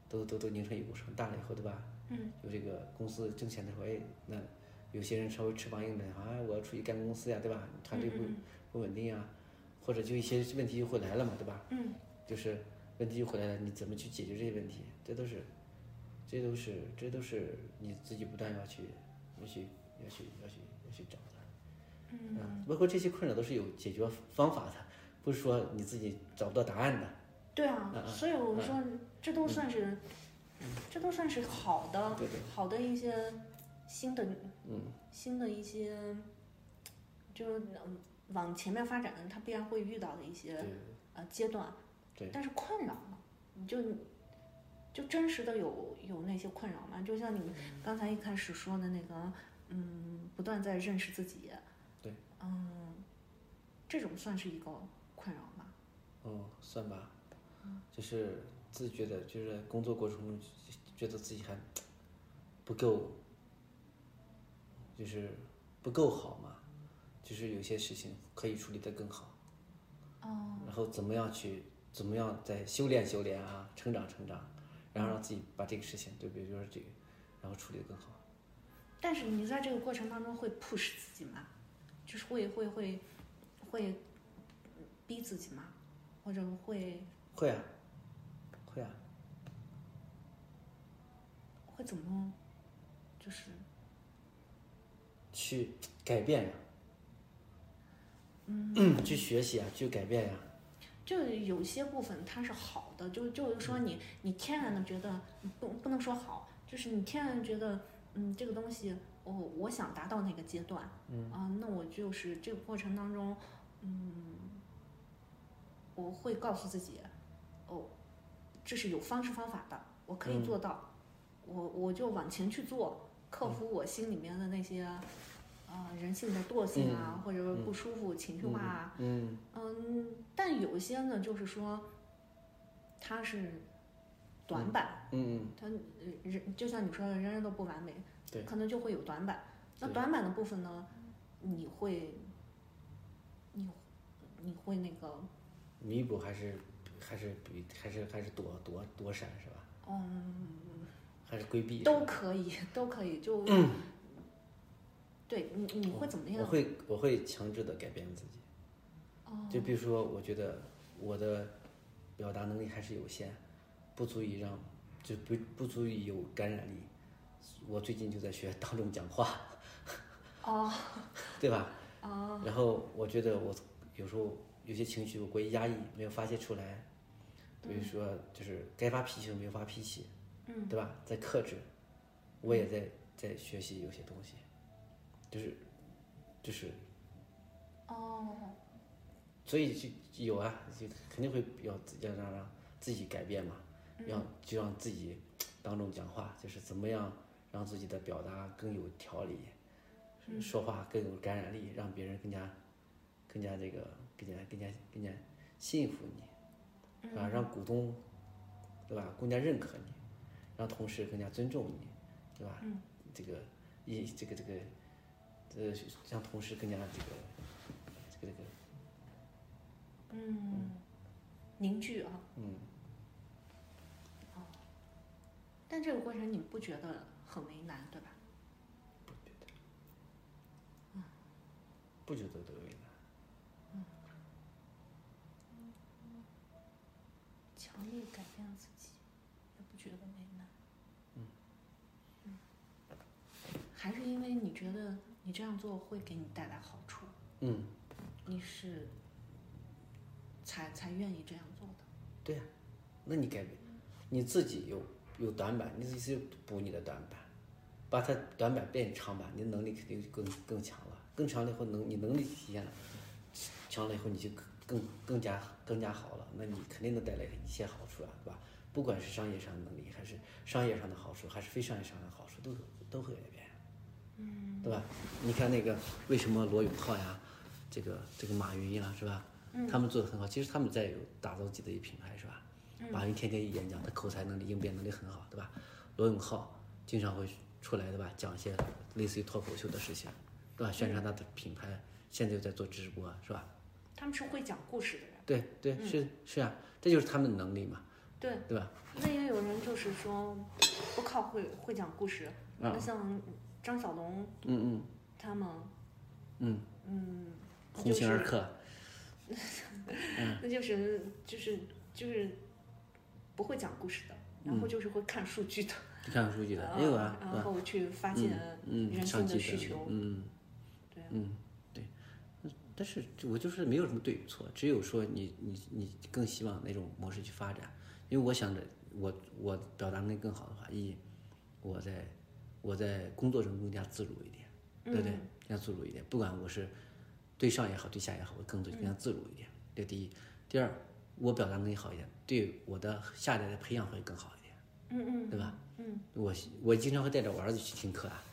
[SPEAKER 1] 都都都拧成一股绳，大了以后对吧？
[SPEAKER 2] 嗯，
[SPEAKER 1] 有这个公司挣钱的时候，哎，那有些人稍微翅膀硬点，啊，我要出去干公司呀，对吧？团队不
[SPEAKER 2] 嗯
[SPEAKER 1] 不稳定啊，或者就一些问题就会来了嘛，对吧？
[SPEAKER 2] 嗯，
[SPEAKER 1] 就是问题就回来了，你怎么去解决这些问题？这都是，这都是，这都是你自己不断要去，要去，要去，要去，要去找的。嗯，包括这些困扰都是有解决方法的，不是说你自己找不到答案的。
[SPEAKER 2] 对啊，
[SPEAKER 1] 嗯嗯
[SPEAKER 2] 所以我说这都算是，这都算是好的，
[SPEAKER 1] 对对
[SPEAKER 2] 好的一些新的，新的一些，就是嗯往前面发展，它必然会遇到的一些
[SPEAKER 1] 对，
[SPEAKER 2] 呃阶段，
[SPEAKER 1] 对
[SPEAKER 2] 但是困扰呢，你就就真实的有有那些困扰吗？就像你们刚才一开始说的那个，嗯，不断在认识自己，
[SPEAKER 1] 对，
[SPEAKER 2] 嗯，这种算是一个困扰吗？
[SPEAKER 1] 哦，算吧，就是自觉的，就是在工作过程中觉得自己还不够，就是不够好嘛，就是有些事情可以处理得更好。
[SPEAKER 2] 哦，
[SPEAKER 1] 然后怎么样去，怎么样再修炼修炼啊，成长成长，然后让自己把这个事情，对，比如说这个，然后处理得更好。
[SPEAKER 2] 但是你在这个过程当中会 push 自己吗？就是会会会会逼自己吗？或者会
[SPEAKER 1] 会啊，会啊，
[SPEAKER 2] 会怎么？就是
[SPEAKER 1] 去改变呀、
[SPEAKER 2] 嗯
[SPEAKER 1] 去学习啊，去改变呀、
[SPEAKER 2] 就有些部分它是好的，就就是说你你天然的觉得不不能说好，就是你天然地觉得嗯这个东西我我想达到那个阶段，嗯啊、那我就是这个过程当中，嗯，我会告诉自己，哦，这是有方式方法的，我可以
[SPEAKER 1] 嗯
[SPEAKER 2] 做到，我我就往前去做，克
[SPEAKER 1] 嗯
[SPEAKER 2] 服我心里面的那些。呃，人性的惰性啊，或者不舒服、情绪化啊，
[SPEAKER 1] 嗯，
[SPEAKER 2] 嗯，但有些呢，就是说，它是短板，
[SPEAKER 1] 嗯
[SPEAKER 2] 它呃人就像你说的，人人都不完美，
[SPEAKER 1] 对
[SPEAKER 2] 可能就会有短板。那
[SPEAKER 1] 对
[SPEAKER 2] 短板的部分呢，你会，你你会那个，
[SPEAKER 1] 弥补还是还是比还是还是躲躲躲闪是吧？
[SPEAKER 2] 嗯，
[SPEAKER 1] 还是规避是吧
[SPEAKER 2] 都可以，都可以，就，对你你会怎么
[SPEAKER 1] 嗯哦我
[SPEAKER 2] 样？
[SPEAKER 1] 会我会强制的改变自己。
[SPEAKER 2] 哦，
[SPEAKER 1] 就比如说，我觉得我的表达能力还是有限，不足以让就不不足以有感染力。我最近就在学当众讲话，
[SPEAKER 2] 哦
[SPEAKER 1] 对吧？
[SPEAKER 2] 哦，
[SPEAKER 1] 然后我觉得我有时候有些情绪我故意压抑，没有发泄出来，比如说就是该发脾气的时候没有发脾气，
[SPEAKER 2] 嗯，
[SPEAKER 1] 对吧？在克制，我也在在学习有些东西，就是就是
[SPEAKER 2] 哦，
[SPEAKER 1] 所以就有啊，就肯定会要要让让自己改变嘛，要就让自己当众讲话，就是怎么样让自己的表达更有条理，说话更有感染力，让别人更加更加这个更加更加更加信服你，啊，让股东对吧更加认可你，让同事更加尊重你，对吧？这个一这个这个呃，让同事更加这个这个这个。
[SPEAKER 2] 嗯，凝聚啊。嗯。但这个过程你不觉得很为难，对吧？
[SPEAKER 1] 不觉得得为难。
[SPEAKER 2] 强烈改变了自己，也不觉得为难。嗯。还是因为你觉得你这样做会给你带来好处，
[SPEAKER 1] 嗯，
[SPEAKER 2] 你是才才愿意这样做的。
[SPEAKER 1] 对呀、那你改变，你自己有有短板，你自己去补你的短板，把它短板变长板，你的能力肯定就更更强了。更强了以后能，你能力体现了，强了以后你就更更加更加好了，那你肯定能带来一些好处啊，对吧？不管是商业上的能力，还是商业上的好处，还是非商业上的好处，都有都会改变，嗯，对吧？你看那个为什么罗永浩呀，这个这个马云呀，是吧？他们做的很好，其实他们在有打造自己的一品牌，是吧？马云天天一演讲，他口才能力、应变能力很好，对吧？罗永浩经常会出来，对吧？讲一些类似于脱口秀的事情，对吧？宣传他的品牌，现在又在做直播，是吧？
[SPEAKER 2] 他们是会讲故事的人。
[SPEAKER 1] 对对是是啊，这就是他们的能力嘛。
[SPEAKER 2] 嗯对
[SPEAKER 1] 对吧？
[SPEAKER 2] 那也有人就是说不靠会会讲故事，
[SPEAKER 1] 啊
[SPEAKER 2] 那像张小龙
[SPEAKER 1] 嗯
[SPEAKER 2] 他们，
[SPEAKER 1] 嗯
[SPEAKER 2] 嗯，
[SPEAKER 1] 嗯，
[SPEAKER 2] 那
[SPEAKER 1] 鸿
[SPEAKER 2] 就
[SPEAKER 1] 星尔
[SPEAKER 2] 是
[SPEAKER 1] 克，嗯
[SPEAKER 2] 那就是就是就是不会讲故事的，然后就是会看数据的，
[SPEAKER 1] 你看看数据的
[SPEAKER 2] 啊
[SPEAKER 1] 也有啊，嗯对吧
[SPEAKER 2] 然后去发现
[SPEAKER 1] 嗯，
[SPEAKER 2] 人
[SPEAKER 1] 上
[SPEAKER 2] 性
[SPEAKER 1] 级
[SPEAKER 2] 的需求，
[SPEAKER 1] 嗯，
[SPEAKER 2] 对啊
[SPEAKER 1] 嗯，对。嗯但是我就是没有什么对与错，只有说你你你更希望哪种模式去发展，因为我想着我我表达能力更好的话，一我在我在工作中更加自如一点，对不对？
[SPEAKER 2] 嗯
[SPEAKER 1] 更加自如一点，不管我是对上也好，对下也好，我更多更加
[SPEAKER 2] 嗯
[SPEAKER 1] 自如一点。这第一，第二，我表达能力好一点，对我的下一代的培养会更好一点，
[SPEAKER 2] 嗯嗯
[SPEAKER 1] 对吧？
[SPEAKER 2] 嗯，
[SPEAKER 1] 我我经常会带着我儿子去听课啊，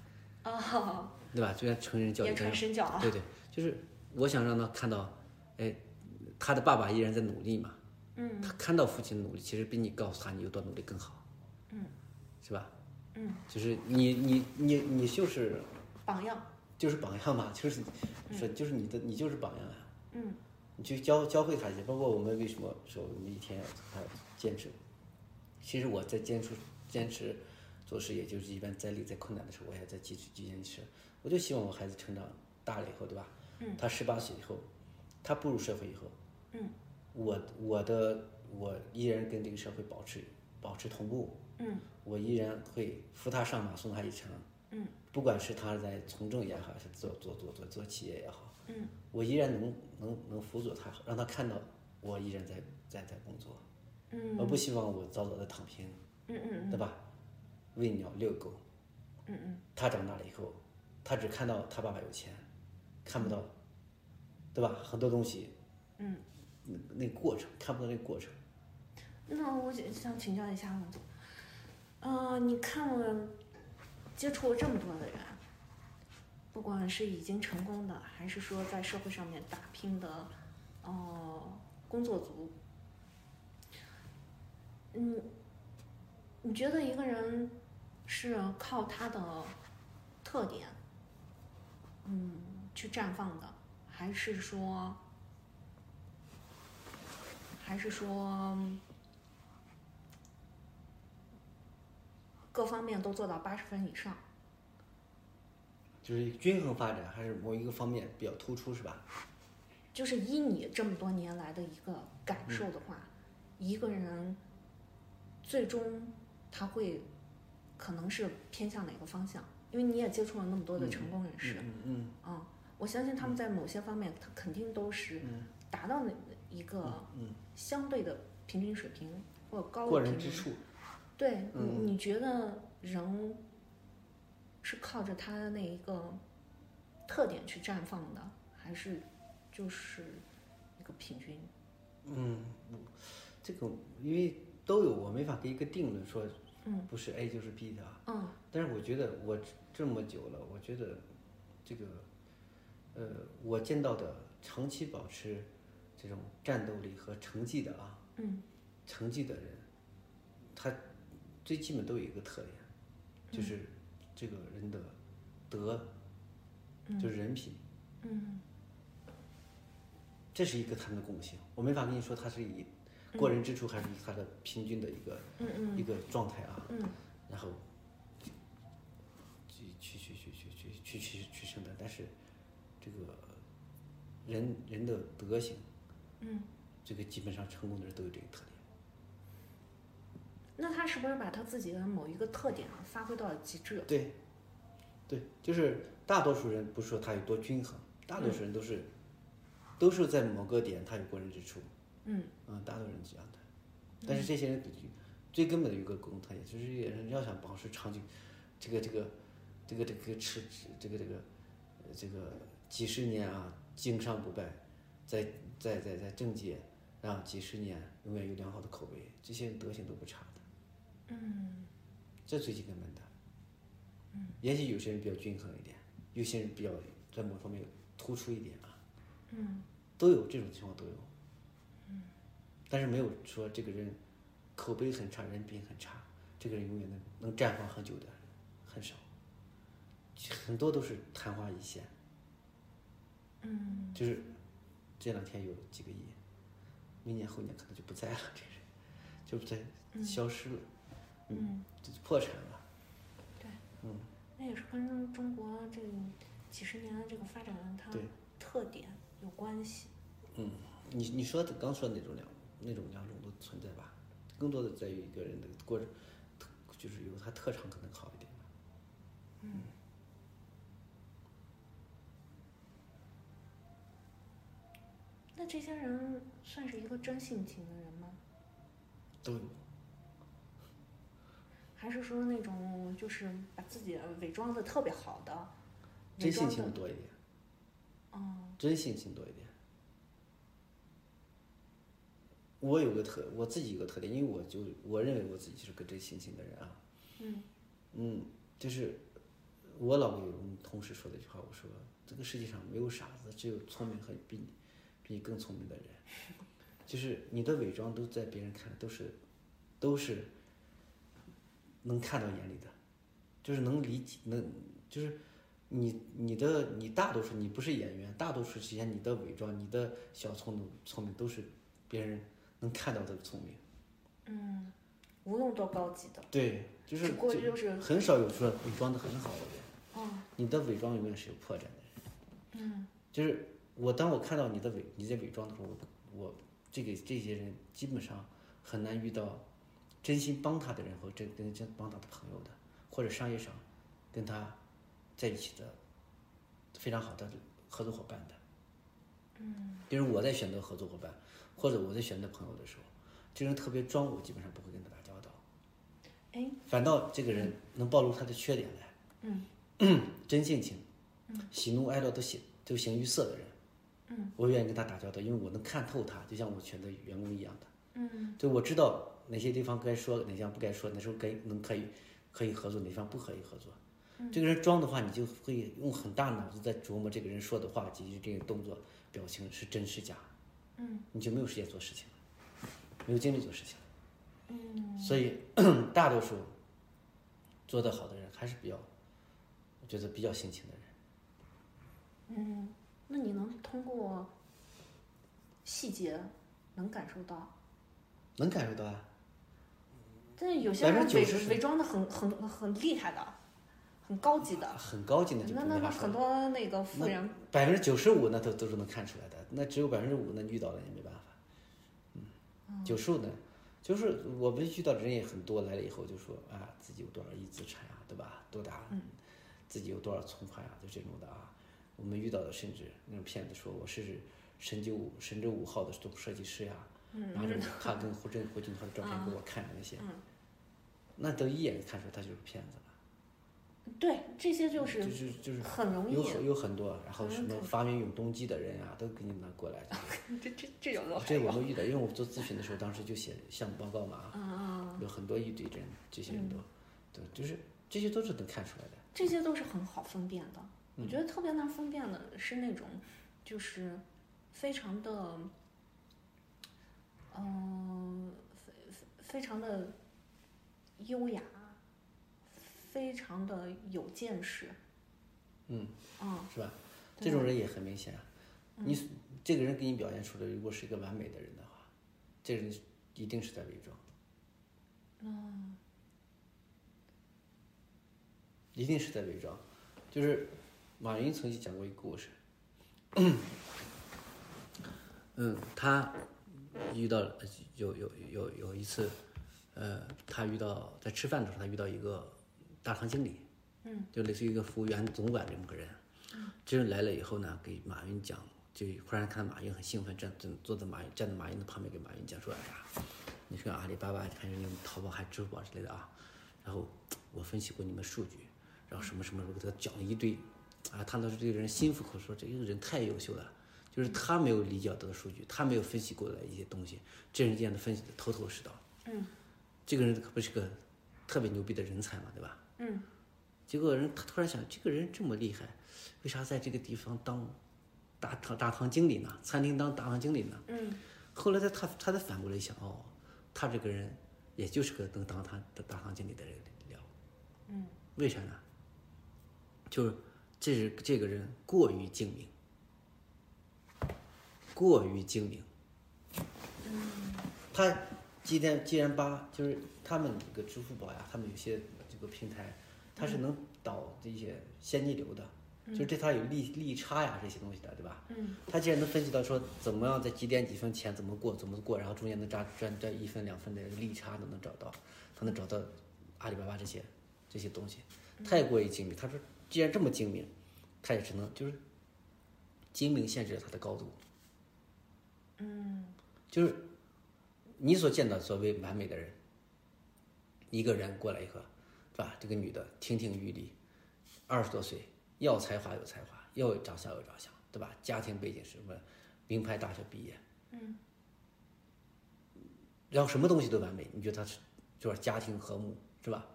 [SPEAKER 2] 啊，
[SPEAKER 1] 对吧？就像成人教育
[SPEAKER 2] 言
[SPEAKER 1] 一样
[SPEAKER 2] 传。身教啊，
[SPEAKER 1] 对对，就是我想让他看到，哎，他的爸爸依然在努力嘛。嗯。他看到父亲的努力，其实比你告诉他你有多努力更好。嗯。是吧？
[SPEAKER 2] 嗯。
[SPEAKER 1] 就是你你你你就是
[SPEAKER 2] 榜样，
[SPEAKER 1] 就是榜样嘛，就是说就是你的你就是榜样啊。
[SPEAKER 2] 嗯。
[SPEAKER 1] 你去教教会他一些，包括我们为什么说我们一天要还要坚持。其实我在坚持坚持做事，也就是一般在力在困难的时候，我也在继续去坚持。我就希望我孩子成长大了以后，对吧？嗯。他十八岁以后，他步入社会以后，
[SPEAKER 2] 嗯。
[SPEAKER 1] 我我的我依然跟这个社会保持保持同步。
[SPEAKER 2] 嗯。
[SPEAKER 1] 我依然会扶他上马，送他一程。
[SPEAKER 2] 嗯。
[SPEAKER 1] 不管是他在从政也好，还是做做做做做企业也好，
[SPEAKER 2] 嗯，
[SPEAKER 1] 我依然能能能辅佐他，让他看到我依然在在在工作。
[SPEAKER 2] 嗯
[SPEAKER 1] 我不希望我早早的躺平，
[SPEAKER 2] 嗯嗯
[SPEAKER 1] 对吧？喂鸟遛狗，
[SPEAKER 2] 嗯嗯，
[SPEAKER 1] 他长大了以后，他只看到他爸爸有钱，看不到，对吧？很多东西，
[SPEAKER 2] 嗯
[SPEAKER 1] 那，那个过程看不到那个过程。
[SPEAKER 2] 那我就想请教一下王总，呃，你看我接触了这么多的人，不管是已经成功的，还是说在社会上面打拼的，呃，工作族，嗯，你觉得一个人是靠他的特点，嗯，去绽放的，还是说，还是说？各方面都做到八十分以上。
[SPEAKER 1] 就是均衡发展，还是某一个方面比较突出，是吧？
[SPEAKER 2] 就是依你这么多年来的一个感
[SPEAKER 1] 嗯
[SPEAKER 2] 受的话，一个人最终他会可能是偏向哪个方向？因为你也接触了那么多的成功人士，
[SPEAKER 1] 嗯嗯
[SPEAKER 2] 嗯我相信他们在某些方面，他肯定都是
[SPEAKER 1] 嗯
[SPEAKER 2] 达到那一个
[SPEAKER 1] 嗯
[SPEAKER 2] 相对的平均水平或者
[SPEAKER 1] 嗯，
[SPEAKER 2] 高的
[SPEAKER 1] 过
[SPEAKER 2] 平
[SPEAKER 1] 人
[SPEAKER 2] 均
[SPEAKER 1] 之处，
[SPEAKER 2] 对，你、
[SPEAKER 1] 嗯
[SPEAKER 2] 你觉得人是靠着他那一个特点去绽放的，还是就是一个平均？
[SPEAKER 1] 嗯，这个因为都有，我没法给一个定论说，
[SPEAKER 2] 嗯，
[SPEAKER 1] 不是 A 就是 B 的啊。
[SPEAKER 2] 嗯
[SPEAKER 1] 但是我觉得我这么久了，我觉得这个，呃，我见到的长期保持这种战斗力和成绩的啊，
[SPEAKER 2] 嗯
[SPEAKER 1] 成绩的人，他最基本都有一个特点，
[SPEAKER 2] 嗯
[SPEAKER 1] 就是这个人的德，就是人品，
[SPEAKER 2] 嗯
[SPEAKER 1] 这是一个他们的共性。我没法跟你说他是以过人之处，还是以他的平均的一个、
[SPEAKER 2] 嗯嗯
[SPEAKER 1] 一个状态啊。
[SPEAKER 2] 嗯
[SPEAKER 1] 然后去去去去去去去去去生的，但是这个人人的德行，
[SPEAKER 2] 嗯，
[SPEAKER 1] 这个基本上成功的人都有这个特点。
[SPEAKER 2] 那他是不是把他自己的某一个特点啊发挥到了极致？
[SPEAKER 1] 对，对，就是大多数人不是说他有多均衡，大多数人都是、都是在某个点他有过人之处，
[SPEAKER 2] 嗯
[SPEAKER 1] 嗯，大多数人这样的。但是这些人最最根本的有一个共同特点，就是这些人要想保持长久，这个这个这个这个持这个这个呃这个几十年啊，经商不败，在在在在政界啊几十年，永远有良好的口碑，这些人德行都不差的，
[SPEAKER 2] 嗯
[SPEAKER 1] 这最根本的。嗯，也许有些人比较均衡一点，有些人比较在某方面突出一点啊，
[SPEAKER 2] 嗯
[SPEAKER 1] 都有这种情况都有。嗯，但是没有说这个人口碑很差，人品很差，这个人永远能能绽放很久的很少，很多都是昙花一现。
[SPEAKER 2] 嗯
[SPEAKER 1] 就是这两天有几个亿，明年后年可能就不在了，这人就不在消失了，
[SPEAKER 2] 嗯，
[SPEAKER 1] 就破产了。
[SPEAKER 2] 对，
[SPEAKER 1] 嗯，
[SPEAKER 2] 那也是跟中国这几十年的这个发展，它
[SPEAKER 1] 对
[SPEAKER 2] 特点有关系。
[SPEAKER 1] 你你说的刚说的那种两那种两种都存在吧，更多的在于一个人的过程，特就是有他特长可能好一点吧。
[SPEAKER 2] 那这些人算是一个真性情的人吗？
[SPEAKER 1] 都有，
[SPEAKER 2] 还是说那种就是把自己伪装的特别好的，伪
[SPEAKER 1] 真性
[SPEAKER 2] 装
[SPEAKER 1] 情
[SPEAKER 2] 的，
[SPEAKER 1] 多一点，
[SPEAKER 2] 嗯
[SPEAKER 1] 真性情多一点。我有个特，我自己有个特点，因为我就我认为我自己是个真性情的人啊。
[SPEAKER 2] 嗯
[SPEAKER 1] 嗯，就是我老跟有同事说的一句话，我说这个世界上没有傻子，只有聪明和比你比你更聪明的 人。就是你的伪装都在别人看来都是都是能看到眼里的，就是能理解，能就是你你的你大多数你不是演员，大多数时间你的伪装、你的小聪明聪明都是别人能看到的聪明。
[SPEAKER 2] 嗯，无用多高级的，
[SPEAKER 1] 对，就是
[SPEAKER 2] 只不过
[SPEAKER 1] 就
[SPEAKER 2] 就是，
[SPEAKER 1] 很少有说伪装的很好的人。
[SPEAKER 2] 嗯
[SPEAKER 1] 你的伪装永远是有破绽的。
[SPEAKER 2] 嗯
[SPEAKER 1] 就是我当我看到你的伪你在伪装的时候，我我这个这些人基本上很难遇到真心帮他的人和真真真帮他的朋友的，或者商业上跟他在一起的非常好的合作伙伴的。
[SPEAKER 2] 嗯
[SPEAKER 1] 比如我在选择合作伙伴，或者我在选择朋友的时候，这人特别装，我基本上不会跟他打交道。
[SPEAKER 2] 哎，
[SPEAKER 1] 反倒这个人能暴露他的缺点来。
[SPEAKER 2] 嗯，
[SPEAKER 1] 真性情，喜怒哀乐都形都形于色的人，
[SPEAKER 2] 嗯，
[SPEAKER 1] 我愿意跟他打交道，因为我能看透他，就像我选择员工一样的，
[SPEAKER 2] 嗯
[SPEAKER 1] 就我知道哪些地方该说，哪些地方不该说，哪时候该能可以可以合作，哪地方不可以合作。
[SPEAKER 2] 嗯
[SPEAKER 1] 这个人装的话，你就会用很大脑子在琢磨这个人说的话及这个动作、表情是真是假，
[SPEAKER 2] 嗯
[SPEAKER 1] 你就没有时间做事情了，没有精力做事情了。
[SPEAKER 2] 嗯
[SPEAKER 1] 所以 大多数做得好的人还是比较，我觉得比较性情的人。
[SPEAKER 2] 嗯，那你能通过细节能感受到？
[SPEAKER 1] 能感受到啊，
[SPEAKER 2] 但是有些人伪
[SPEAKER 1] 90%
[SPEAKER 2] 伪装的很很很厉害的，很高级的，
[SPEAKER 1] 很高级的就
[SPEAKER 2] 那
[SPEAKER 1] 不
[SPEAKER 2] 那
[SPEAKER 1] 没
[SPEAKER 2] 那
[SPEAKER 1] 法说
[SPEAKER 2] 很
[SPEAKER 1] 了。
[SPEAKER 2] 多那个富
[SPEAKER 1] 那
[SPEAKER 2] 人，
[SPEAKER 1] 百分之九十五那都都是能看出来的，那只有百分之五那遇到了也没办法。嗯，九十五呢，就是我们遇到的人也很多，来了以后就说啊，自己有多少亿资产啊，对吧？多大？
[SPEAKER 2] 嗯，
[SPEAKER 1] 自己有多少存款啊，就这种的啊。我们遇到的甚至那种骗子说我是神九五神州五号的总设计师呀、
[SPEAKER 2] 嗯
[SPEAKER 1] 拿着他跟胡振、胡锦涛的照片给我看那些，
[SPEAKER 2] 嗯
[SPEAKER 1] 那都一眼看出他就是骗子了，
[SPEAKER 2] 对，这些就
[SPEAKER 1] 就是是就是
[SPEAKER 2] 很容易
[SPEAKER 1] 有，很有很多，然后什
[SPEAKER 2] 嗯
[SPEAKER 1] 么
[SPEAKER 2] 可
[SPEAKER 1] 发明永动机的人啊，都给你拿过来。
[SPEAKER 2] 这这这有的还
[SPEAKER 1] 这
[SPEAKER 2] 有
[SPEAKER 1] 我们遇到，因为我们做咨询的时候，当时就写项目报告嘛，
[SPEAKER 2] 啊啊，
[SPEAKER 1] 有很多一堆人，这些人都，对，就是这些都是能看出来的。
[SPEAKER 2] 这些都是很好分辨的。我觉得特别难分辨的是那种，就是非常的，嗯、非非非常的优雅，非常的有见识。
[SPEAKER 1] 嗯
[SPEAKER 2] 嗯，
[SPEAKER 1] 是吧？
[SPEAKER 2] 对嗯
[SPEAKER 1] 这种人也很明显啊。你这个人给你表现出来，如果是一个完美的人的话，这人一定是在伪装。
[SPEAKER 2] 嗯
[SPEAKER 1] 一定是在伪装。就是马云曾经讲过一个故事，嗯，他遇到了有有有有一次，呃，他遇到在吃饭的时候，他遇到一个大堂经理，
[SPEAKER 2] 嗯，
[SPEAKER 1] 就类似于一个服务员总管这么个人，这人来了以后呢，给马云讲，就忽然看马云很兴奋，站站坐在马云站在马云的旁边，给马云讲说，哎呀，你看阿里巴巴，你看人家淘宝还支付宝之类的啊，然后我分析过你们数据，然后什么什么，我给他讲了一堆，啊，他当时这个人心服口服，说这个人太优秀了。就是他没有理解到的数据，他没有分析过来一些东西，这人竟然分析的头头是道。
[SPEAKER 2] 嗯，
[SPEAKER 1] 这个人可不是个特别牛逼的人才嘛，对吧？
[SPEAKER 2] 嗯。
[SPEAKER 1] 结果人他突然想，这个人这么厉害，为啥在这个地方当大堂大堂经理呢？餐厅当大堂经理呢？
[SPEAKER 2] 嗯
[SPEAKER 1] 后来他他他才反过来想，哦，他这个人也就是个能当他大堂经理的人了。
[SPEAKER 2] 嗯，
[SPEAKER 1] 为啥呢？就是这是这个人过于精明，过于精明。
[SPEAKER 2] 嗯
[SPEAKER 1] 他既然既然八就是他们这个支付宝呀，他们有些这个平台，它
[SPEAKER 2] 嗯
[SPEAKER 1] 是能导这些现金流的，就是对它有利利差呀这些东西的，对吧？
[SPEAKER 2] 嗯，
[SPEAKER 1] 他既然能分析到说怎么样在几点几分前怎么过怎么过，然后中间能赚赚赚一分两分的利差都能找到，他能找到阿里巴巴这些这些东西，太过于精明。他说既然这么精明，他也只能就是精明限制了他的高度。嗯，就是你所见到所谓完美的人，一个人过来以后，是吧？这个女的亭亭玉立，二十多岁，要才华有才华，要有长相有长相，对吧？家庭背景是什么？名牌大学毕业，嗯，然后什么东西都完美，你觉得她是就是家庭和睦，是吧？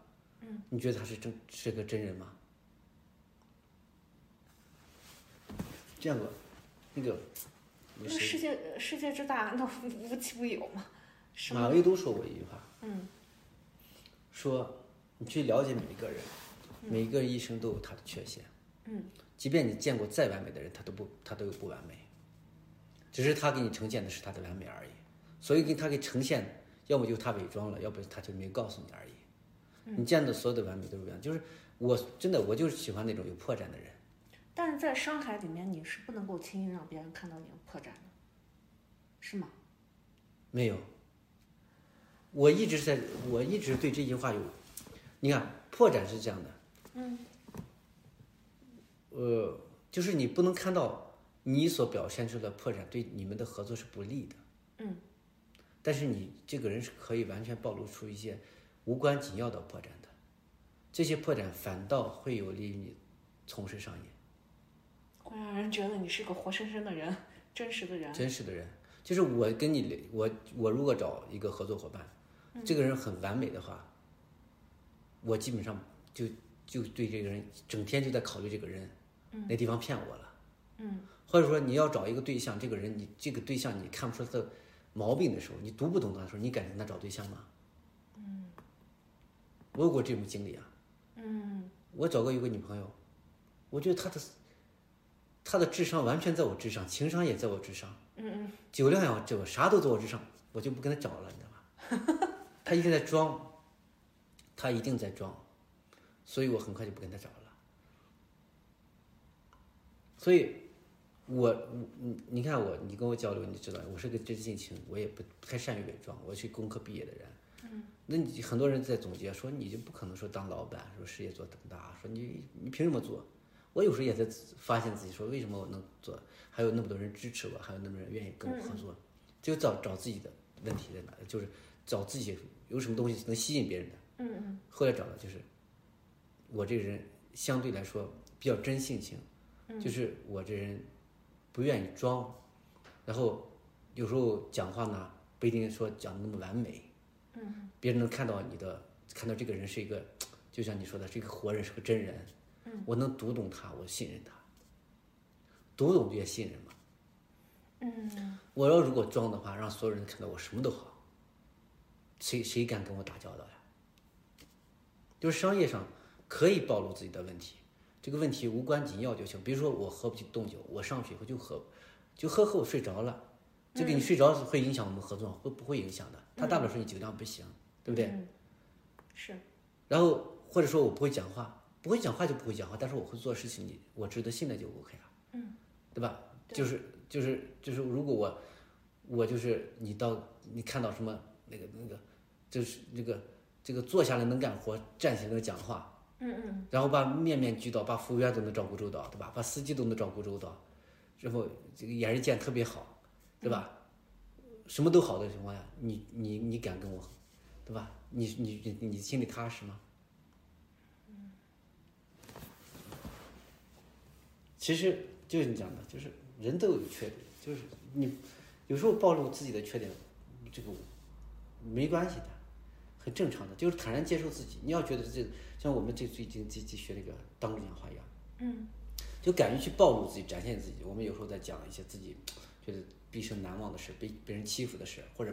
[SPEAKER 1] 嗯，你觉得她是真是个真人吗？见过那个
[SPEAKER 2] 那
[SPEAKER 1] 谁
[SPEAKER 2] 世界世界之大，那无无奇不有嘛，是
[SPEAKER 1] 马
[SPEAKER 2] 吗？
[SPEAKER 1] 未都说过一句话，
[SPEAKER 2] 嗯，
[SPEAKER 1] 说你去了解每一个人，每一个人一生都有他的缺陷，
[SPEAKER 2] 嗯，
[SPEAKER 1] 即便你见过再完美的人，他都不他都有不完美，只是他给你呈现的是他的完美而已，所以给他给呈现，要么就是他伪装了，要不然他就没告诉你而已。
[SPEAKER 2] 嗯
[SPEAKER 1] 你见到所有的完美都是这样，就是我真的我就是喜欢那种有破绽的人，
[SPEAKER 2] 但是在商海里面，你是不能够轻易让别人看到你的破绽的，是吗？
[SPEAKER 1] 没有。我一直在，我一直对这句话有，你看破绽是这样的，嗯，呃，就是你不能看到你所表现出的破绽对你们的合作是不利的，嗯，但是你这个人是可以完全暴露出一些无关紧要的破绽的，这些破绽反倒会有利于你从事商业。
[SPEAKER 2] 会让人觉得你是个活生生的人，真实的人。
[SPEAKER 1] 真实的人，就是我跟你聊，我我如果找一个合作伙伴，这个人很完美的话，我基本上就就对这个人整天就在考虑这个人，那地方骗我了，嗯，或者说你要找一个对象，这个人你这个对象你看不出他的毛病的时候，你读不懂他的时候，你敢跟他找对象吗？嗯，我有过这种经历啊，嗯，我找过一个女朋友，我觉得她的她的智商完全在我之上，情商也在我之上。酒量呀，这我啥都在我之上，我就不跟他找了，你知道吧？他一定在装，他一定在装，所以我很快就不跟他找了。所以，我你你看我，你跟我交流，你知道我是个真性情，我也不不太善于伪装，我是工科毕业的人。嗯，那你很多人在总结说，你就不可能说当老板，说事业做这么大，说你你凭什么做？我有时候也在自发现自己说，为什么我能做？还有那么多人支持我，还有那么多人愿意跟我合作，就找找自己的问题在哪，就是找自己有什么东西能吸引别人的。
[SPEAKER 2] 嗯嗯
[SPEAKER 1] 后来找到就是，我这个人相对来说比较真性情，就是我这人不愿意装，然后有时候讲话呢不一定说讲的那么完美，嗯，别人能看到你的，看到这个人是一个，就像你说的是一个活人，是个真人，嗯，我能读懂他，我信任他，读懂就也信任嘛，嗯，我要如果装的话，让所有人看到我什么都好，谁谁敢跟我打交道呀？就是商业上可以暴露自己的问题，这个问题无关紧要就行。比如说我喝不起冻酒，我上去以后就喝，就喝喝我睡着了，这个你睡着会影响我们合作吗，会不会影响的？他大不了说你酒量不行，对不对？
[SPEAKER 2] 是，
[SPEAKER 1] 然后或者说我不会讲话，不会讲话就不会讲话，但是我会做事情，你我值得信赖就 OK 啊，嗯，对吧？就是就是就是，如果我我就是你到你看到什么那个那个，就是那个这个坐下来能干活，站起来能讲话，
[SPEAKER 2] 嗯嗯，
[SPEAKER 1] 然后把面面俱到，把服务员都能照顾周到，对吧？把司机都能照顾周到，然后这个眼力见特别好，对吧？什么都好的情况下，你你你敢跟我，对吧？你你你你心里踏实吗？其实就是你讲的，就是人都有缺点，就是你有时候暴露自己的缺点，这个没关系的，很正常的，就是坦然接受自己。你要觉得这像我们这最近这期学那个当众讲话一样，嗯，就敢于去暴露自己，展现自己。我们有时候在讲一些自己觉得毕生难忘的事，被别人欺负的事，或者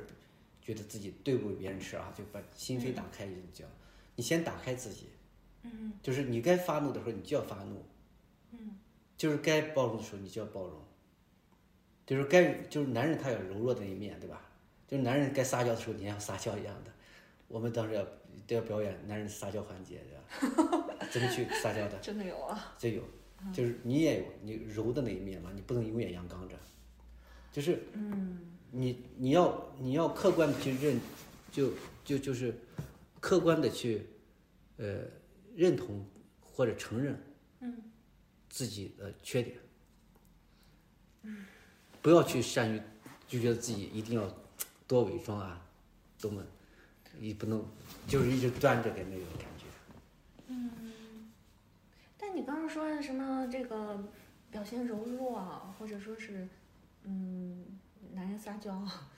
[SPEAKER 1] 觉得自己对不起别人的事啊，就把心扉打开一点讲。你先打开自己，嗯，就是你该发怒的时候，你就要发怒，嗯，就是该包容的时候，你就要包容。就是该就是男人他有柔弱的一面，对吧？就是男人该撒娇的时候，你也要撒娇一样的。我们当时要都要表演男人撒娇环节，对 吧？怎么去撒娇的？
[SPEAKER 2] 真的有啊，
[SPEAKER 1] 这有，就是你也有你柔的那一面嘛，你不能永远阳刚着，就是
[SPEAKER 2] 嗯，
[SPEAKER 1] 你你要你要客观的去认，就就就是客观的去呃认同或者承认，
[SPEAKER 2] 嗯，
[SPEAKER 1] 自己的缺点，不要去善于就觉得自己一定要多伪装啊，多么也不能就是一直端着的那种感觉，
[SPEAKER 2] 但你刚刚说的什么这个表现柔弱啊，或者说是嗯男人撒娇啊，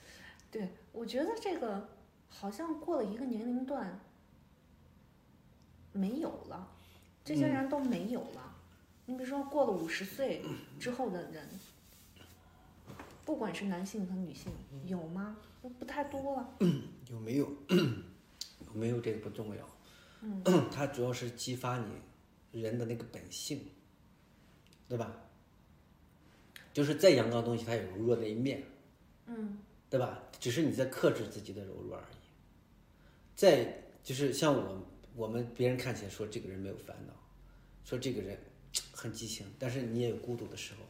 [SPEAKER 2] 对我觉得这个好像过了一个年龄段没有了，这些人都没有了。你比如说过了五十岁之后的人，不管是男性和女性，有吗？不不太多了。
[SPEAKER 1] 有没有 有没有这个不重要，
[SPEAKER 2] 嗯
[SPEAKER 1] 它主要是激发你人的那个本性，对吧？就是再阳刚的东西，它有柔弱的一面，
[SPEAKER 2] 嗯
[SPEAKER 1] 对吧？只是你在克制自己的柔弱而已。再就是像我，我们别人看起来说这个人没有烦恼，说这个人很激情，但是你也有孤独的时候，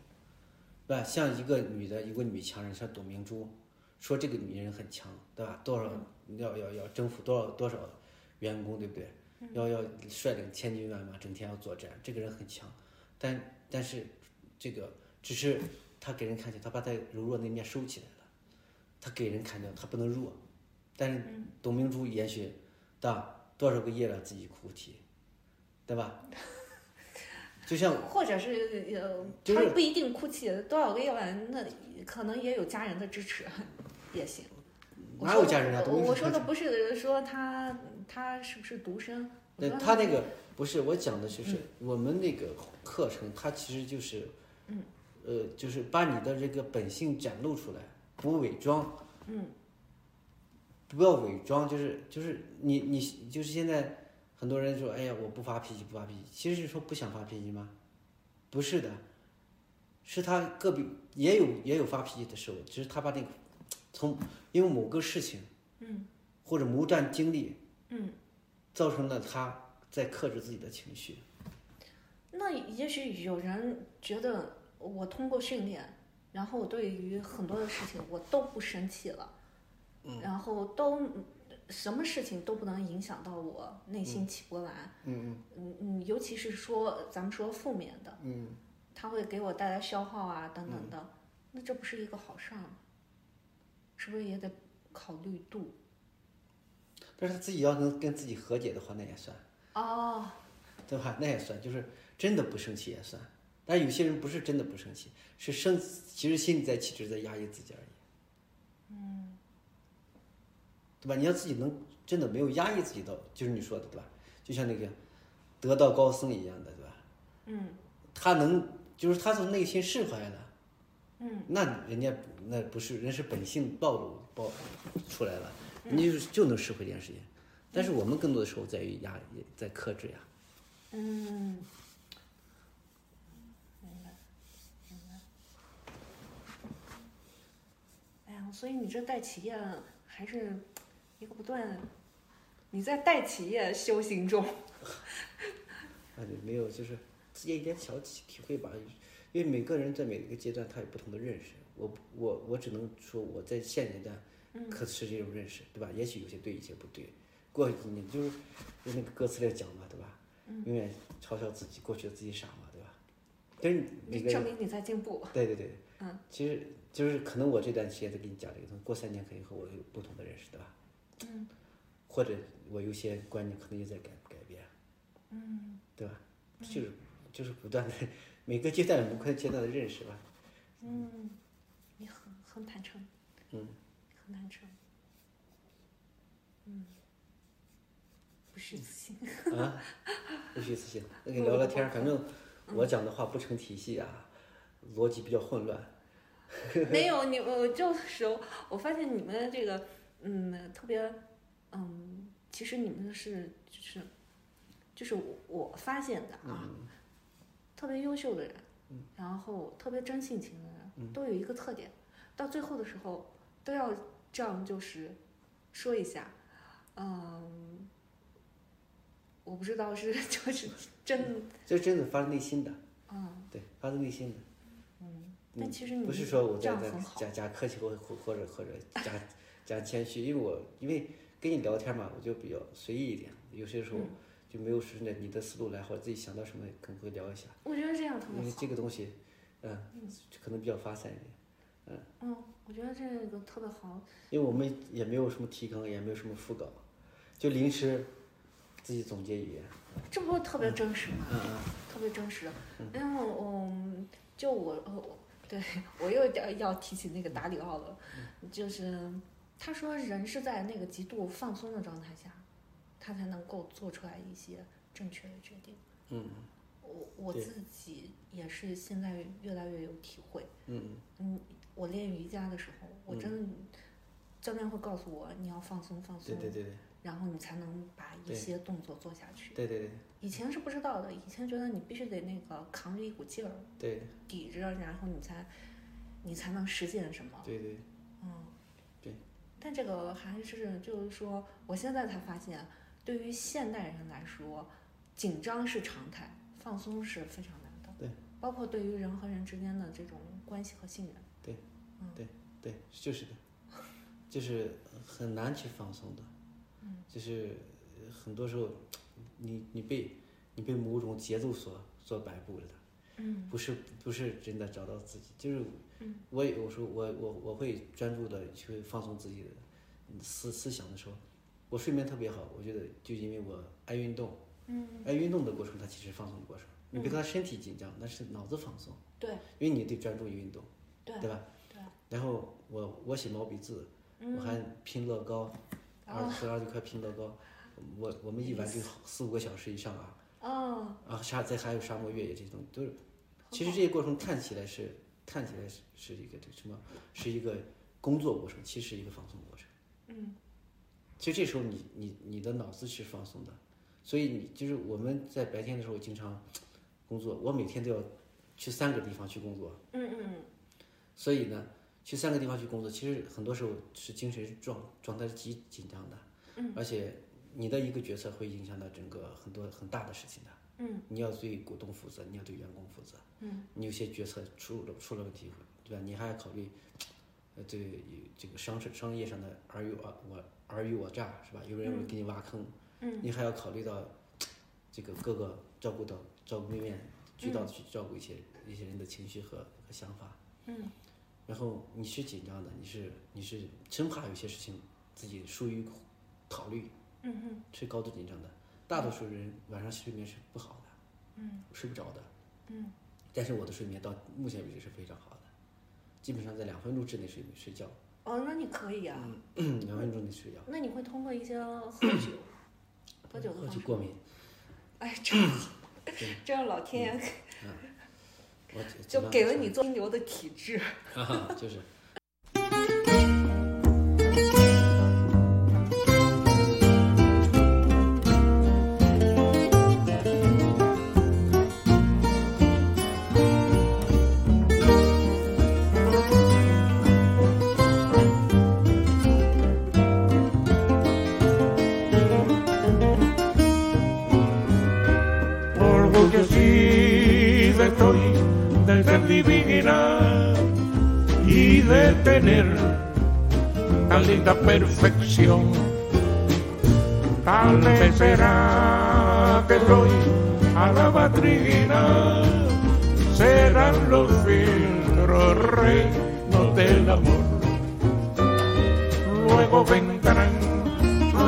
[SPEAKER 1] 对吧？像一个女的，一个女强人，像董明珠，说这个女人很强，对吧？多少要要要征服多少多少员工，对不对？要要率领千军万马，整天要作战，这个人很强，但但是这个只是她给人看起来，她把她柔弱那面收起来了。他给人看到他不能弱，但是董明珠也许，到多少个夜晚自己哭啼，对吧？就像
[SPEAKER 2] 或者是呃，
[SPEAKER 1] 就是
[SPEAKER 2] 他不一定哭泣，多少个夜晚，那可能也有家人的支持，也行。
[SPEAKER 1] 哪有家人啊？
[SPEAKER 2] 我
[SPEAKER 1] 董明珠
[SPEAKER 2] 我说的不是说他他是不是独生，我
[SPEAKER 1] 对
[SPEAKER 2] 说
[SPEAKER 1] 他那个不是我讲的，就是我们那个课程，它其实就是，嗯，呃，就是把你的这个本性展露出来，不伪装，嗯，不要伪装，就是就是你你就是现在很多人说，哎呀，我不发脾气，不发脾气，其实是说不想发脾气吗？不是的，是他个别也有也有发脾气的时候，只是他把那个从因为某个事情，
[SPEAKER 2] 嗯，
[SPEAKER 1] 或者某段经历，
[SPEAKER 2] 嗯，
[SPEAKER 1] 造成了他在克制自己的情绪。
[SPEAKER 2] 那也许有人觉得我通过训练，然后我对于很多的事情我都不生气了，
[SPEAKER 1] 嗯
[SPEAKER 2] 然后都什么事情都不能影响到我内心起波澜，
[SPEAKER 1] 嗯
[SPEAKER 2] 嗯嗯，尤其是说咱们说负面的，
[SPEAKER 1] 嗯
[SPEAKER 2] 它会给我带来消耗啊等等的，那这不是一个好事儿吗？是不是也得考虑度？
[SPEAKER 1] 嗯，但是他自己要能跟自己和解的话，那也算，
[SPEAKER 2] 哦，
[SPEAKER 1] 对吧？那也算，就是真的不生气也算。但有些人不是真的不生气，是生，其实心里在气，只是在压抑自己而已。嗯，对吧？你要自己能真的没有压抑自己的，就是你说的，对吧？就像那个得道高僧一样的，对吧？
[SPEAKER 2] 嗯
[SPEAKER 1] 他能，就是他从内心释怀了。
[SPEAKER 2] 嗯，
[SPEAKER 1] 那人家那不是人是本性暴露暴出来了，你就就能释怀这件事情。但是我们更多的时候在于压，也在克制呀。
[SPEAKER 2] 嗯，明白明白。哎呀，所以你这带企业还是一个不断，你在带企业修行中。
[SPEAKER 1] 啊，就没有，就是自己一点小体体会吧。因为每个人在每个阶段他有不同的认识，我我我只能说我在现阶段可是这种认识，对吧？也许有些对，有些不对。过去你就是就那个歌词里讲嘛，对吧？永远嘲笑自己，过去的自己傻嘛，对吧？但是每个
[SPEAKER 2] 证
[SPEAKER 1] 人
[SPEAKER 2] 明你在进步。
[SPEAKER 1] 对对对，
[SPEAKER 2] 嗯，
[SPEAKER 1] 其实就是可能我这段时间在跟你讲这个东西，过三年可能和我有不同的认识，对吧？嗯，或者我有些观念可能也在改改变，嗯，对吧？就是就是不断的每个阶段有每个阶段的认识吧，
[SPEAKER 2] 嗯，你很很坦诚。
[SPEAKER 1] 嗯，
[SPEAKER 2] 很坦诚。嗯，不
[SPEAKER 1] 嗯
[SPEAKER 2] 是自信。
[SPEAKER 1] 啊，不虚此行，那个聊聊天儿，反正我讲的话不成体系啊，逻辑比较混乱，
[SPEAKER 2] 没有你，我就是我发现你们这个，嗯，特别，嗯，其实你们是就是，就是我我发现的啊，特别优秀的人，然后特别真性情的人，都有一个特点，到最后的时候都要这样，就是说一下，嗯，我不知道是 就是真的，
[SPEAKER 1] 这真的发自内心的，
[SPEAKER 2] 嗯
[SPEAKER 1] 对，发自内心的，
[SPEAKER 2] 嗯，
[SPEAKER 1] 嗯
[SPEAKER 2] 但其实你
[SPEAKER 1] 不是说我
[SPEAKER 2] 这
[SPEAKER 1] 在
[SPEAKER 2] 样
[SPEAKER 1] 在
[SPEAKER 2] 很好，
[SPEAKER 1] 假假客气或或或者或者假假谦虚，因为我因为跟你聊天嘛，我就比较随意一点，有些时候
[SPEAKER 2] 嗯
[SPEAKER 1] 就没有顺着你的思路来，或者自己想到什么可能会聊一下，
[SPEAKER 2] 我觉得这样特
[SPEAKER 1] 因
[SPEAKER 2] 别
[SPEAKER 1] 为
[SPEAKER 2] 好，
[SPEAKER 1] 这个东西，嗯，可能比较发散一点，
[SPEAKER 2] 嗯，我觉得这个特别好，
[SPEAKER 1] 因为我们也没有什么提纲，也没有什么副稿，就临时自己总结语言，
[SPEAKER 2] 这不是特别真实吗？
[SPEAKER 1] 嗯嗯，
[SPEAKER 2] 特别真实，因为我我就我呃我对我又要要提起那个达里奥了，
[SPEAKER 1] 嗯
[SPEAKER 2] 就是他说人是在那个极度放松的状态下，他才能够做出来一些正确的决定。
[SPEAKER 1] 嗯
[SPEAKER 2] 我我
[SPEAKER 1] 对
[SPEAKER 2] 自己也是现在越来越有体会，
[SPEAKER 1] 嗯
[SPEAKER 2] 嗯，我练瑜伽的时候，我
[SPEAKER 1] 嗯
[SPEAKER 2] 真的、教练会告诉我你要放松放
[SPEAKER 1] 对
[SPEAKER 2] 松，
[SPEAKER 1] 对对对
[SPEAKER 2] 然后你才能把一
[SPEAKER 1] 对
[SPEAKER 2] 些动作做下去。
[SPEAKER 1] 对对对
[SPEAKER 2] 以前是不知道的，以前觉得你必须得那个扛着一股劲儿，
[SPEAKER 1] 对
[SPEAKER 2] 抵着，然后你才你才能实现什么。
[SPEAKER 1] 对对，
[SPEAKER 2] 嗯，
[SPEAKER 1] 对。
[SPEAKER 2] 但这个还是就是说，我现在才发现，对于现代人来说，紧张是常态，放松是非常难的。
[SPEAKER 1] 对。
[SPEAKER 2] 包括对于人和人之间的这种关系和信任。
[SPEAKER 1] 对，就是的，就是很难去放松的，
[SPEAKER 2] 嗯
[SPEAKER 1] 就是呃很多时候你你被你被某种节奏所所摆布了的，
[SPEAKER 2] 嗯
[SPEAKER 1] 不是不是真的找到自己，就是
[SPEAKER 2] 嗯
[SPEAKER 1] 我也有时候我我我会专注的去放松自己的思思想的时候，我睡眠特别好，我觉得就因为我爱运动，
[SPEAKER 2] 嗯，
[SPEAKER 1] 爱运动的过程它其实放松的过程，你别看身体紧张，但是脑子放松，
[SPEAKER 2] 对
[SPEAKER 1] 因为你得专注于运动，
[SPEAKER 2] 对
[SPEAKER 1] 对吧？
[SPEAKER 2] 对。
[SPEAKER 1] 然后我我写毛笔字。我
[SPEAKER 2] 嗯，
[SPEAKER 1] 还拼乐高，二
[SPEAKER 2] 哦
[SPEAKER 1] 和二十块拼乐高，我我们一玩就好四五个小时以上啊
[SPEAKER 2] 哦，
[SPEAKER 1] 啊沙再还有沙漠越野这种，都是
[SPEAKER 2] 好
[SPEAKER 1] 其实这些过程看起来是看起来是是一个这个什么是一个工作过程，其实是一个放松过程。
[SPEAKER 2] 嗯，
[SPEAKER 1] 其实这时候你你你的脑子是放松的，所以你就是我们在白天的时候经常工作，我每天都要去三个地方去工作，
[SPEAKER 2] 嗯嗯
[SPEAKER 1] 所以呢，去三个地方去工作，其实很多时候是精神状状态是极紧张的，
[SPEAKER 2] 嗯，
[SPEAKER 1] 而且你的一个决策会影响到整个很多很大的事情的，
[SPEAKER 2] 嗯，
[SPEAKER 1] 你要对股东负责，你要对员工负责，
[SPEAKER 2] 嗯，
[SPEAKER 1] 你有些决策出了出了问题，对吧？你还要考虑，呃，对这个商事商业上的尔虞我我尔虞我诈是吧？有人会给你挖坑，
[SPEAKER 2] 嗯，
[SPEAKER 1] 你还要考虑到这个各个照顾到照顾面面渠道去照顾一些、一些人的情绪和和想法。
[SPEAKER 2] 嗯
[SPEAKER 1] 然后你是紧张的，你是你是生怕有些事情自己疏于考虑，
[SPEAKER 2] 嗯嗯
[SPEAKER 1] 是高度紧张的。大多数人晚上睡眠是不好的，
[SPEAKER 2] 嗯
[SPEAKER 1] 睡不着的。
[SPEAKER 2] 嗯
[SPEAKER 1] 但是我的睡眠到目前为止是非常好的，基本上在两分钟之内睡睡觉，
[SPEAKER 2] 哦，那你可以啊，
[SPEAKER 1] 两分钟内睡觉，
[SPEAKER 2] 那你会通过一些喝 酒喝酒的
[SPEAKER 1] 嗯喝酒
[SPEAKER 2] 方
[SPEAKER 1] 嗯
[SPEAKER 2] 式。
[SPEAKER 1] 过敏，
[SPEAKER 2] 哎，真好， 这样老天爷
[SPEAKER 1] 我
[SPEAKER 2] 就给
[SPEAKER 1] 嗯
[SPEAKER 2] 了 你做金牛的体质。
[SPEAKER 1] 啊，就是。
[SPEAKER 3] Orgullosí estoy de ser divina y de tener tan linda perfección. Tal vez será que soy a la matrina, serán los filtros reinos del amor. Luego vendrán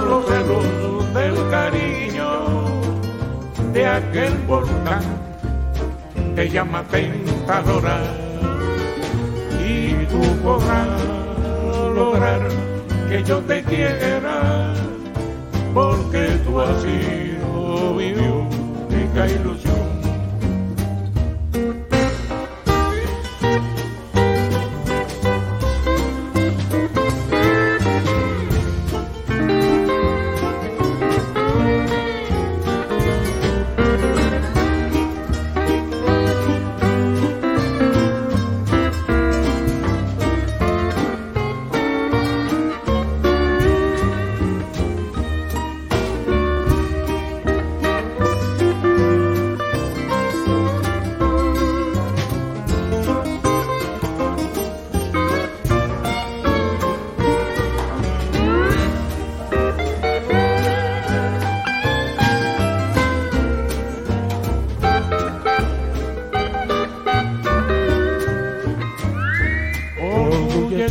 [SPEAKER 3] los celos del cariño de aquel volcán que llama tentadora y tú podrás lograr que yo te quiera porque tú has sido mi única ilusión.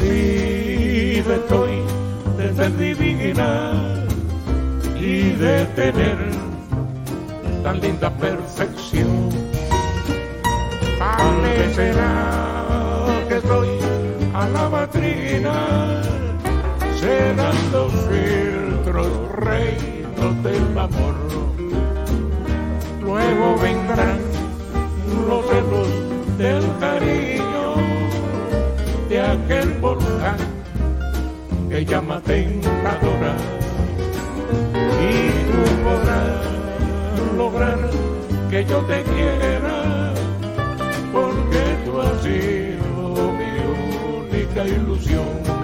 [SPEAKER 3] libre estoy de ser divina y de tener tan linda perfección. Tal vez será que soy a la matrina, serán los filtros reinos del amor. Luego vendrán los celos del cariño de aquel volcán este que llama tentadora y tú podrás lograr que yo te quiera porque tú has sido mi única ilusión.